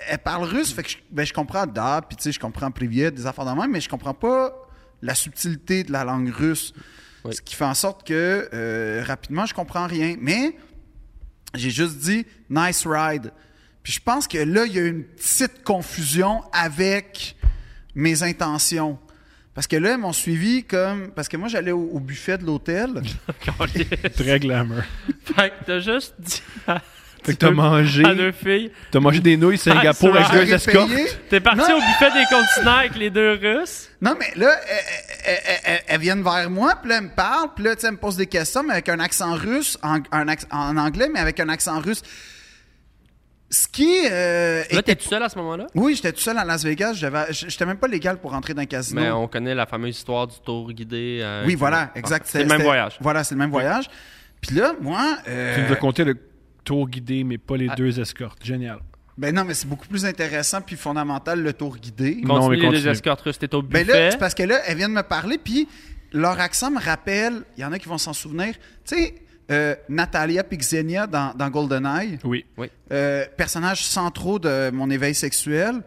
Speaker 2: elle parle russe. Fait que je, ben, je comprends da, puis tu sais, je comprends priviet, des affaires de même, mais je comprends pas la subtilité de la langue russe.
Speaker 3: Oui.
Speaker 2: Ce qui fait en sorte que euh, rapidement, je comprends rien. Mais j'ai juste dit nice ride. Puis je pense que là, il y a eu une petite confusion avec mes intentions. Parce que là, ils m'ont suivi comme. Parce que moi, j'allais au, au buffet de l'hôtel.
Speaker 1: Très glamour.
Speaker 3: Fait que t'as juste dit à,
Speaker 1: Fait que t'as mangé,
Speaker 2: Ah,
Speaker 3: à deux filles.
Speaker 1: t'as mangé des nouilles Singapour
Speaker 3: Ah,
Speaker 1: avec
Speaker 3: c'est
Speaker 1: deux
Speaker 2: J'aurais
Speaker 1: escortes.
Speaker 2: payé.
Speaker 3: T'es parti
Speaker 2: Non.
Speaker 3: au buffet des continents avec les deux Russes.
Speaker 2: Non, mais là, elles, elles- elles- elles- elles viennent vers moi, puis là, elles me parlent, puis là, tu sais, elles me posent des questions, mais avec un accent russe, en, un acc- en anglais, mais avec un accent russe. Ce qui euh,
Speaker 3: Là,
Speaker 2: était-
Speaker 3: t'es tout seul à ce moment-là?
Speaker 2: Oui, j'étais tout seul à Las Vegas. J'avais, j- j'étais même pas légal pour rentrer dans un casino.
Speaker 3: Mais on connaît la fameuse histoire du tour guidé. euh,
Speaker 2: Oui,
Speaker 3: qui-
Speaker 2: voilà, exact.
Speaker 3: C'est le même
Speaker 2: c'était-
Speaker 3: voyage.
Speaker 2: Voilà, c'est le même voyage. Puis là, moi, euh, Ah.
Speaker 1: Tu nous as compté le tour guidé, mais pas les deux escortes. Génial.
Speaker 2: ben non, mais c'est beaucoup plus intéressant puis fondamental le tour guidé.
Speaker 1: Non, mais
Speaker 3: Continue les deux
Speaker 1: continue.
Speaker 3: escortes russes, t'es au buffet.
Speaker 2: Ben là, c'est parce que là, elle vient de me parler, puis leur accent me rappelle, il y en a qui vont s'en souvenir, tu sais, euh, Natalia Pixenia dans, dans GoldenEye,
Speaker 1: Oui.
Speaker 2: euh, personnage centraux de mon éveil sexuel.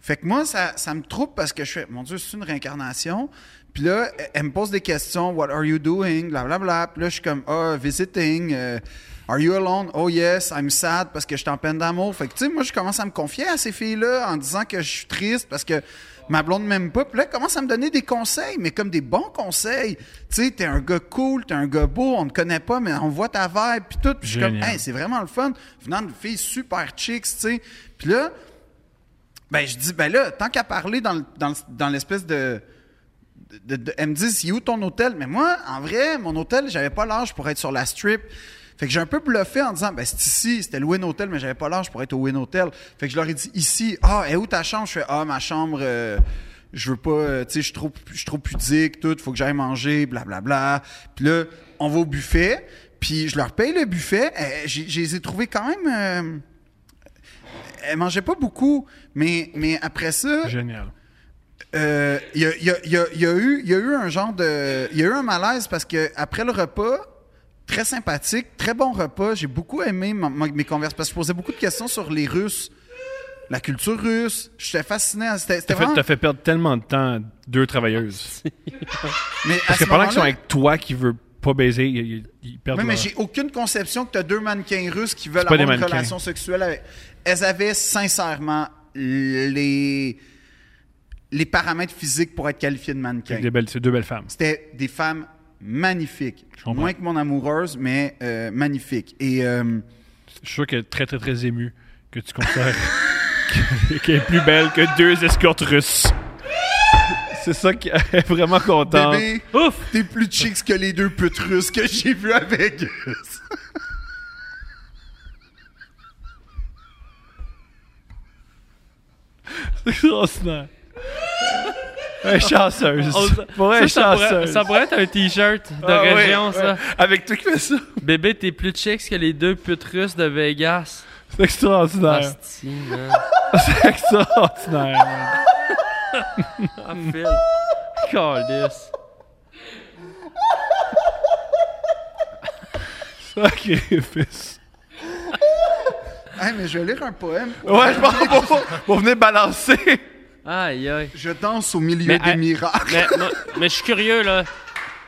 Speaker 2: Fait que moi, ça, ça me trouble parce que je fais, mon Dieu, c'est une réincarnation. Puis là, elle- elle me pose des questions, What are you doing? Blablabla. Puis là, je suis comme, Ah, visiting. Euh, are you alone? Oh yes, I'm sad parce que je suis en peine d'amour. Fait que, tu sais, moi, je commence à me confier à ces filles-là en disant que je suis triste parce que ma blonde m'aime pas. Puis là, elle commence à me donner des conseils, mais comme des bons conseils. Tu sais, t'es un gars cool, t'es un gars beau, on te connaît pas, mais on voit ta vibe. Puis tout. Puis je suis comme,
Speaker 1: Génial.
Speaker 2: Hey, c'est vraiment le fun. Venant de filles super chicks, tu sais. Puis là, ben, je dis, ben là, tant qu'à parler dans, le- dans, le- dans l'espèce de, de, de- Elle me dit, c'est où ton hôtel? Mais moi, en vrai, mon hôtel, j'avais pas l'âge pour être sur la strip. Fait que j'ai un peu bluffé en disant, ben, c'est ici, c'était le Win Hotel, mais j'avais pas l'âge pour être au Win Hotel. Fait que je leur ai dit, ici, ah, et où ta chambre? Je fais, ah, ma chambre, euh, je veux pas, euh, tu sais, je suis trop, je suis trop pudique, tout, faut que j'aille manger, blablabla. Puis là, on va au buffet, puis je leur paye le buffet. Eh, j'ai- Je les ai trouvés quand même. euh, elle mangeait pas beaucoup, mais, mais après ça,
Speaker 1: Génial.
Speaker 2: euh, il y, a, il y a- il y a- il y a eu il y a eu un genre de. Il y a eu un malaise parce que après le repas, très sympathique, très bon repas, j'ai beaucoup aimé ma- ma- mes conversations parce que je posais beaucoup de questions sur les Russes, la culture russe. J'étais fasciné. à- C'était c'était
Speaker 1: T'as fait,
Speaker 2: vraiment.
Speaker 1: t'as fait perdre tellement de temps à deux travailleuses.
Speaker 2: Mais à
Speaker 1: Parce que
Speaker 2: ce
Speaker 1: pendant qu'ils sont
Speaker 2: moment-là-
Speaker 1: avec toi qui veut pas baiser, ils, ils- ils perdent
Speaker 2: Oui, mais
Speaker 1: leur-
Speaker 2: j'ai aucune conception que tu as deux mannequins russes qui veulent
Speaker 1: C'est pas
Speaker 2: avoir
Speaker 1: des
Speaker 2: une
Speaker 1: mannequins.
Speaker 2: relation sexuelle avec. Elles avaient sincèrement les, les paramètres physiques pour être qualifiées de mannequins.
Speaker 1: des belles- C'est deux belles femmes.
Speaker 2: C'était des femmes magnifiques.
Speaker 1: comprends.
Speaker 2: Moins que mon amoureuse, mais euh, magnifiques. Et euh,
Speaker 1: Je suis sûr qu'elle est très, très, très émue que tu considères qu'elle- qu'elle est plus belle que deux escortes russes. C'est ça qu'elle est vraiment contente.
Speaker 2: bébé,
Speaker 3: Ouf!
Speaker 2: t'es plus chicks que les deux putes russes que j'ai vues à Vegas.
Speaker 1: C'est extraordinaire. Elle est chanceuse. Pour elle,
Speaker 3: Ça,
Speaker 1: elle est
Speaker 3: ça, pourrait,
Speaker 1: chanceuse.
Speaker 3: ça pourrait être un t-shirt de
Speaker 1: Ah oui,
Speaker 3: région, ça.
Speaker 1: ouais. Avec toi qui fais ça.
Speaker 3: Bébé, t'es plus chicks que les deux putes russes de Vegas.
Speaker 1: C'est extraordinaire.
Speaker 3: Asti, man.
Speaker 1: C'est extraordinaire. man.
Speaker 3: Ah, Phil. Calisse.
Speaker 1: Sacrifice.
Speaker 2: Hey, mais je vais lire un poème.
Speaker 6: Ouais, je pense qu'on va- on va venir balancer.
Speaker 3: Aïe, aïe.
Speaker 2: Je danse au milieu
Speaker 3: Mais,
Speaker 2: des
Speaker 3: euh,
Speaker 2: miracles.
Speaker 3: Mais, moi- mais je suis curieux, là.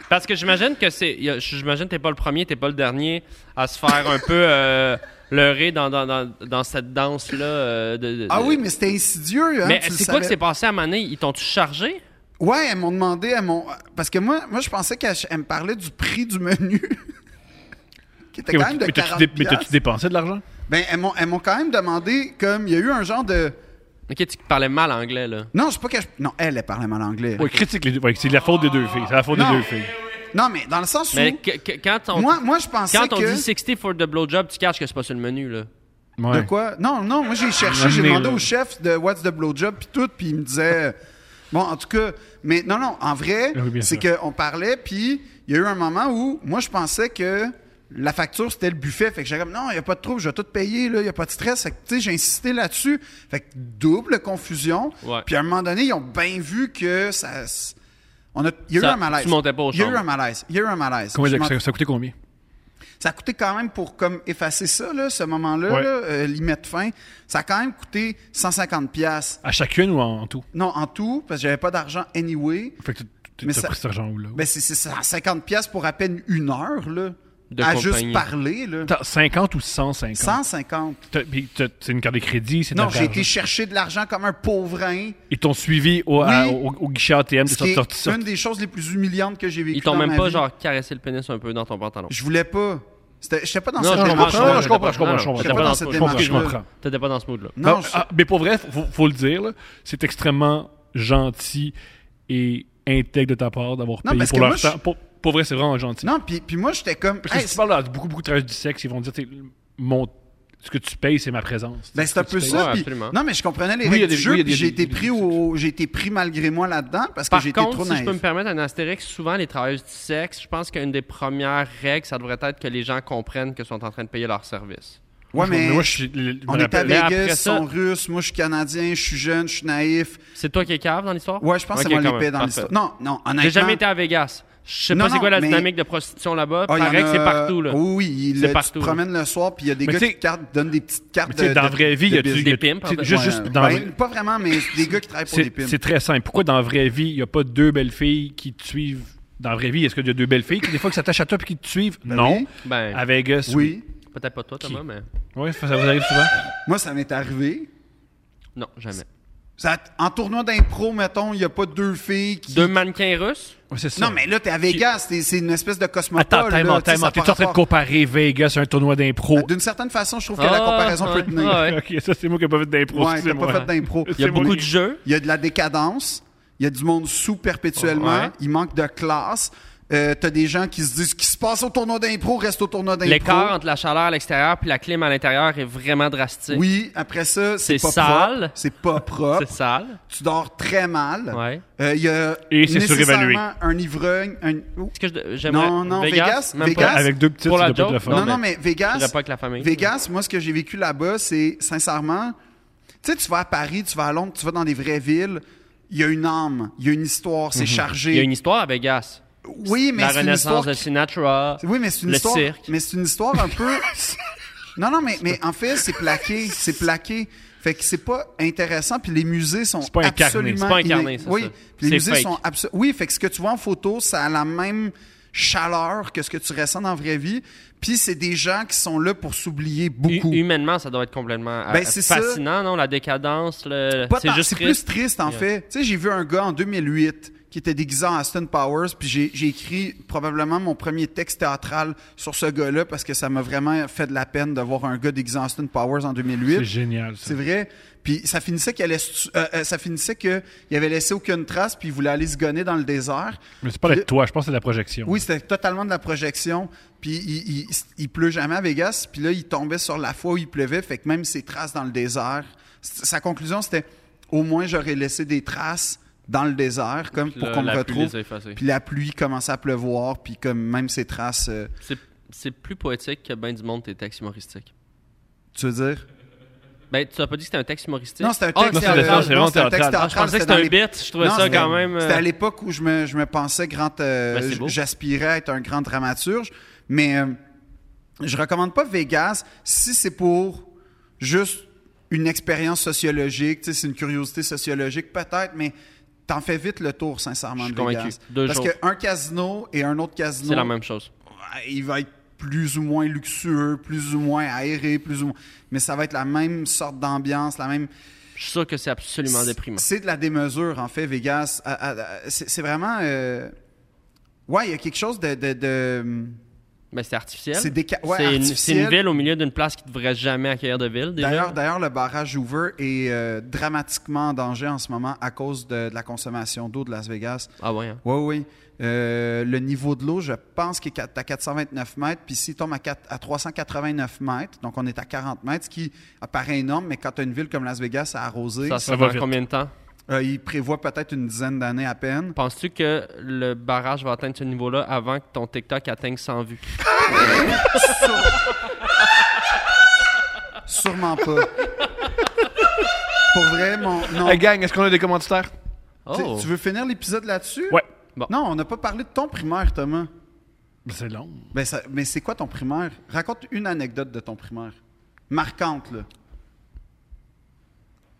Speaker 3: Parce que j'imagine que c'est. y a- J'imagine que t'es pas le premier, t'es pas le dernier à se faire un peu euh, leurrer dans, dans, dans, dans cette danse-là. euh, de, de-
Speaker 2: Ah
Speaker 3: de-
Speaker 2: oui, mais c'était insidieux. hein,
Speaker 3: Mais
Speaker 2: tu le
Speaker 3: c'est quoi que
Speaker 2: savais.
Speaker 3: c'est passé à Mané? Ils t'ont-tu chargé?
Speaker 2: Ouais, elles m'ont demandé, elles m'ont... parce que moi, moi je pensais qu'elles elles me parlaient du prix du menu, qui était quand même de
Speaker 1: mais
Speaker 2: 40
Speaker 1: t'as-tu dé- mais t'as-tu
Speaker 2: piastres.
Speaker 1: dépensé de l'argent?
Speaker 2: Ben, elles m'ont, elles m'ont quand même demandé, comme, il y a eu un genre de...
Speaker 3: Ok, tu parlais mal anglais, là.
Speaker 2: Non, je sais pas que je... Non, elle, elle parlait mal anglais.
Speaker 1: Oui, critique les deux. ouais, c'est la faute des deux filles. C'est la faute
Speaker 2: Non.
Speaker 1: des deux filles.
Speaker 2: Non, mais dans le sens où...
Speaker 3: Mais que- que- quand on,
Speaker 2: moi, moi, je pensais
Speaker 3: quand on
Speaker 2: que...
Speaker 3: dit 60 for the blowjob, tu caches que c'est pas sur le menu, là.
Speaker 2: De
Speaker 1: Ouais.
Speaker 2: quoi? Non, non, moi j'ai cherché, j'ai
Speaker 1: Amenez-le.
Speaker 2: demandé au chef de What's the Blowjob puis tout, puis il me disait. euh, bon, en tout cas, mais non, non, en vrai,
Speaker 1: Ah oui, bien
Speaker 2: c'est qu'on parlait, puis il y a eu un moment où moi je pensais que la facture c'était le buffet. Fait que j'étais comme, non, il n'y a pas de trouble, je vais tout payer, là, il n'y a pas de stress. Fait que, tu sais, j'ai insisté là-dessus. Fait que double confusion.
Speaker 3: Ouais.
Speaker 2: Puis à un moment donné, ils ont bien vu que ça. s- On a, il y a
Speaker 3: Ça-
Speaker 2: eu un malaise.
Speaker 3: tu montais pas aux
Speaker 2: Il y a eu
Speaker 3: chambres.
Speaker 2: un malaise. Il y a eu un malaise.
Speaker 1: Combien
Speaker 2: Je
Speaker 1: de-
Speaker 2: m'en-
Speaker 1: ça, ça a coûté combien?
Speaker 2: ça a coûté quand même pour comme effacer ça, là, ce moment-là,
Speaker 1: Ouais.
Speaker 2: là, euh, l'y mettre fin. Ça a quand même coûté 150 pièces.
Speaker 1: À chacune ou en, en tout?
Speaker 2: Non, en tout, parce que j'avais pas d'argent anyway.
Speaker 1: Fait que t'as-
Speaker 2: Mais
Speaker 1: t'as
Speaker 2: ça-
Speaker 1: pris cet argent où, là?
Speaker 2: Ben c'est c'est 150 pièces pour à peine une heure, là,
Speaker 3: De
Speaker 2: à
Speaker 3: compagnie.
Speaker 2: juste parler, là.
Speaker 1: Attends, 50 ou 150?
Speaker 2: 150.
Speaker 1: T'as- puis t'as- C'est une carte de crédit, c'est de
Speaker 2: Non,
Speaker 1: la
Speaker 2: j'ai
Speaker 1: charge.
Speaker 2: été chercher de l'argent comme un pauvrin.
Speaker 1: Ils t'ont suivi au, à-
Speaker 2: Oui.
Speaker 1: au, au guichet ATM,
Speaker 2: Ce
Speaker 1: t'as
Speaker 2: qui est
Speaker 1: sorti ça.
Speaker 2: une des choses les plus humiliantes que j'ai vécues.
Speaker 3: Ils t'ont
Speaker 2: dans
Speaker 3: même
Speaker 2: ma
Speaker 3: pas,
Speaker 2: vie.
Speaker 3: genre, caressé le pénis un peu dans ton pantalon.
Speaker 2: Je voulais pas. C'était- J'étais pas dans
Speaker 3: Non,
Speaker 2: cette
Speaker 3: je comprends,
Speaker 2: démarche-là.
Speaker 1: Non, non, je comprends, je comprends, je comprends.
Speaker 3: Non, non,
Speaker 1: Je
Speaker 2: j'étais pas dans
Speaker 1: comprends,
Speaker 2: cette
Speaker 1: je comprends, je
Speaker 2: démarche-là.
Speaker 1: comprends.
Speaker 3: T'étais pas dans ce mood-là.
Speaker 2: Non,
Speaker 1: Ah,
Speaker 2: je-
Speaker 1: ah, mais pour vrai, faut, faut le dire, là, c'est extrêmement gentil et intègre de ta part d'avoir
Speaker 2: Non,
Speaker 1: payé
Speaker 2: parce
Speaker 1: pour
Speaker 2: que
Speaker 1: leur
Speaker 2: moi, je-
Speaker 1: temps. Pour, pour vrai, c'est vraiment gentil.
Speaker 2: non puis, puis moi, j'étais comme...
Speaker 1: Parce que
Speaker 2: Hey,
Speaker 1: si tu parles à beaucoup, beaucoup de travailleurs du sexe, ils vont dire, t'sais, mon, Ce que tu payes, c'est ma présence.
Speaker 2: Ben, c'est un peu ça.
Speaker 3: Ouais,
Speaker 2: puis-
Speaker 3: absolument.
Speaker 2: Non, mais je comprenais les
Speaker 1: Oui, il y a
Speaker 2: règles
Speaker 1: des-
Speaker 2: du jeu,
Speaker 1: oui, il y a
Speaker 2: puis
Speaker 1: des-
Speaker 2: j'ai
Speaker 1: des-
Speaker 2: été
Speaker 1: des-
Speaker 2: pris au, j'ai été pris malgré moi là-dedans parce que
Speaker 3: Par
Speaker 2: j'ai été
Speaker 3: contre,
Speaker 2: trop
Speaker 3: si je
Speaker 2: naïf.
Speaker 3: peux me permettre un astérix, souvent les travailleuses du sexe, je pense qu'une des premières règles, ça devrait être que les gens comprennent que sont en train de payer leur service.
Speaker 2: Ouais, mais
Speaker 1: moi, je suis. le- je
Speaker 2: on
Speaker 1: me
Speaker 2: est à
Speaker 1: rappelle-
Speaker 3: Mais après
Speaker 2: Vegas, ils
Speaker 3: ça-
Speaker 2: sont russes, moi je suis canadien, je suis jeune, je suis naïf.
Speaker 3: C'est toi qui es cave dans l'histoire?
Speaker 2: Ouais, je pense
Speaker 3: Ok,
Speaker 2: que c'est
Speaker 3: quand
Speaker 2: moi l'épée
Speaker 3: même,
Speaker 2: dans
Speaker 3: parfait.
Speaker 2: l'histoire. Non, non, honnêtement.
Speaker 3: J'ai jamais été à Vegas. Je sais
Speaker 2: Non,
Speaker 3: pas c'est
Speaker 2: non,
Speaker 3: quoi la
Speaker 2: mais-
Speaker 3: dynamique de prostitution là-bas.
Speaker 2: Ah, il y en
Speaker 3: Pareil que c'est
Speaker 2: a-
Speaker 3: partout, là.
Speaker 2: Oui, oui, il-
Speaker 3: C'est
Speaker 2: tu
Speaker 3: partout,
Speaker 2: te
Speaker 3: là.
Speaker 2: promènes le soir, puis il y a des
Speaker 1: Mais
Speaker 2: gars
Speaker 1: tu
Speaker 2: qui
Speaker 1: sais-
Speaker 2: te cartent- donnent des petites cartes
Speaker 1: Mais tu
Speaker 2: de,
Speaker 1: sais, dans la
Speaker 2: de-
Speaker 1: vraie vie,
Speaker 2: de
Speaker 1: y a
Speaker 2: business.
Speaker 1: tu
Speaker 3: Des pimps, en fait.
Speaker 1: Juste,
Speaker 2: Ouais,
Speaker 1: juste dans la
Speaker 2: ben,
Speaker 1: vraie-
Speaker 2: pas vraiment, mais c'est des gars qui travaillent pour des
Speaker 1: c'est,
Speaker 2: pimps.
Speaker 1: c'est très simple. Pourquoi dans la vraie vie, il n'y a pas deux belles filles qui te suivent Dans la vraie vie, est-ce qu'il y a deux belles filles qui, des fois, qui s'attachent à toi et qui te suivent
Speaker 2: Ben
Speaker 1: Non.
Speaker 2: oui.
Speaker 3: Ben,
Speaker 1: À Vegas, oui.
Speaker 2: Oui.
Speaker 3: peut-être pas toi, Thomas,
Speaker 1: Qui?
Speaker 3: mais.
Speaker 1: Oui, ça ça vous arrive souvent.
Speaker 2: Moi, ça m'est arrivé.
Speaker 3: Non, jamais.
Speaker 2: Ça- en tournoi d'impro, mettons, il n'y a pas deux filles qui.
Speaker 3: Deux mannequins russes?
Speaker 1: Oui, c'est ça.
Speaker 2: Non, mais là, t'es à Vegas, t'es- c'est une espèce de cosmopole.
Speaker 1: Attends,
Speaker 2: là,
Speaker 1: t'es
Speaker 2: tu sais, ça
Speaker 1: t'es
Speaker 2: par
Speaker 1: en train de
Speaker 2: rapport-
Speaker 1: comparer Vegas à un tournoi d'impro.
Speaker 2: D'une certaine façon, je trouve que
Speaker 3: Ah,
Speaker 2: la comparaison peut
Speaker 3: ouais,
Speaker 2: tenir.
Speaker 3: ouais.
Speaker 1: Ok, ça, c'est moi qui n'ai pas fait d'impro.
Speaker 2: Ouais, t'as
Speaker 1: excusez-moi.
Speaker 2: pas fait d'impro.
Speaker 3: Il y a
Speaker 1: C'est mon
Speaker 3: beaucoup de
Speaker 1: lit.
Speaker 3: jeux.
Speaker 2: Il y a de la décadence, il y a du monde sous perpétuellement,
Speaker 3: Ouais.
Speaker 2: il manque de classe. Euh, t'as des gens qui se disent ce qui se passe au tournoi d'impro reste au tournoi d'impro.
Speaker 3: L'écart entre la chaleur à l'extérieur puis la clim à l'intérieur est vraiment drastique.
Speaker 2: Oui, après ça, c'est
Speaker 3: C'est
Speaker 2: pas
Speaker 3: sale.
Speaker 2: propre. C'est pas propre.
Speaker 3: C'est sale.
Speaker 2: tu dors très mal. Euh,
Speaker 3: Ouais.
Speaker 2: Il y a
Speaker 1: Et c'est surévalué.
Speaker 2: nécessairement un ivrogne. un- Ouh.
Speaker 3: Est-ce que je- j'aimerais.
Speaker 2: Non, non, Vegas,
Speaker 3: même
Speaker 2: Vegas,
Speaker 3: pas.
Speaker 1: Avec deux petites,
Speaker 3: Pour la
Speaker 1: ça doit pas
Speaker 3: joke,
Speaker 1: être le
Speaker 2: Non,
Speaker 1: fun.
Speaker 2: non, mais,
Speaker 3: Je
Speaker 2: Vegas,
Speaker 3: dirais pas avec la famille.
Speaker 2: Vegas, moi, ce que j'ai vécu là-bas, c'est sincèrement, tu sais, tu vas à Paris, tu vas à Londres, tu vas dans des vraies villes. Il y a une âme, il y a une histoire, c'est chargé.
Speaker 3: Mhm. Il y a une histoire à Vegas.
Speaker 2: Oui, mais
Speaker 3: la
Speaker 2: c'est une histoire
Speaker 3: renaissance de Sinatra.
Speaker 2: Oui, mais c'est une
Speaker 3: Le
Speaker 2: histoire.
Speaker 3: cirque.
Speaker 2: Mais c'est une histoire un peu. non, non, mais, mais en fait, c'est plaqué. C'est plaqué. Fait que c'est pas intéressant. Puis les musées sont
Speaker 1: pas incarné.
Speaker 2: absolument.
Speaker 3: C'est pas incarné,
Speaker 2: iné-
Speaker 3: c'est
Speaker 2: Oui.
Speaker 3: ça.
Speaker 2: Puis les
Speaker 3: C'est
Speaker 2: musées
Speaker 3: fake.
Speaker 2: sont abso- Oui, fait que ce que tu vois en photo, ça a la même chaleur que ce que tu ressens dans la vraie vie. Puis c'est des gens qui sont là pour s'oublier beaucoup.
Speaker 3: Hu- Humainement, ça doit être complètement euh,
Speaker 2: Ben, c'est ça.
Speaker 3: fascinant, non? La décadence, le...
Speaker 2: Pas
Speaker 3: c'est
Speaker 2: tant-
Speaker 3: juste
Speaker 2: c'est plus
Speaker 3: triste.
Speaker 2: triste en
Speaker 3: Yeah.
Speaker 2: fait. Tu sais, j'ai vu un gars en 2008 qui était déguisé en Aston Powers, puis j'ai, j'ai écrit probablement mon premier texte théâtral sur ce gars-là parce que ça m'a vraiment fait de la peine de voir un gars déguisé en Aston Powers en
Speaker 1: C'est
Speaker 2: 2008.
Speaker 1: génial. ça.
Speaker 2: C'est vrai. Puis ça finissait qu'il allait, se tu- euh, euh, ça finissait que il avait laissé aucune trace, puis il voulait aller se gonner dans le désert.
Speaker 1: Mais c'est pas de toi, je pense que c'est de la projection.
Speaker 2: Oui, c'était totalement de la projection. Puis il, il- il pleut jamais à Vegas. Puis là, il tombait sur la fois où il pleuvait. Fait que même ses traces dans le désert. c- Sa conclusion, c'était au moins j'aurais laissé des traces dans le désert comme
Speaker 3: Puis
Speaker 2: pour
Speaker 3: là,
Speaker 2: qu'on me
Speaker 3: la pluie
Speaker 2: retrouve.
Speaker 3: les a effacées.
Speaker 2: Puis la pluie commençait à pleuvoir. Puis comme même ses traces. euh,
Speaker 3: C'est, c'est plus poétique que ben du monde tes textes humoristiques.
Speaker 2: tu veux dire
Speaker 3: Ben, tu as pas dit que c'était un texte humoristique?
Speaker 2: Non, c'était un
Speaker 3: Ah,
Speaker 2: texte.
Speaker 1: c'est
Speaker 2: euh,
Speaker 1: le- non, c'est
Speaker 2: non,
Speaker 1: vraiment
Speaker 2: c'était un texte
Speaker 1: théâtral.
Speaker 3: Ah, je pensais que
Speaker 2: c'était
Speaker 3: c'était
Speaker 2: dans
Speaker 3: un
Speaker 2: les-
Speaker 3: bit. Je trouvais
Speaker 2: Non,
Speaker 3: ça
Speaker 2: c'était-
Speaker 3: quand même... euh,
Speaker 2: C'était à l'époque où je me, je me pensais grand. euh,
Speaker 3: Ben, c'est beau.
Speaker 2: J'aspirais à être un grand dramaturge, mais euh, je recommande pas Vegas si c'est pour juste une expérience sociologique, tu sais, c'est une curiosité sociologique peut-être, mais t'en fais vite le tour sincèrement
Speaker 3: Je suis
Speaker 2: de Vegas.
Speaker 3: convaincu. Deux
Speaker 2: Parce
Speaker 3: jours.
Speaker 2: qu'un casino et un autre casino,
Speaker 3: c'est la même chose.
Speaker 2: ouais, il va être plus ou moins luxueux, plus ou moins aéré, plus ou moins, mais ça va être la même sorte d'ambiance, la même
Speaker 3: Je suis sûr que c'est absolument déprimant.
Speaker 2: c'est de la démesure, en fait, Vegas. À- à- à- C'est c'est vraiment. euh, Ouais, il y a quelque chose de. de- de-
Speaker 3: Mais Ben, c'est artificiel.
Speaker 2: C'est déca- ouais,
Speaker 3: C'est une- c'est
Speaker 2: artificiel.
Speaker 3: une, ville au milieu d'une place qui ne devrait jamais accueillir de ville. déjà.
Speaker 2: D'ailleurs, d'ailleurs, le barrage Hoover est euh, dramatiquement en danger en ce moment à cause de, de la consommation d'eau de Las Vegas.
Speaker 3: Ah ouais. hein.
Speaker 2: Oui, oui. Euh, le niveau de l'eau, je pense qu'il est quat- à 429 mètres, puis s'il tombe à, quatre- à 389 mètres, donc on est à 40 mètres, ce qui apparaît énorme, mais quand tu as une ville comme Las Vegas à arroser,
Speaker 3: Ça, se
Speaker 1: Ça
Speaker 3: va
Speaker 1: va
Speaker 3: dans
Speaker 1: vite.
Speaker 3: combien de temps?
Speaker 2: euh, il prévoit peut-être une dizaine d'années à peine.
Speaker 3: Penses-tu que le barrage va atteindre ce niveau-là avant que ton TikTok atteigne 100 vues?
Speaker 2: Sûrement pas. Pour vrai, mon. Non.
Speaker 1: Hey, gang, est-ce qu'on a des commanditaires
Speaker 3: Oh!
Speaker 2: Tu- Tu veux finir l'épisode là-dessus?
Speaker 1: Ouais.
Speaker 3: Bon.
Speaker 2: Non, on n'a pas parlé de ton primaire, Thomas.
Speaker 1: Ben, C'est long.
Speaker 2: Ben, ça- mais c'est quoi ton primaire? Raconte une anecdote de ton primaire. Marquante, là.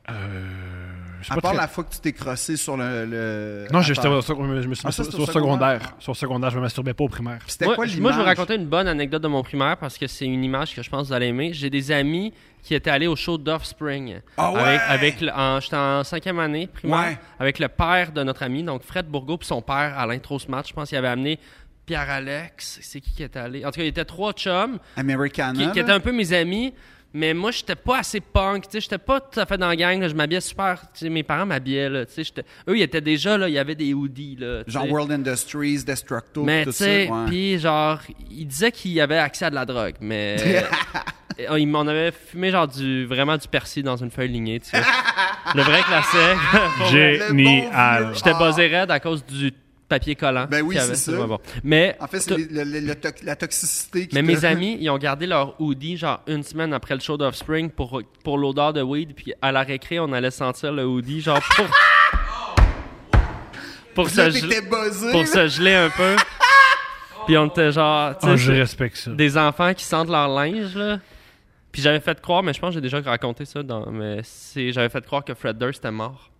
Speaker 1: Je sais
Speaker 2: À
Speaker 1: pas
Speaker 2: part
Speaker 1: très-
Speaker 2: la fois que tu t'es crossé sur le. le-
Speaker 1: Non,
Speaker 2: à
Speaker 1: je,
Speaker 2: terre.
Speaker 1: j'étais au sec- je me je me suis
Speaker 2: Ah, ça,
Speaker 1: sur,
Speaker 2: c'est
Speaker 1: sur
Speaker 2: au
Speaker 1: secondaire.
Speaker 2: secondaire.
Speaker 1: Sur secondaire, je me masturbais pas au primaire.
Speaker 2: C'était
Speaker 3: moi,
Speaker 2: quoi
Speaker 3: je-
Speaker 2: l'image?
Speaker 3: moi, je vais raconter une bonne anecdote de mon primaire parce que c'est une image que je pense que vous allez aimer. J'ai des amis qui étaient allés au show d'Offspring.
Speaker 2: Ah ouais?
Speaker 3: Avec, avec le- en- J'étais en cinquième année primaire
Speaker 2: Ouais.
Speaker 3: avec le père de notre ami, donc Fred Bourgault, puis son père Alain Trossmatch. Je pense qu'il avait amené Pierre-Alex. C'est qui qui était allé? En tout cas, il était trois chums
Speaker 2: Americana.
Speaker 3: qui, qui
Speaker 2: là.
Speaker 3: étaient un peu mes amis. Mais moi, j'étais pas assez punk, tu sais, j'étais pas tout à fait dans la gang, là, je m'habillais super, tu sais, mes parents m'habillaient, là, tu sais, j'étais- eux, ils étaient déjà, là, il y avait des hoodies, là, tu
Speaker 2: Genre
Speaker 3: sais.
Speaker 2: World Industries, Destructo,
Speaker 3: Mais
Speaker 2: tout
Speaker 3: tu
Speaker 2: ça.
Speaker 3: sais,
Speaker 2: ouais.
Speaker 3: puis genre, il disait qu'il avait accès à de la drogue, mais Et, oh, il m'en avait fumé genre du vraiment du persil dans une feuille lignée, tu sais. le vrai classique.
Speaker 2: Oh,
Speaker 3: Pour vrai.
Speaker 1: Génial.
Speaker 2: vieux.
Speaker 3: J'étais
Speaker 2: Ah.
Speaker 3: buzzé raide à cause du papier collant.
Speaker 2: Ben oui,
Speaker 3: qu'il y avait.
Speaker 2: c'est ça.
Speaker 3: vraiment bon. Mais
Speaker 2: En fait, c'est
Speaker 3: tout-
Speaker 2: les- le- le- le toc- la toxicité qui
Speaker 3: mais
Speaker 2: te-
Speaker 3: mes amis, ils ont gardé leur hoodie genre une semaine après le show d'Offspring pour, pour l'odeur de weed. Puis à la récré, on allait sentir le hoodie genre pour. pour,
Speaker 2: Là,
Speaker 3: se,
Speaker 2: t'étais
Speaker 3: geler,
Speaker 2: buzzé.
Speaker 3: pour
Speaker 2: là.
Speaker 3: se geler un peu. Puis on était genre. tu sais,
Speaker 1: Ah, je respecte ça.
Speaker 3: des enfants qui sentent leur linge, là. Puis j'avais fait croire, mais je pense que j'ai déjà raconté ça, dans, mais c'est, j'avais fait croire que Fred Durst était mort.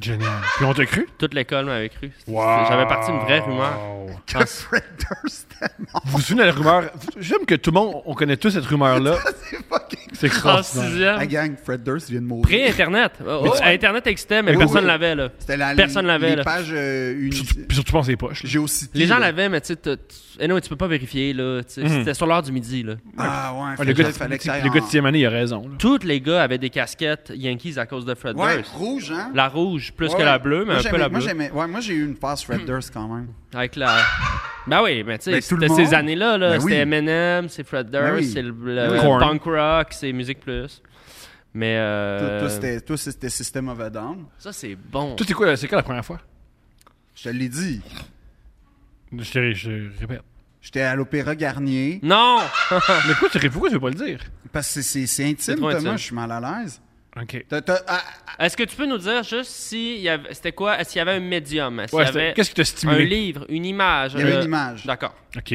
Speaker 1: Génial. Puis on t'a cru?
Speaker 3: Toute l'école m'avait cru. C'est-
Speaker 1: Wow.
Speaker 3: J'avais parti une vraie rumeur.
Speaker 2: Que Fred Durst était mort.
Speaker 1: Vous vous souvenez de la rumeur? J'aime que tout le monde, on connaît tous cette rumeur-là.
Speaker 2: C'est fucking.
Speaker 1: C'est
Speaker 3: En
Speaker 1: extraordinaire.
Speaker 3: sixième.
Speaker 2: La gang, Fred Durst vient de mourir.
Speaker 3: Pré-Internet. Oh, oh, Internet existait, mais
Speaker 2: Oui,
Speaker 3: personne
Speaker 2: oui.
Speaker 3: l'avait, là.
Speaker 2: C'était la,
Speaker 3: Personne
Speaker 2: les-
Speaker 3: l'avait,
Speaker 2: les
Speaker 3: là.
Speaker 2: pages euh, uni-
Speaker 1: Surtout, puis surtout penses les poches. là.
Speaker 2: Géocité,
Speaker 3: Les gens
Speaker 1: euh,
Speaker 2: là.
Speaker 3: l'avaient, mais tu sais, t'as- tu- anyway, tu peux pas vérifier, là. tu sais.
Speaker 1: Mhm.
Speaker 3: C'était sur l'heure du midi, là.
Speaker 2: Ah ouais,
Speaker 1: Ah, le gars,
Speaker 2: il fallait que ça aille
Speaker 1: le gars de
Speaker 2: en-
Speaker 1: sixième année, il a raison. là.
Speaker 3: Tous les gars avaient des casquettes Yankees à cause de Fred
Speaker 2: Ouais,
Speaker 3: Durst.
Speaker 2: rouge, hein?
Speaker 3: La rouge plus
Speaker 2: Ouais,
Speaker 3: que
Speaker 2: ouais.
Speaker 3: la bleue, mais
Speaker 2: Moi,
Speaker 3: un peu
Speaker 2: j'aimais-
Speaker 3: la
Speaker 2: moi,
Speaker 3: bleue. Hmm.
Speaker 2: j'aimais- ouais, moi, j'ai eu une passe Fred Durst quand même.
Speaker 3: Avec la. Ben oui, mais tu sais,
Speaker 2: Ben, tout le
Speaker 3: c'était ces
Speaker 2: monde.
Speaker 3: années-là, là,
Speaker 2: Ben
Speaker 3: c'était
Speaker 2: oui.
Speaker 3: Eminem, c'est Fred Durst,
Speaker 2: Ben oui.
Speaker 3: c'est le, le-
Speaker 1: Oui. Korn.
Speaker 3: punk rock, c'est musique plus. Mais
Speaker 2: Toi,
Speaker 3: euh,
Speaker 2: toi, c'était- Toi, c'était System of a Down.
Speaker 3: ça c'est bon.
Speaker 1: Toi, c'est quoi, c'est quoi la première fois?
Speaker 2: Je te l'ai dit.
Speaker 1: Je te je répète.
Speaker 2: J'étais à l'Opéra Garnier.
Speaker 3: Non,
Speaker 1: Mais pourquoi tu, pourquoi tu veux pas le dire?
Speaker 2: Parce que c'est- c'est c'est intime,
Speaker 3: trop
Speaker 2: Thomas.
Speaker 3: intime.
Speaker 2: Je suis mal à l'aise.
Speaker 1: OK.
Speaker 2: T'as- t'as- ah,
Speaker 3: est-ce que tu peux nous dire juste si y avait- c'était quoi, s'il y avait un médium, est-ce qu'il
Speaker 1: Ouais,
Speaker 3: y
Speaker 1: c'était-
Speaker 3: avait
Speaker 1: Qu'est-ce qui t'a
Speaker 3: un
Speaker 1: stimulé?
Speaker 3: livre, une image.
Speaker 2: Il y avait
Speaker 3: euh,
Speaker 2: une image.
Speaker 3: D'accord.
Speaker 1: OK.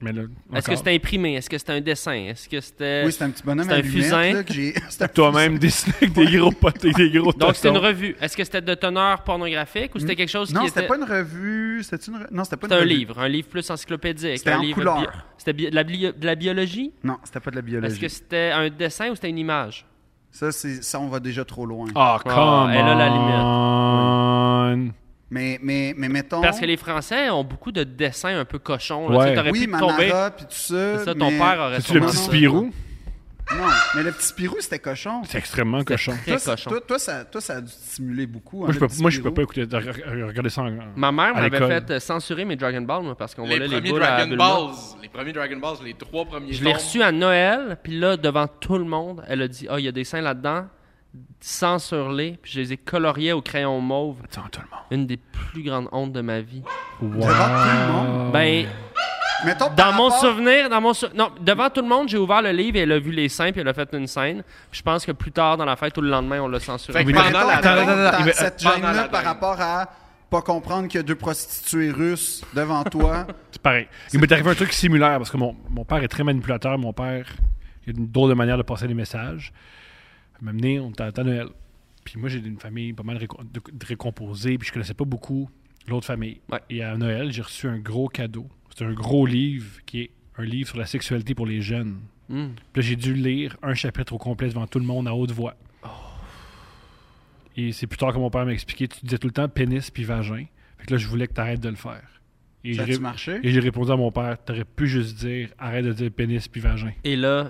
Speaker 1: Mais là,
Speaker 3: Est-ce
Speaker 1: encore.
Speaker 3: que c'était imprimé, est-ce que c'était un dessin, est-ce que c'était
Speaker 2: oui, c'était un petit bonhomme
Speaker 3: Euh, c'est
Speaker 2: à
Speaker 3: un
Speaker 2: lunettes.
Speaker 3: fusain.
Speaker 2: là, que j'ai- c'était un
Speaker 1: toi-même dessiné avec des gros potes, avec des gros
Speaker 3: donc c'était une
Speaker 1: tontons.
Speaker 3: revue. Est-ce que c'était de teneur pornographique ou c'était quelque chose
Speaker 2: Hmm. Non,
Speaker 3: qui
Speaker 2: c'était
Speaker 3: était
Speaker 2: pas une revue. C'était une re- Non, c'était pas une
Speaker 3: C'était un
Speaker 2: revue.
Speaker 3: livre, un livre plus encyclopédique,
Speaker 2: C'était
Speaker 3: un
Speaker 2: en
Speaker 3: livre
Speaker 2: couleur.
Speaker 3: bio- C'était bi- de la bio- de la biologie
Speaker 2: Non, c'était pas de la
Speaker 3: Est-ce
Speaker 2: biologie.
Speaker 3: que c'était un dessin ou c'était une image?
Speaker 2: Ça, c'est ça, on va déjà trop loin.
Speaker 1: Ah,
Speaker 3: Ah,
Speaker 1: come on!
Speaker 3: elle a la
Speaker 1: limite.
Speaker 2: Mais, mais, mais mettons.
Speaker 3: Parce que les Français ont beaucoup de dessins un peu cochons. là.
Speaker 1: Ouais.
Speaker 3: Tu sais, T'aurais
Speaker 2: Oui,
Speaker 3: pu te tomber.
Speaker 2: Manara, puis tout ça.
Speaker 3: C'est ça, ton
Speaker 2: mais-
Speaker 3: père aurait
Speaker 1: C'est-tu le
Speaker 3: sûrement
Speaker 1: petit
Speaker 3: ça.
Speaker 1: Spirou?
Speaker 2: Non, mais le petit Spirou, c'était cochon.
Speaker 1: C'est extrêmement cochon.
Speaker 3: Très
Speaker 2: Toi, c'est-
Speaker 3: cochon.
Speaker 2: Toi, toi, ça, toi, ça a dû te stimuler beaucoup.
Speaker 1: Moi,
Speaker 2: hein,
Speaker 1: je
Speaker 2: le
Speaker 1: peux,
Speaker 2: petit
Speaker 1: moi, je peux
Speaker 2: Spirou.
Speaker 1: pas écouter, regarder ça en...
Speaker 3: Ma mère
Speaker 1: À
Speaker 3: m'avait
Speaker 1: l'école.
Speaker 3: fait euh, censurer mes Dragon Ball moi, parce qu'on
Speaker 7: Les
Speaker 3: volait les
Speaker 7: premiers
Speaker 3: boules à
Speaker 7: Dragon
Speaker 3: Bulma.
Speaker 7: Balls, les premiers Dragon Balls, les trois premiers
Speaker 3: Je l'ai
Speaker 7: tomes.
Speaker 3: reçu à Noël, puis là, devant tout le monde, elle a dit Ah, il y a des dessins là-dedans, censurés, puis je les ai coloriés au crayon mauve.
Speaker 1: Attends, tout le
Speaker 3: Une des plus grandes hontes de ma vie.
Speaker 1: monde.
Speaker 2: Devant tout le
Speaker 1: Oh.
Speaker 2: monde.
Speaker 3: Ben,
Speaker 2: Mettons, par
Speaker 1: Ah,
Speaker 3: Dans mon
Speaker 2: rapport-
Speaker 3: souvenir, dans mon sou- non, devant tout le monde, j'ai ouvert le livre et elle a vu les seins puis elle a fait une scène. Puis je pense que plus tard dans la fête ou le lendemain, on l'a censuré.
Speaker 7: Fait que
Speaker 1: Oui,
Speaker 2: Mais
Speaker 7: pendant
Speaker 2: mettons,
Speaker 7: la
Speaker 2: par
Speaker 1: attends,
Speaker 7: danse,
Speaker 2: contre,
Speaker 1: attends,
Speaker 2: t'as
Speaker 1: mais-
Speaker 2: cette
Speaker 7: pendant la
Speaker 2: gêne-là par
Speaker 7: dingue.
Speaker 2: rapport à pas comprendre qu'il y a deux prostituées russes devant toi.
Speaker 1: C'est pareil. Il m'est arrivé un truc similaire parce que mon, mon père est très manipulateur. Mon père, il a une drôle de manière de passer les messages. À m'amener, on était à Noël. Puis moi, j'ai une famille pas mal réco- de- de récomposée, puis je connaissais pas beaucoup l'autre famille.
Speaker 3: Ouais.
Speaker 1: Et à Noël, j'ai reçu un gros cadeau. C'est un gros livre qui est un livre sur la sexualité pour les jeunes.
Speaker 3: Mm.
Speaker 1: Puis là, j'ai dû lire un chapitre au complet devant tout le monde à haute voix.
Speaker 3: Oh.
Speaker 1: Et c'est plus tard que mon père m'a expliqué, tu disais tout le temps pénis puis vagin. Fait que là, je voulais que tu arrêtes de le faire. Et
Speaker 2: Ça
Speaker 1: j'ai-
Speaker 2: a-tu marché?
Speaker 1: et j'ai répondu à mon père, t'aurais pu juste dire arrête de dire pénis puis vagin.
Speaker 3: Et là,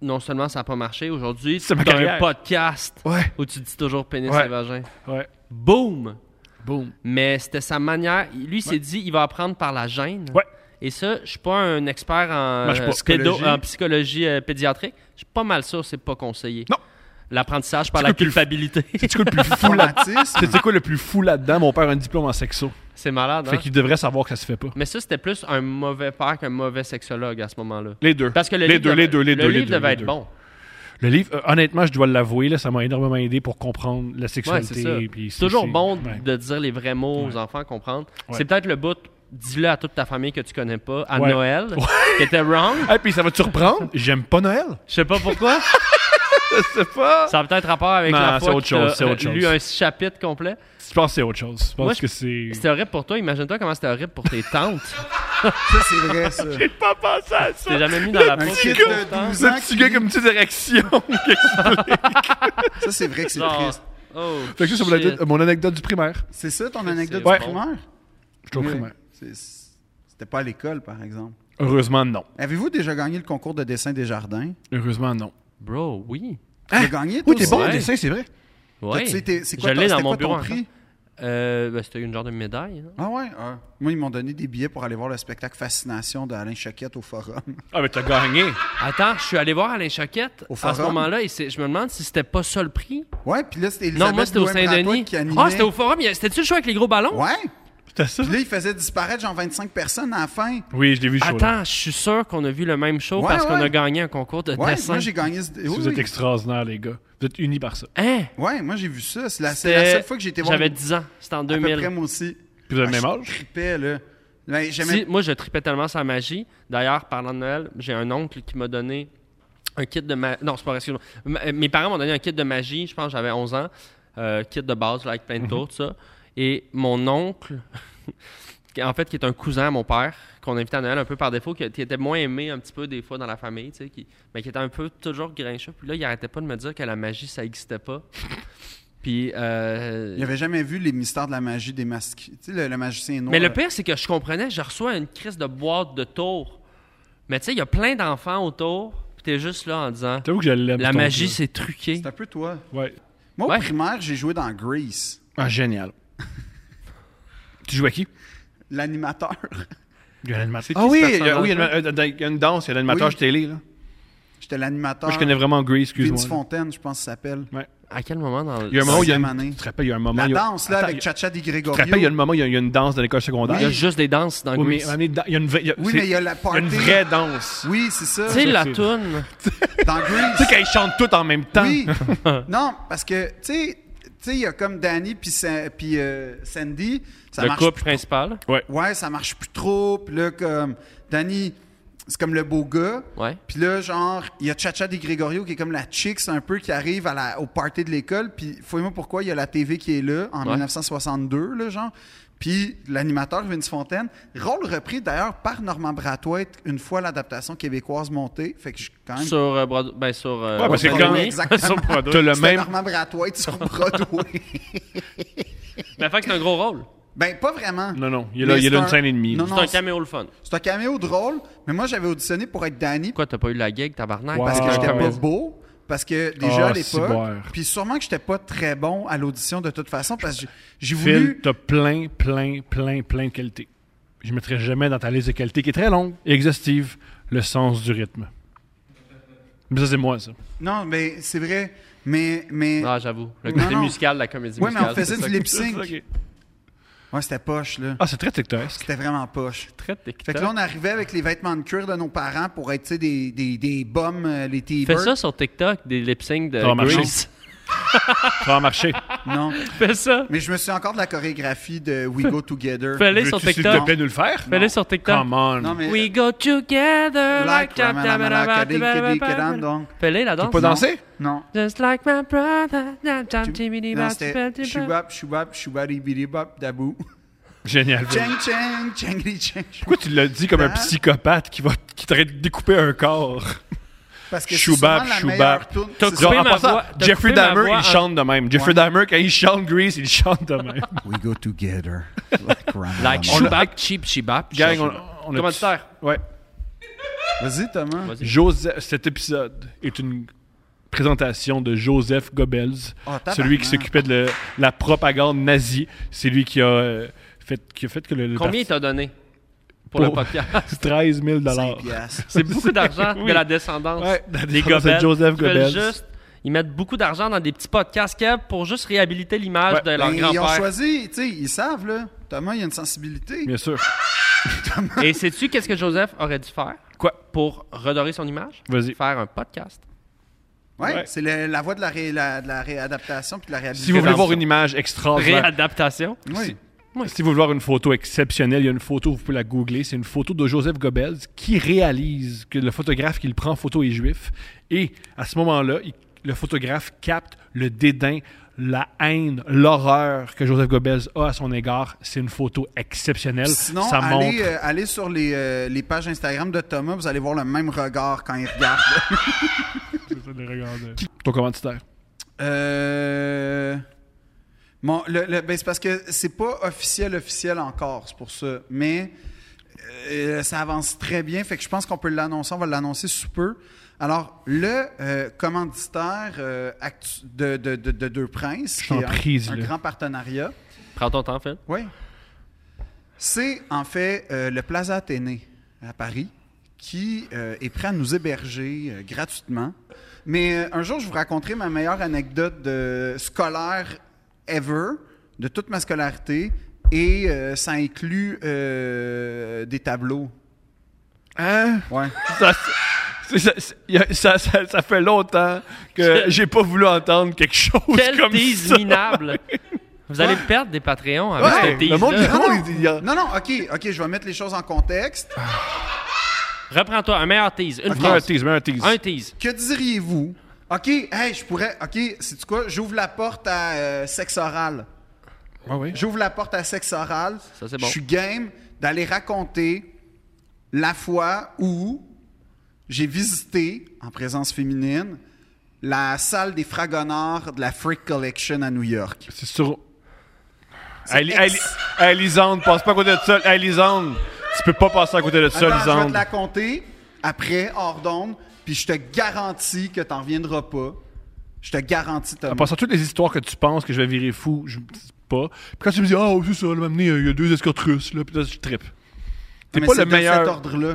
Speaker 3: non seulement ça n'a pas marché, aujourd'hui,
Speaker 1: C'est
Speaker 3: c'est
Speaker 1: ma
Speaker 3: un
Speaker 1: carrière.
Speaker 3: podcast
Speaker 1: Ouais.
Speaker 3: où tu dis toujours pénis
Speaker 1: Ouais.
Speaker 3: et vagin.
Speaker 1: Ouais.
Speaker 3: Boom!
Speaker 1: Boom.
Speaker 3: Mais c'était sa manière. Lui, il s'est dit, il va apprendre par la gêne.
Speaker 1: Ouais.
Speaker 3: Et ça, je suis pas un expert en,
Speaker 1: Marche pas.
Speaker 3: euh, pédo-
Speaker 2: Psychologie.
Speaker 3: en psychologie euh, pédiatrique. Je suis pas mal sûr, que c'est pas conseillé.
Speaker 1: Non.
Speaker 3: L'apprentissage par
Speaker 1: C'est quoi
Speaker 3: la
Speaker 1: le plus-
Speaker 3: culpabilité.
Speaker 1: C'est quoi le plus fou là
Speaker 2: Traumatisme.
Speaker 1: C'est quoi le plus fou là-dedans? Mon père a un diplôme en sexo.
Speaker 3: c'est malade.
Speaker 1: Fait
Speaker 3: hein?
Speaker 1: qu'il devrait savoir que ça se fait pas.
Speaker 3: Mais ça, c'était plus un mauvais père qu'un mauvais sexologue à ce moment-là.
Speaker 1: Les deux.
Speaker 3: Parce que le
Speaker 1: les
Speaker 3: livre
Speaker 1: deux,
Speaker 3: devait-
Speaker 1: les deux, les deux.
Speaker 3: le
Speaker 1: les
Speaker 3: livre
Speaker 1: deux,
Speaker 3: devait
Speaker 1: les
Speaker 3: être
Speaker 1: deux.
Speaker 3: bon.
Speaker 1: Le livre, euh, honnêtement, je dois l'avouer, là, ça m'a énormément aidé pour comprendre la
Speaker 3: Ouais, c'est
Speaker 1: sexualité.
Speaker 3: ça.
Speaker 1: puis
Speaker 3: C'est toujours bon
Speaker 1: ouais.
Speaker 3: de dire les vrais mots
Speaker 1: Ouais.
Speaker 3: aux enfants, comprendre.
Speaker 1: Ouais.
Speaker 3: C'est peut-être le bout, dis-le à toute ta famille que tu connais pas, à
Speaker 1: Ouais.
Speaker 3: Noël, qui était wrong.
Speaker 1: Ah, puis ça va te surprendre? J'aime pas Noël.
Speaker 3: Je sais pas pourquoi.
Speaker 1: C'est pas.
Speaker 3: Ça a peut-être rapport avec
Speaker 1: Non,
Speaker 3: la
Speaker 1: c'est
Speaker 3: fois
Speaker 1: autre
Speaker 3: que t'as,
Speaker 1: chose, c'est
Speaker 3: euh,
Speaker 1: autre
Speaker 3: lu
Speaker 1: chose.
Speaker 3: un chapitre complet.
Speaker 1: Je pense que c'est autre chose. Je pense
Speaker 3: Moi, je-
Speaker 1: que c'est.
Speaker 3: C'était horrible pour toi. Imagine-toi comment c'était horrible pour tes tantes.
Speaker 2: Ça, c'est vrai, ça.
Speaker 1: pas pensé à ça.
Speaker 3: T'es jamais mis dans la peau
Speaker 2: Un
Speaker 3: de
Speaker 2: kid
Speaker 3: tes
Speaker 2: de
Speaker 3: tantes.
Speaker 2: 12 ans.
Speaker 1: Le petit gars
Speaker 2: qui-
Speaker 1: comme une petite érection.
Speaker 2: Ça, c'est vrai que c'est
Speaker 3: Genre,
Speaker 2: triste.
Speaker 3: oh,
Speaker 1: fait que ça, euh, c'est mon
Speaker 3: shit.
Speaker 1: anecdote- mon anecdote du primaire.
Speaker 2: C'est ça ton anecdote
Speaker 3: Ouais.
Speaker 2: du primaire?
Speaker 1: J'étais au
Speaker 2: Oui.
Speaker 1: primaire.
Speaker 2: C'est- C'était pas à l'école, par exemple.
Speaker 1: Heureusement, non.
Speaker 2: Avez-vous déjà gagné le concours de dessin des jardins?
Speaker 1: Heureusement, non.
Speaker 3: Bro, oui.
Speaker 2: T'as gagné, toi
Speaker 1: Ah, Oui, t'es
Speaker 2: aussi?
Speaker 1: bon au
Speaker 3: Ouais.
Speaker 1: dessin, c'est vrai.
Speaker 3: Ouais.
Speaker 2: T'as-tu été- C'est
Speaker 3: Je
Speaker 2: quoi, ton-
Speaker 3: l'ai dans
Speaker 2: c'était
Speaker 3: mon
Speaker 2: quoi
Speaker 3: bureau
Speaker 2: ton
Speaker 3: encore.
Speaker 2: prix?
Speaker 3: Euh, ben, c'était une genre de médaille. hein.
Speaker 2: Ah ouais? ah. Moi, ils m'ont donné des billets pour aller voir le spectacle Fascination d'Alain Choquette au Forum.
Speaker 1: Ah, mais t'as gagné.
Speaker 3: Attends, je suis allé voir Alain Choquette
Speaker 2: Au
Speaker 3: à ce
Speaker 2: Forum.
Speaker 3: moment-là et c'est- je me demande si c'était pas ça le prix.
Speaker 2: Ouais, puis là, c'était
Speaker 3: non, moi c'était au
Speaker 2: Elisabeth Douin-Pratois
Speaker 3: Saint-Denis.
Speaker 2: qui animait.
Speaker 3: Ah, c'était au forum. Il y a- C'était-tu le show avec les gros ballons?
Speaker 2: Ouais.
Speaker 1: C'était ça?
Speaker 2: Puis là, il faisait disparaître genre 25 personnes à la fin.
Speaker 1: Oui, je l'ai vu, le show. là.
Speaker 3: Attends, je suis sûr qu'on a vu le même show
Speaker 2: Ouais,
Speaker 3: parce qu'on
Speaker 2: ouais.
Speaker 3: a gagné un concours de
Speaker 2: Ouais,
Speaker 3: dessin.
Speaker 2: moi, j'ai gagné. ce- oui,
Speaker 1: Vous êtes
Speaker 2: oui.
Speaker 1: extraordinaires, les gars. Vous êtes unis par ça.
Speaker 3: Hein?
Speaker 2: Ouais, moi, j'ai vu ça. C'est la, c'est
Speaker 3: C'était-
Speaker 2: la seule fois que j'ai été voir.
Speaker 3: J'avais
Speaker 2: une-
Speaker 3: 10 ans. C'était en
Speaker 2: à peu près,
Speaker 3: 2000.
Speaker 2: moi aussi.
Speaker 1: Puis vous
Speaker 2: Ah,
Speaker 1: avez le même
Speaker 2: Je
Speaker 1: âge?
Speaker 2: trippais, là. Ben, j'aimais-
Speaker 3: Si, moi, je tripais tellement sur la magie. D'ailleurs, parlant de Noël, j'ai un oncle qui m'a donné un kit de magie. Non, c'est pas vrai, excuse-moi. Ma- euh, Mes parents m'ont donné un kit de magie, je pense que j'avais 11 ans. Euh, kit de base, là, avec
Speaker 2: Mhm.
Speaker 3: plein de tours, tout ça. Et mon oncle, qui, en fait, qui est un cousin à mon père, qu'on invitait à Noël un peu par défaut, qui, qui était moins aimé un petit peu des fois dans la famille, tu sais, qui- mais qui était un peu toujours grincheux. Puis là, il arrêtait pas de me dire que la magie, ça existait pas. Puis. euh,
Speaker 2: Il avait jamais vu les mystères de la magie des masques. Tu sais, le, le magicien noir.
Speaker 3: mais le
Speaker 1: euh,
Speaker 2: là.
Speaker 3: pire, c'est que je comprenais, je reçois une crise de boîte de tour. Mais tu sais, il y a plein d'enfants autour, puis t'es juste là en disant
Speaker 1: T'as vu que je l'aime.
Speaker 3: La
Speaker 1: ce
Speaker 3: magie,
Speaker 1: tonton-là.
Speaker 3: c'est truqué.
Speaker 2: C'est un peu toi.
Speaker 1: Ouais.
Speaker 2: Moi,
Speaker 3: Ouais.
Speaker 2: au primaire, j'ai joué dans Grease.
Speaker 1: Ah, génial. tu joues à qui?
Speaker 2: L'animateur.
Speaker 1: Il y a un animateur.
Speaker 3: qui, ce
Speaker 1: il y a-
Speaker 3: personnage-là?
Speaker 1: Ah oui, il y a une- euh, il y a une danse, il y a un animateur
Speaker 2: Oui.
Speaker 1: télé. Là.
Speaker 2: J'étais l'animateur.
Speaker 3: Ah.
Speaker 1: Moi, je connais vraiment Grease,
Speaker 2: Vince
Speaker 1: excuse-moi.
Speaker 2: Fontaine, je pense qu'il s'appelle.
Speaker 3: À quel moment dans le.
Speaker 1: Il y a un moment où il y a
Speaker 2: Sixième année.
Speaker 1: une... Tu te rappelles, il y a un moment...
Speaker 2: La
Speaker 1: il y a-
Speaker 2: danse, là,
Speaker 1: Attends,
Speaker 2: avec
Speaker 1: il y a-
Speaker 2: Chacha Di
Speaker 1: Tu te rappelles, il y a
Speaker 2: Gregorio.
Speaker 1: un moment où il y a- il y a une danse dans l'école
Speaker 3: Il y a
Speaker 1: secondaire.
Speaker 3: juste des danses dans
Speaker 1: Oui, mais
Speaker 3: Grease.
Speaker 1: mais dans- il y a une vraie- il y a-
Speaker 2: Oui,
Speaker 1: c'est-
Speaker 2: mais il y a la
Speaker 1: il y a une
Speaker 2: party.
Speaker 1: vraie danse.
Speaker 2: Oui, c'est ça.
Speaker 3: Tu sais, la
Speaker 1: c'est-
Speaker 3: toune.
Speaker 2: Dans
Speaker 1: Tu sais,
Speaker 2: Grease.
Speaker 1: quand ils chantent tout en même temps.
Speaker 2: Oui. non, parce que, tu sais, tu sais, il y a comme Danny puis Sa- puis, euh, Sandy. Ça
Speaker 3: Le
Speaker 2: marche
Speaker 3: couple principal.
Speaker 2: ouais, ça marche plus trop. Puis là, comme, Danny, c'est comme le beau gars.
Speaker 3: Ouais.
Speaker 2: Puis là, genre, il y a Chacha Di Gregorio qui est comme la chicks un peu qui arrive à la, au party de l'école. Puis, fouille-moi pourquoi, il y a la TV qui est là en
Speaker 3: Ouais.
Speaker 2: 1962, là, genre. Puis l'animateur Vince Fontaine, rôle repris d'ailleurs par Normand Brathwaite une fois l'adaptation québécoise montée. Fait que je quand même.
Speaker 3: Sur. euh, Broad- Ben, sur. euh,
Speaker 1: Ouais, parce que
Speaker 3: Broadway.
Speaker 1: quand-
Speaker 2: Exactement.
Speaker 3: sur Broadway.
Speaker 1: T'as le
Speaker 2: C'était
Speaker 1: même...
Speaker 2: Normand Brathwaite sur Broadway.
Speaker 3: Mais fait que c'est un gros rôle.
Speaker 2: ben, pas vraiment.
Speaker 1: Non, non, il est là- il est là
Speaker 2: c'est
Speaker 1: une scène et demie.
Speaker 2: Non,
Speaker 3: C'est
Speaker 2: non,
Speaker 3: un
Speaker 2: c'est-
Speaker 3: caméo le fun.
Speaker 2: c'est un caméo drôle, mais moi j'avais auditionné pour être Danny
Speaker 3: Pourquoi t'as pas eu la gig, tabarnak?
Speaker 1: Wow.
Speaker 2: parce que
Speaker 1: Ah,
Speaker 2: j'étais pas
Speaker 1: comédie.
Speaker 2: beau, parce que déjà
Speaker 1: Ah,
Speaker 2: à l'époque,
Speaker 1: ciboire.
Speaker 2: puis sûrement que j'étais pas très bon à l'audition de toute façon parce que j'ai- j'ai
Speaker 1: Phil,
Speaker 2: voulu
Speaker 1: t'as plein, plein, plein, plein de qualités. Je mettrai jamais dans ta liste de qualités, qui est très longue et exhaustive, le sens du rythme. Mais ça, c'est moi, ça.
Speaker 2: Non, mais c'est vrai, mais mais
Speaker 3: Ah, j'avoue. Le
Speaker 2: Non,
Speaker 3: côté
Speaker 2: non.
Speaker 3: musical de la comédie
Speaker 2: Ouais, mais
Speaker 3: musicale.
Speaker 2: on faisait
Speaker 3: c'est
Speaker 2: du
Speaker 3: ça.
Speaker 2: lip sync. Ouais, c'était poche là.
Speaker 1: Ah, c'est très TikTok.
Speaker 2: C'était vraiment poche.
Speaker 3: Très
Speaker 2: Fait que
Speaker 3: TikTok.
Speaker 2: là, on arrivait avec les vêtements de cuir de nos parents pour être, tu sais, des, des, des bums, euh, les
Speaker 3: Fais
Speaker 2: T-birds.
Speaker 3: ça sur TikTok, des lip syncs de
Speaker 1: Ça va marcher.
Speaker 3: Grease.
Speaker 1: Ça va marcher.
Speaker 2: Non.
Speaker 3: Fais ça.
Speaker 2: Mais je me souviens encore de la chorégraphie de We Go Together.
Speaker 3: Fais-les
Speaker 1: Veux-tu,
Speaker 3: sur
Speaker 1: s'il
Speaker 3: TikTok.
Speaker 1: te plaît, nous le faire?
Speaker 3: Fais-les sur TikTok.
Speaker 1: Come on.
Speaker 2: Non, mais.
Speaker 3: We go together
Speaker 2: Like
Speaker 3: like,
Speaker 2: Ramanamana, Kadi, Kadi, Kedan,
Speaker 3: Fais-les
Speaker 2: donc.
Speaker 3: la danse.
Speaker 1: Pas danser?
Speaker 2: Non.
Speaker 3: Just like my brother. dam, dam, timidi,
Speaker 2: Non,
Speaker 3: bap,
Speaker 2: c'était
Speaker 3: bap, bap.
Speaker 2: Shubap, Shubap, Shubari, Biri, Bap, Dabou.
Speaker 1: Génial. Phil.
Speaker 2: Chang, Chang, Changri, Chang.
Speaker 1: Pourquoi tu l'as dit comme un
Speaker 2: Hein?
Speaker 1: psychopathe qui va qui t'aurait découpé un corps?
Speaker 2: Parce que
Speaker 1: Shubap,
Speaker 2: c'est souvent la meilleure
Speaker 1: Shubap.
Speaker 2: tourne.
Speaker 3: T'as
Speaker 2: c'est
Speaker 3: coupé
Speaker 1: Genre, en
Speaker 3: ma
Speaker 1: passant,
Speaker 3: voix- t'as
Speaker 1: Jeffrey
Speaker 3: coupé ma
Speaker 1: Dahmer,
Speaker 3: voix en-
Speaker 1: il chante de même. Jeffrey
Speaker 2: Ouais.
Speaker 1: Dahmer, quand il chante Grease, il chante de même.
Speaker 2: ça. We go together. Like Ramanamana.
Speaker 3: Like
Speaker 2: On l'a-
Speaker 3: Shubak, Cheap Shibap.
Speaker 1: Gang, on, on a-
Speaker 3: Comment tu sers?
Speaker 1: Ouais.
Speaker 2: Vas-y, Thomas.
Speaker 3: Vas-y.
Speaker 1: Joseph, cet épisode est une présentation de Joseph Goebbels,
Speaker 2: Ah, tabarnak.
Speaker 1: celui qui s'occupait de le- la propagande nazie. C'est lui qui a, euh, fait, qui a fait que le. le
Speaker 3: Combien il
Speaker 1: parti-
Speaker 3: t'a donné pour le
Speaker 1: Pour-
Speaker 3: podcast?
Speaker 1: 13 000
Speaker 2: Cinq piastres.
Speaker 3: C'est beaucoup d'argent
Speaker 1: Oui.
Speaker 3: de la descendance.
Speaker 1: Ouais, de la
Speaker 3: des
Speaker 1: descendance de
Speaker 3: Goebbels.
Speaker 1: Joseph
Speaker 3: Ils veulent
Speaker 1: Goebbels.
Speaker 3: juste- Ils mettent beaucoup d'argent dans des petits podcasts Kev, pour juste réhabiliter l'image
Speaker 1: Ouais.
Speaker 3: de leur
Speaker 2: Ben, Ils ont
Speaker 3: grand-père.
Speaker 2: choisi, tu sais, ils savent, là. Thomas, il y a une sensibilité.
Speaker 1: Bien sûr.
Speaker 3: Et sais-tu qu'est-ce que Joseph aurait dû faire
Speaker 1: Quoi?
Speaker 3: pour redorer son image?
Speaker 1: Vas-y.
Speaker 3: Faire un podcast.
Speaker 2: Ouais,
Speaker 1: Ouais.
Speaker 2: c'est le- la voie de la, ré- la- de la réadaptation puis de la réhabilitation.
Speaker 1: Si vous voulez voir une image extraordinaire,
Speaker 3: Réadaptation.
Speaker 2: Oui.
Speaker 1: si vous voulez voir une photo exceptionnelle, il y a une photo, vous pouvez la googler. C'est une photo de Joseph Goebbels qui réalise que le photographe qui le prend en photo est juif. Et à ce moment-là, il- le photographe capte le dédain, la haine, l'horreur que Joseph Goebbels a à son égard. C'est une photo exceptionnelle.
Speaker 2: Sinon,
Speaker 1: Ça montre.
Speaker 2: allez, euh, allez sur les, euh, les pages Instagram de Thomas, vous allez voir le même regard quand il regarde.
Speaker 1: Qui- Ton commanditaire.
Speaker 2: Euh, Bon, le- le- ben, c'est parce que c'est pas officiel officiel encore, c'est pour ça. Mais euh, ça avance très bien, fait que je pense qu'on peut l'annoncer, on va l'annoncer sous peu. Alors, le euh, commanditaire euh, actu- de, de, de, de Deux Princes,
Speaker 1: Je t'en
Speaker 2: qui est un-
Speaker 1: prie,
Speaker 2: un,
Speaker 1: dis-le.
Speaker 2: grand partenariat,
Speaker 3: Prends ton temps, Phil.
Speaker 2: Oui. C'est en fait euh, le Plaza Athénée à Paris qui euh, est prêt à nous héberger euh, gratuitement. Mais euh, un jour, je vous raconterai ma meilleure anecdote de scolaire ever, de toute ma scolarité, et euh, ça inclut euh, des tableaux.
Speaker 6: Hein?
Speaker 2: Ouais.
Speaker 6: Ça, c'est- ça, c'est- y a- ça- ça- ça fait longtemps que j'ai pas voulu entendre quelque chose
Speaker 3: Quel
Speaker 6: comme
Speaker 3: tease
Speaker 6: ça.
Speaker 3: minable! Vous allez perdre des Patreons avec
Speaker 6: Ouais,
Speaker 3: ce
Speaker 6: le monde-
Speaker 3: tease-là.
Speaker 6: Ah non, il y a-
Speaker 2: non, non, ok, ok, je vais mettre les choses en contexte.
Speaker 3: Reprends-toi, un meilleur tease, une
Speaker 1: Mets un
Speaker 3: phrase,
Speaker 1: tease, mets un tease.
Speaker 3: un tease.
Speaker 2: Que diriez-vous? OK, hey, je pourrais. OK, c'est quoi? J'ouvre la porte à euh, sexe oral.
Speaker 1: Ouais, ouais.
Speaker 2: J'ouvre la porte à sexe oral.
Speaker 3: Ça, c'est bon.
Speaker 2: Je suis game d'aller raconter la fois où j'ai visité, en présence féminine, la salle des fragonards de la Freak Collection à New York.
Speaker 1: C'est sur.
Speaker 6: Hey, Li- hey, Li- hey, Lisande, passe pas à côté de ça. Hey, Lisande, tu peux pas passer à côté de ça,
Speaker 2: Attends, je vais te
Speaker 6: Lisande.
Speaker 2: la compter après, hors d'onde, puis je te garantis que t'en reviendras pas. Je te garantis, Thomas.
Speaker 1: En passant toutes les histoires que tu penses que je vais virer fou, je dis pas. Puis quand tu me dis, ah, c'est ça, là, m'amener, il y a deux escortes russes, là, puis là, je trippe. T'es
Speaker 2: Ah, Mais
Speaker 1: pas
Speaker 2: c'est
Speaker 1: le
Speaker 2: de
Speaker 1: meilleur.
Speaker 2: cet ordre-là.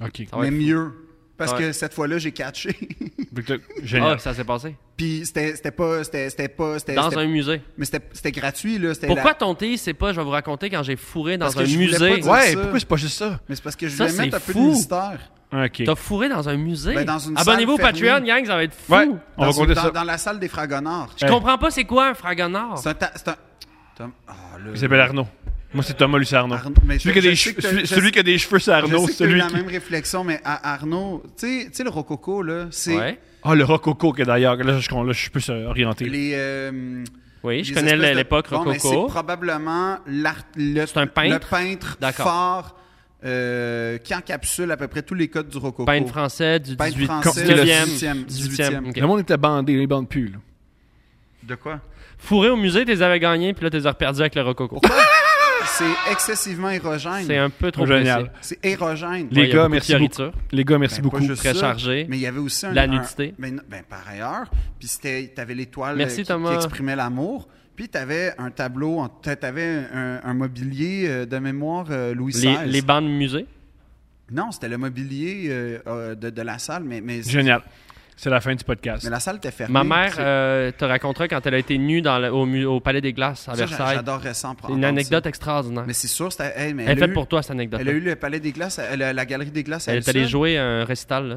Speaker 1: Ok.
Speaker 3: Ah ouais,
Speaker 2: mais mieux. Parce
Speaker 3: Ouais.
Speaker 2: que cette fois-là, j'ai catché.
Speaker 1: Fait que là,
Speaker 3: Ah,
Speaker 1: génial.
Speaker 3: ça s'est passé.
Speaker 2: Puis c'était c'était pas. C'était c'était pas. c'était-
Speaker 3: Dans
Speaker 2: c'était-
Speaker 3: un musée.
Speaker 2: Mais c'était c'était gratuit, là. C'était
Speaker 3: Pourquoi
Speaker 2: la-
Speaker 3: ton tease, c'est pas je vais vous raconter quand j'ai fourré dans
Speaker 2: Parce que
Speaker 3: un
Speaker 2: je voulais pas
Speaker 3: musée?
Speaker 2: dire-
Speaker 1: ouais,
Speaker 2: ça.
Speaker 1: pourquoi c'est pas juste ça?
Speaker 2: Mais c'est parce que je
Speaker 3: Ça,
Speaker 2: voulais mettre
Speaker 3: c'est
Speaker 2: un peu de
Speaker 3: fou.
Speaker 2: mystère.
Speaker 1: Ok.
Speaker 3: T'as fourré dans un musée?
Speaker 2: Ben, dans une
Speaker 3: Abonnez-vous au
Speaker 2: salle fermée.
Speaker 3: Patreon, gang, ça va être fou.
Speaker 1: Ouais, on
Speaker 2: Dans
Speaker 1: va
Speaker 2: une-
Speaker 1: compter
Speaker 2: dans,
Speaker 1: ça.
Speaker 2: dans la salle des Fragonards.
Speaker 3: Je comprends pas c'est quoi un fragonard.
Speaker 2: C'est un. ta- C'est un. Tom- Ah, là.
Speaker 1: Il s'appelle Arnaud. Moi, c'est Thomas Lucerno.
Speaker 2: Arnaud, mais
Speaker 1: Celui, qui a
Speaker 2: je
Speaker 1: des
Speaker 2: sais
Speaker 1: che-
Speaker 2: que t'as-
Speaker 1: celui-
Speaker 2: je
Speaker 1: celui
Speaker 2: sais-
Speaker 1: qui a des cheveux, c'est
Speaker 2: Je
Speaker 1: Arnaud.
Speaker 2: sais que t'as eu
Speaker 1: Celui
Speaker 2: la
Speaker 1: qui-
Speaker 2: même réflexion, mais à Arnaud, tu sais- tu sais, le rococo, là, c'est
Speaker 3: Ouais.
Speaker 1: Ah, le Rococo, que d'ailleurs, là, je, là, je suis plus euh, orienté.
Speaker 2: les... euh,
Speaker 3: Oui, je
Speaker 2: les
Speaker 3: connais
Speaker 2: espèces de-
Speaker 3: l'époque
Speaker 2: Bon, mais
Speaker 3: rococo.
Speaker 2: c'est probablement l'art- le,
Speaker 3: C'est un peintre?
Speaker 2: le peintre
Speaker 3: D'accord.
Speaker 2: fort euh, qui encapsule à peu près tous les codes du rococo.
Speaker 3: Peintre français du
Speaker 2: Peintre
Speaker 3: 18...
Speaker 2: français,
Speaker 3: 19e.
Speaker 2: 18e,
Speaker 3: 18e. ok.
Speaker 1: Le monde était bandé, les bandes plus. là.
Speaker 2: De quoi?
Speaker 3: Fourré au musée, t'es avais gagné, puis là, t'es reperdu avec le rococo.
Speaker 2: C'est excessivement érogène.
Speaker 3: C'est un peu trop
Speaker 1: Génial.
Speaker 3: pressé.
Speaker 2: C'est érogène.
Speaker 1: Les
Speaker 3: Ouais, y a
Speaker 1: gars,
Speaker 3: beaucoup de
Speaker 1: merci
Speaker 3: fioritures.
Speaker 1: beaucoup. Les gars, merci
Speaker 2: Ben,
Speaker 1: beaucoup.
Speaker 2: pas juste
Speaker 3: Très
Speaker 2: ça,
Speaker 3: chargé.
Speaker 2: Mais il y avait aussi un...
Speaker 3: La
Speaker 2: un-
Speaker 3: nudité.
Speaker 2: ben, non, ben, par ailleurs. Puis c'était- t'avais l'étoile
Speaker 3: Merci,
Speaker 2: euh, qui,
Speaker 3: Thomas.
Speaker 2: qui exprimait l'amour. Puis t'avais un tableau, en- t'a- t'avais un, un mobilier euh, de mémoire euh, Louis
Speaker 3: Les,
Speaker 2: XVI.
Speaker 3: les bancs de musée.
Speaker 2: Non, c'était le mobilier euh, euh, de, de la salle, mais, mais,
Speaker 1: Génial. C'est la fin du podcast.
Speaker 2: mais la salle était fermée.
Speaker 3: Ma mère
Speaker 2: C'est-
Speaker 3: euh, te racontera quand elle a été nue dans le- au, mu- au Palais des Glaces à
Speaker 2: ça, j'a-
Speaker 3: Versailles.
Speaker 2: J'adorerais ça en prendre
Speaker 3: Une
Speaker 2: ça.
Speaker 3: anecdote extraordinaire.
Speaker 2: Mais c'est sûr, c'était. hey, mais
Speaker 3: Elle est
Speaker 2: a
Speaker 3: faite
Speaker 2: eu-
Speaker 3: pour toi, cette anecdote.
Speaker 2: Elle a eu le palais des glaces, elle a- la galerie des glaces.
Speaker 3: Elle
Speaker 2: elle
Speaker 3: est allée
Speaker 2: seule.
Speaker 3: jouer un récital, là.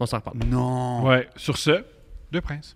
Speaker 3: On s'en reparle.
Speaker 2: Non.
Speaker 1: Ouais. Sur ce, deux princes.